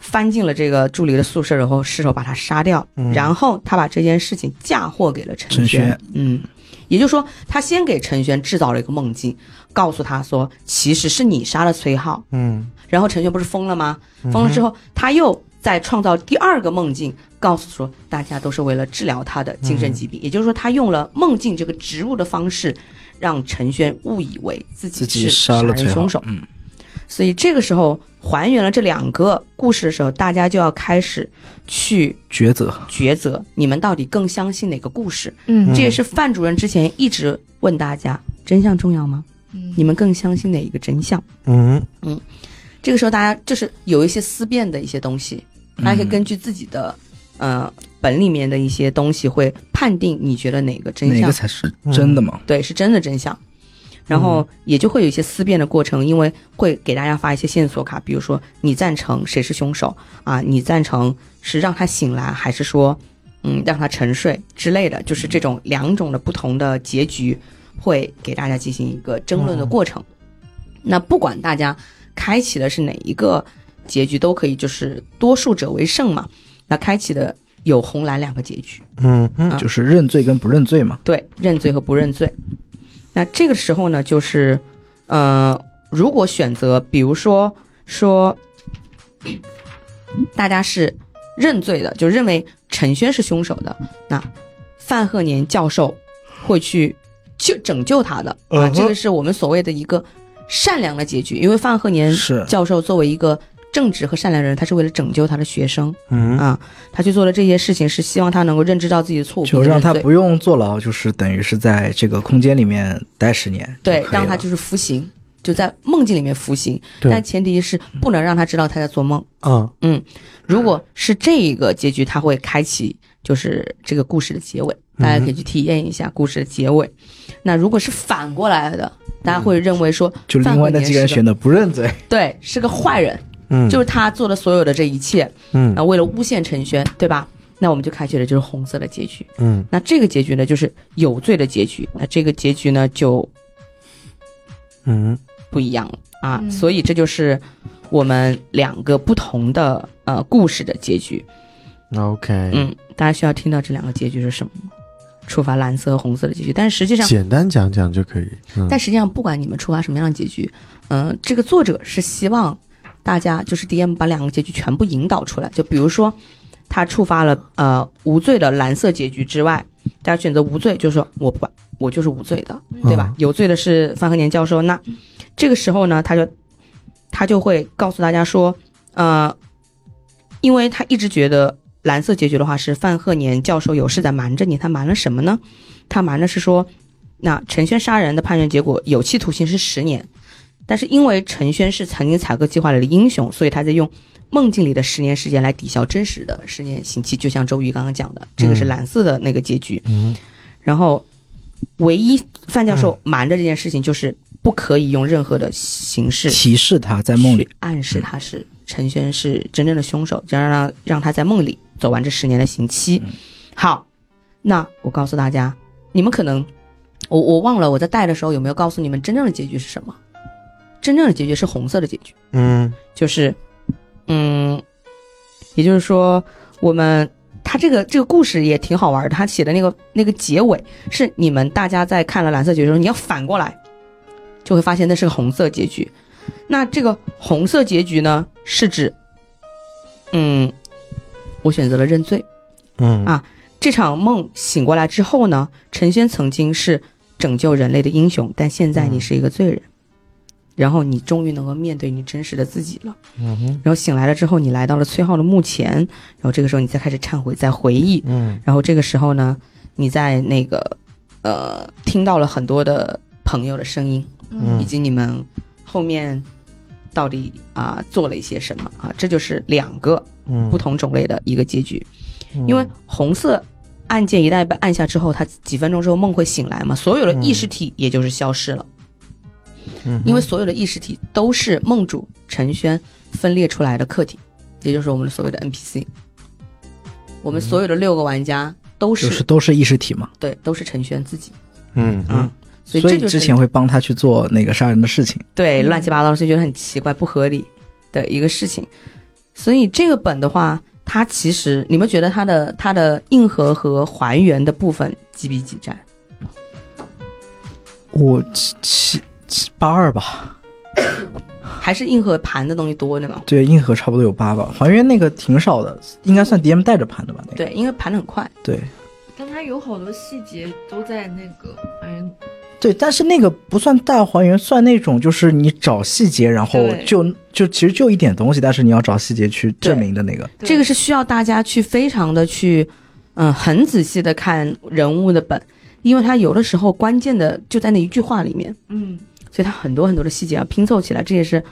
Speaker 1: 翻进了这个助理的宿舍，然后失手把他杀掉，
Speaker 2: 嗯
Speaker 1: 然后他把这件事情嫁祸给了陈
Speaker 4: 陈
Speaker 1: 轩
Speaker 4: 轩，
Speaker 1: 嗯。也就是说，他先给陈轩制造了一个梦境，告诉他说，其实是你杀了崔浩，
Speaker 2: 嗯
Speaker 1: 然后陈轩不是疯了吗？疯了之后，他又再创造第二个梦境，告诉说大家都是为了治疗他的精神疾病。也就是说，他用了梦境这个植入的方式，让陈轩误以为自
Speaker 4: 自
Speaker 1: 己
Speaker 4: 己
Speaker 1: 是杀
Speaker 4: 杀了
Speaker 1: 人
Speaker 4: 崔浩
Speaker 1: 凶手，。
Speaker 4: 嗯，
Speaker 1: 所以这个时候还原了这两个故事的时候，大家就要开始去
Speaker 4: 抉择，
Speaker 1: 抉择，你们到底更相信哪个故事？
Speaker 3: 嗯
Speaker 1: 这也是范主任之前一直问大家：真相重要吗？
Speaker 3: 嗯
Speaker 1: 你们更相信哪一个真相？
Speaker 2: 嗯
Speaker 1: 这个时候大家就是有一些思辨的一些东西，
Speaker 4: 嗯
Speaker 1: 大家可以根据自己的、呃本里面的一些东西，会判定你觉得哪个真
Speaker 4: 哪
Speaker 1: 相
Speaker 4: 个才是真的嘛？
Speaker 1: 对是真的真相，然后也就会有一些思辨的过程，因为会给大家发一些线索卡，比如说你赞成谁是凶手啊，你赞成是让他醒来，还是说嗯让他沉睡之类的，就是这种两种的不同的结局，会给大家进行一个争论的过程。那不管大家开启的是哪一个结局，都可以就是多数者为胜嘛。那开启的有红蓝两个结局，
Speaker 2: 嗯嗯
Speaker 1: 嗯
Speaker 4: 就是认罪跟不认罪嘛。
Speaker 1: 对，认罪和不认罪。那这个时候呢，就是，呃，如果选择，比如说说，大家是认罪的，就认为陈轩是凶手的，那范鹤年教授会去救拯救他的啊，
Speaker 2: 嗯哼
Speaker 1: 这个是我们所谓的一个善良的结局，因为范鹤年
Speaker 4: 是
Speaker 1: 教授作为一个正直和善良的人，他是为了拯救他的学生
Speaker 2: 嗯
Speaker 1: 啊，他去做了这些事情，是希望他能够认知到自己的错误，
Speaker 4: 就
Speaker 1: 并且
Speaker 4: 让他
Speaker 1: 认罪
Speaker 4: 不用坐牢，就是等于是在这个空间里面待十年就可以
Speaker 1: 对
Speaker 4: 了，，
Speaker 1: 让他就是服刑，就在梦境里面服刑，
Speaker 2: 对
Speaker 1: 但前提是不能让他知道他在做梦。
Speaker 2: 嗯
Speaker 1: 如果是这一个结局，他会开启就是这个故事的结尾，
Speaker 4: 嗯
Speaker 1: 大家可以去体验一下故事的结尾。那如果是反过来的，大家会认为说，
Speaker 4: 嗯就另外那几个人选的不 认罪，
Speaker 1: 对是个坏人，
Speaker 2: 嗯
Speaker 1: 就是他做的所有的这一切，
Speaker 2: 嗯
Speaker 1: 那为了诬陷陈轩，对吧？那我们就开启了就是红色的结局。
Speaker 2: 嗯
Speaker 1: 那这个结局呢，就是有罪的结局。那这个结局呢，就
Speaker 2: 嗯
Speaker 1: 不一样了啊，
Speaker 3: 嗯
Speaker 1: 所以这就是我们两个不同的呃故事的结局。
Speaker 2: ，OK，
Speaker 1: 嗯，大家需要听到这两个结局是什么吗？触发蓝色和红色的结局，但实际上，
Speaker 2: 简单讲讲就可以。嗯
Speaker 1: 但实际上不管你们触发什么样的结局，嗯、这个作者是希望大家就是 DM 把两个结局全部引导出来。就比如说，他触发了呃无罪的蓝色结局之外，大家选择无罪，就是说我不管，我就是无罪的。对吧？？有罪的是范鹤年教授。那这个时候呢，他就他就会告诉大家说，呃，因为他一直觉得蓝色结局的话是范鹤年教授有事在瞒着你，他瞒了什么呢？他瞒的是说，那陈轩杀人的判决结果有期徒刑是十年，但是因为陈轩是曾经采购计划里的英雄，所以他在用。梦境里的十年时间来抵消真实的十年刑期，就像周瑜刚刚讲的，这个是
Speaker 2: 嗯
Speaker 1: 蓝色的那个结局。
Speaker 2: 嗯
Speaker 1: 然后，唯一范教授瞒着这件事情，就是不可以用任何的形式
Speaker 4: 提示他在梦里
Speaker 1: 去暗示他是
Speaker 4: 嗯
Speaker 1: 陈轩是真正的凶手，这样让让他在梦里走完这十年的刑期。好，那我告诉大家，你们可能我我忘了我在带的时候有没有告诉你们真正的结局是什么？真正的结局是红色的结局，
Speaker 2: 嗯
Speaker 1: 就是嗯，也就是说我们。他这个这个故事也挺好玩的，他写的那个那个结尾是你们大家在看了蓝色结局的时候，你要反过来，就会发现那是个红色结局。那这个红色结局呢，是指，嗯，我选择了认罪，
Speaker 2: 嗯
Speaker 1: 啊这场梦醒过来之后呢，陈轩曾经是拯救人类的英雄，但现在你是一个罪人，然后你终于能够面对你真实的自己了。
Speaker 2: 嗯哼
Speaker 1: 然后醒来了之后，你来到了崔浩的墓前，然后这个时候你再开始忏悔，再回忆，
Speaker 2: 嗯
Speaker 1: 然后这个时候呢，你在那个呃听到了很多的朋友的声音，以
Speaker 2: 嗯
Speaker 1: 及你们后面到底啊、做了一些什么啊，这就是两个
Speaker 2: 嗯
Speaker 1: 不同种类的一个结局。
Speaker 2: 嗯
Speaker 1: 因为红色按键一旦被按下之后，它几分钟之后梦会醒来嘛，所有的意识体也就是消失了，
Speaker 2: 嗯
Speaker 1: 因为所有的意识体都是梦主陈轩分裂出来的客体，也就是我们所谓的 NPC。我们所有的六个玩家都是、
Speaker 4: 就是都是意识体嘛，
Speaker 1: 对，都是陈轩自己，
Speaker 2: 嗯
Speaker 1: 嗯
Speaker 2: 嗯，
Speaker 1: 所以
Speaker 4: 所
Speaker 1: 这
Speaker 4: 以
Speaker 1: 就是
Speaker 4: 之前会帮他去做那个杀人的事情。
Speaker 1: 对乱七八糟的，所以觉得很奇怪、不合理的一个事情。所以这个本的话，它其实你们觉得它的它的硬核和还原的部分几比几占？
Speaker 4: 我七七七八二吧，
Speaker 1: 还是硬核盘的东西多呢嘛？
Speaker 4: 对，硬核差不多有八吧，还原那个挺少的，应该算 DM 带着盘的吧？那个
Speaker 1: 对，因为盘的很快，
Speaker 4: 对
Speaker 3: 但它有好多细节都在那个，嗯，
Speaker 4: 对，但是那个不算大还原，算那种就是你找细节，然后
Speaker 3: 对
Speaker 4: 就就其实就一点东西，但是你要找细节去证明的那个。
Speaker 1: 这个是需要大家去非常的去，嗯，很仔细的看人物的本，因为它有的时候关键的就在那一句话里面。
Speaker 3: 嗯，
Speaker 1: 所以它很多很多的细节要拼凑起来，这也是，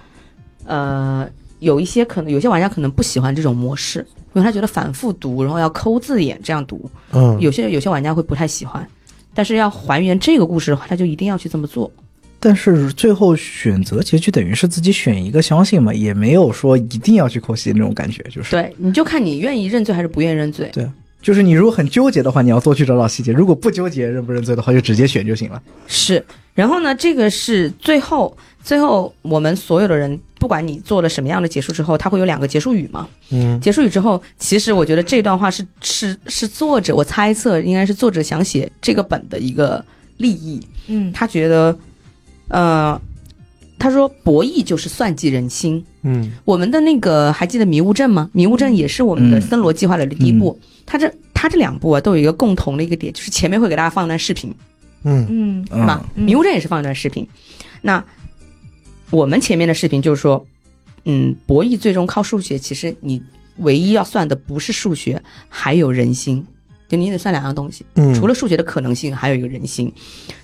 Speaker 1: 呃，有一些可能有些玩家可能不喜欢这种模式，因为他觉得反复读，然后要抠字眼这样读，
Speaker 2: 嗯
Speaker 1: 有些有些玩家会不太喜欢。但是要还原这个故事的话，他就一定要去这么做。
Speaker 4: 但是最后选择结局等于是自己选一个相信嘛，也没有说一定要去抠细节那种感觉，就是
Speaker 1: 对，你就看你愿意认罪还是不愿意认罪。
Speaker 4: 对啊，就是你如果很纠结的话，你要多去找找细节；如果不纠结认不认罪的话，就直接选就行了。
Speaker 1: 是，然后呢，这个是最后最后我们所有的人，不管你做了什么样的结束之后，它会有两个结束语嘛。
Speaker 2: 嗯
Speaker 1: 结束语之后，其实我觉得这段话是是是作者，我猜测应该是作者想写这个本的一个立意。
Speaker 3: 嗯，
Speaker 1: 他觉得，呃，他说博弈就是算计人心。
Speaker 2: 嗯
Speaker 1: 我们的那个还记得迷雾阵吗？迷雾阵也是我们的
Speaker 4: 嗯
Speaker 1: 森罗计划里的第一步。他这他这两步啊，都有一个共同的一个点，就是前面会给大家放一段视频，
Speaker 2: 嗯
Speaker 3: 嗯，
Speaker 1: 对吧
Speaker 4: 嗯，？
Speaker 3: 嗯
Speaker 1: 迷雾阵也是放一段视频。那我们前面的视频就是说，嗯，博弈最终靠数学，其实你唯一要算的不是数学，还有人心，就你得算两样东西。
Speaker 2: 嗯，
Speaker 1: 除了数学的可能性，还有一个人心。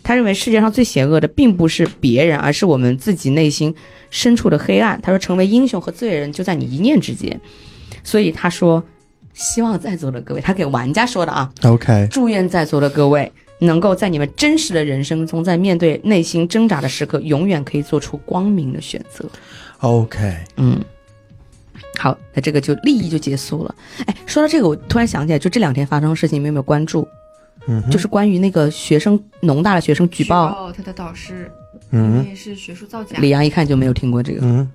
Speaker 1: 他认为世界上最邪恶的并不是别人，而是我们自己内心深处的黑暗。他说，成为英雄和罪人就在你一念之间。所以他说，希望在座的各位，他给玩家说的啊，
Speaker 2: OK，
Speaker 1: 祝愿在座的各位能够在你们真实的人生中，在面对内心挣扎的时刻，永远可以做出光明的选择。
Speaker 2: OK，
Speaker 1: 嗯，好，那这个就利益就结束了。哎，说到这个，我突然想起来，就这两天发生的事情，你们有没有关注？
Speaker 2: 嗯哼，
Speaker 1: 就是关于那个学生农大的学生举报，
Speaker 3: 他的导师，因
Speaker 2: 嗯
Speaker 3: 为是学术造假，
Speaker 1: 李阳一看就没有听过这个，
Speaker 2: 嗯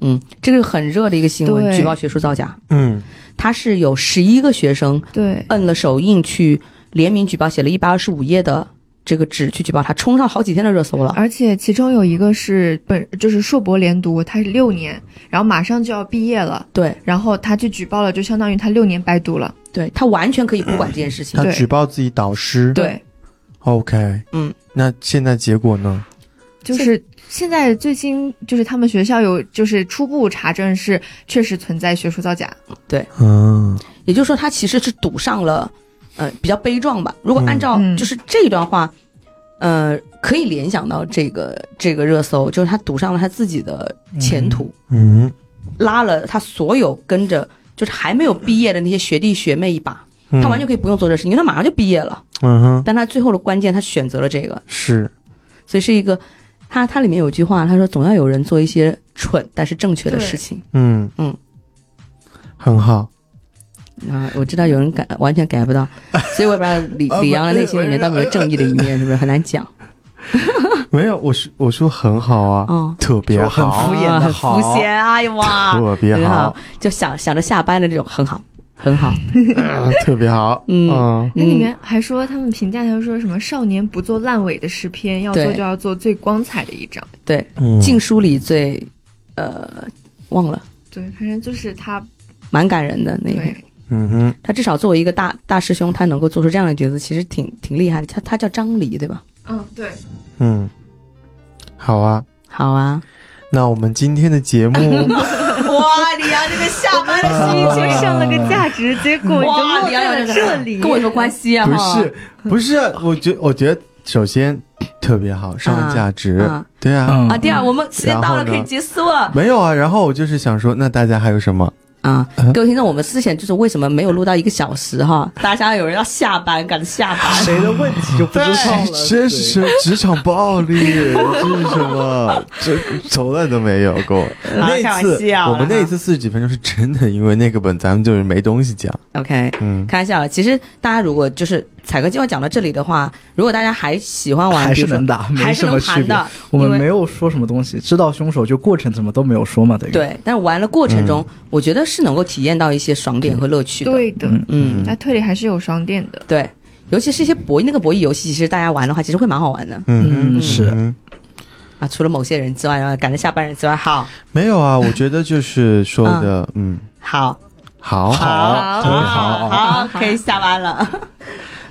Speaker 1: 嗯，这个很热的一个新闻，
Speaker 3: 对
Speaker 1: 举报学术造假，
Speaker 2: 嗯
Speaker 1: 他是有十一个学生
Speaker 3: 对，
Speaker 1: 摁了手印去联名举报，写了一百二十五页的这个纸去举报他，冲上好几天的热搜了，
Speaker 3: 而且其中有一个是本就是硕博连读，他是六年，然后马上就要毕业了，
Speaker 1: 对
Speaker 3: 然后他去举报了，就相当于他六年白读了。
Speaker 1: 对，他完全可以不管这件事情
Speaker 2: 他，
Speaker 3: 对
Speaker 2: 举报自己导师，
Speaker 3: 对，
Speaker 2: ，OK，
Speaker 1: 嗯，
Speaker 2: 那现在结果呢？
Speaker 3: 就是现在最新就是他们学校有就是初步查证是确实存在学术造假，
Speaker 2: 嗯
Speaker 1: 也就是说他其实是赌上了，呃，比较悲壮吧。如果按照
Speaker 3: 嗯
Speaker 1: 就是这段话，呃，可以联想到这个这个热搜，就是他赌上了他自己的前途。
Speaker 2: 嗯
Speaker 1: 拉了他所有跟着就是还没有毕业的那些学弟学妹一把，
Speaker 2: 嗯，
Speaker 1: 他完全可以不用做这事情，因为他马上就毕业了。
Speaker 2: 嗯哼
Speaker 1: 但他最后的关键，他选择了这个，
Speaker 2: 是
Speaker 1: 所以是一个他他里面有一句话，他说总要有人做一些蠢但是正确的事情。
Speaker 2: 嗯
Speaker 1: 嗯，
Speaker 2: 很好，
Speaker 1: 啊，我知道有人改完全改不 到，所以我也不知道李
Speaker 2: 啊不
Speaker 1: 李阳的那些里面到底有正义的一面，是不是很难 讲？
Speaker 2: 没有，我说我说很好啊，
Speaker 1: 嗯
Speaker 2: 特别
Speaker 4: 说很
Speaker 2: 好
Speaker 4: 敷，衍的
Speaker 1: 啊很
Speaker 4: 好
Speaker 1: 肤浅，哎呀哇，
Speaker 2: 特别
Speaker 1: 很
Speaker 2: 好
Speaker 1: 好，，就想想着下班的这种很好，很好，
Speaker 2: 嗯特别好，
Speaker 1: 嗯
Speaker 2: 嗯，
Speaker 3: 那里面还说他们评价他说什么少年不做烂尾的诗篇，要做
Speaker 1: 对
Speaker 3: 就要做最光彩的一张。
Speaker 1: 对，《
Speaker 2: 嗯
Speaker 1: 禁书》里最呃忘了，
Speaker 3: 对，反正就是他
Speaker 1: 蛮感人的那个。
Speaker 3: 对
Speaker 2: 嗯哼，
Speaker 1: 他至少作为一个大大师兄，他能够做出这样的角色，其实挺挺厉害的。他他叫张黎，对吧？
Speaker 3: 嗯对，
Speaker 2: 嗯，好啊，
Speaker 1: 好啊，
Speaker 2: 那我们今天的节目
Speaker 1: 哇，李阳这个下 班
Speaker 3: 我
Speaker 2: 啊
Speaker 1: 的
Speaker 3: 们
Speaker 1: 心
Speaker 3: 已经上了个价值，结果就
Speaker 1: 哇，
Speaker 3: 落
Speaker 1: 李阳
Speaker 3: 在
Speaker 1: 有
Speaker 3: 了
Speaker 1: 这个
Speaker 3: 这里。
Speaker 1: 跟我有什么关系啊？
Speaker 2: 不
Speaker 1: 哈
Speaker 2: 是不是，我觉我觉得首先特别好，上了价值，
Speaker 1: 啊
Speaker 2: 对啊，
Speaker 4: 嗯
Speaker 1: 啊。第二，我们时间到了，
Speaker 2: 然后
Speaker 1: 可
Speaker 2: 呢
Speaker 1: 以结束了
Speaker 2: 没有啊，然后我就是想说，那大家还有什么？
Speaker 1: 啊。各位听众，我们之前就是为什么没有录到一个小时哈？大家有人要下班，赶着下班。
Speaker 4: 嗯谁的问题就不知道了。
Speaker 2: 这是职场暴力，这是什么？这从来都没有过。那
Speaker 1: 开玩
Speaker 2: 次
Speaker 1: 笑啦
Speaker 2: 我们那一次四十几分钟是真的，因为那个本咱们就是没东西讲。
Speaker 1: OK，
Speaker 2: 嗯，
Speaker 1: 开玩笑了。其实大家如果就是彩哥计划讲到这里的话，如果大家还喜欢玩，
Speaker 4: 还
Speaker 1: 比
Speaker 4: 是
Speaker 1: 如说
Speaker 4: 能打，没
Speaker 1: 还是
Speaker 4: 什么
Speaker 1: 能
Speaker 4: 区
Speaker 1: 谈
Speaker 4: 别
Speaker 1: 的。。
Speaker 4: 我
Speaker 1: 因为
Speaker 4: 们没有说什么东西，知道凶手就过程怎么都没有说嘛，等于。
Speaker 1: 对，但是玩的过程中，我觉得是能够体验到一些爽点和乐趣的。，
Speaker 3: 对的，
Speaker 4: 嗯
Speaker 1: 嗯，
Speaker 3: 在推理还是有商店的。
Speaker 1: 对，尤其是一些博弈那个博弈游戏，其实大家玩的话，其实会蛮好玩的
Speaker 2: 嗯，
Speaker 4: 嗯，是。
Speaker 2: 嗯
Speaker 1: 啊。除了某些人之外，然后赶着下班人之外，好，
Speaker 2: 没有啊，我觉得就是说的，嗯，
Speaker 1: 好，
Speaker 2: 好
Speaker 1: 好，
Speaker 2: 很
Speaker 1: 好，
Speaker 2: 好。
Speaker 1: 好，可以下班了。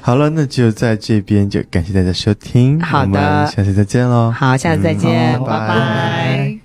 Speaker 2: 好了，那就在这边就感谢大家收听，
Speaker 1: 好的
Speaker 2: 我们下期再见喽。
Speaker 1: 好，下次再见，
Speaker 2: 嗯好
Speaker 1: 拜
Speaker 2: 拜
Speaker 3: 哎
Speaker 1: 拜。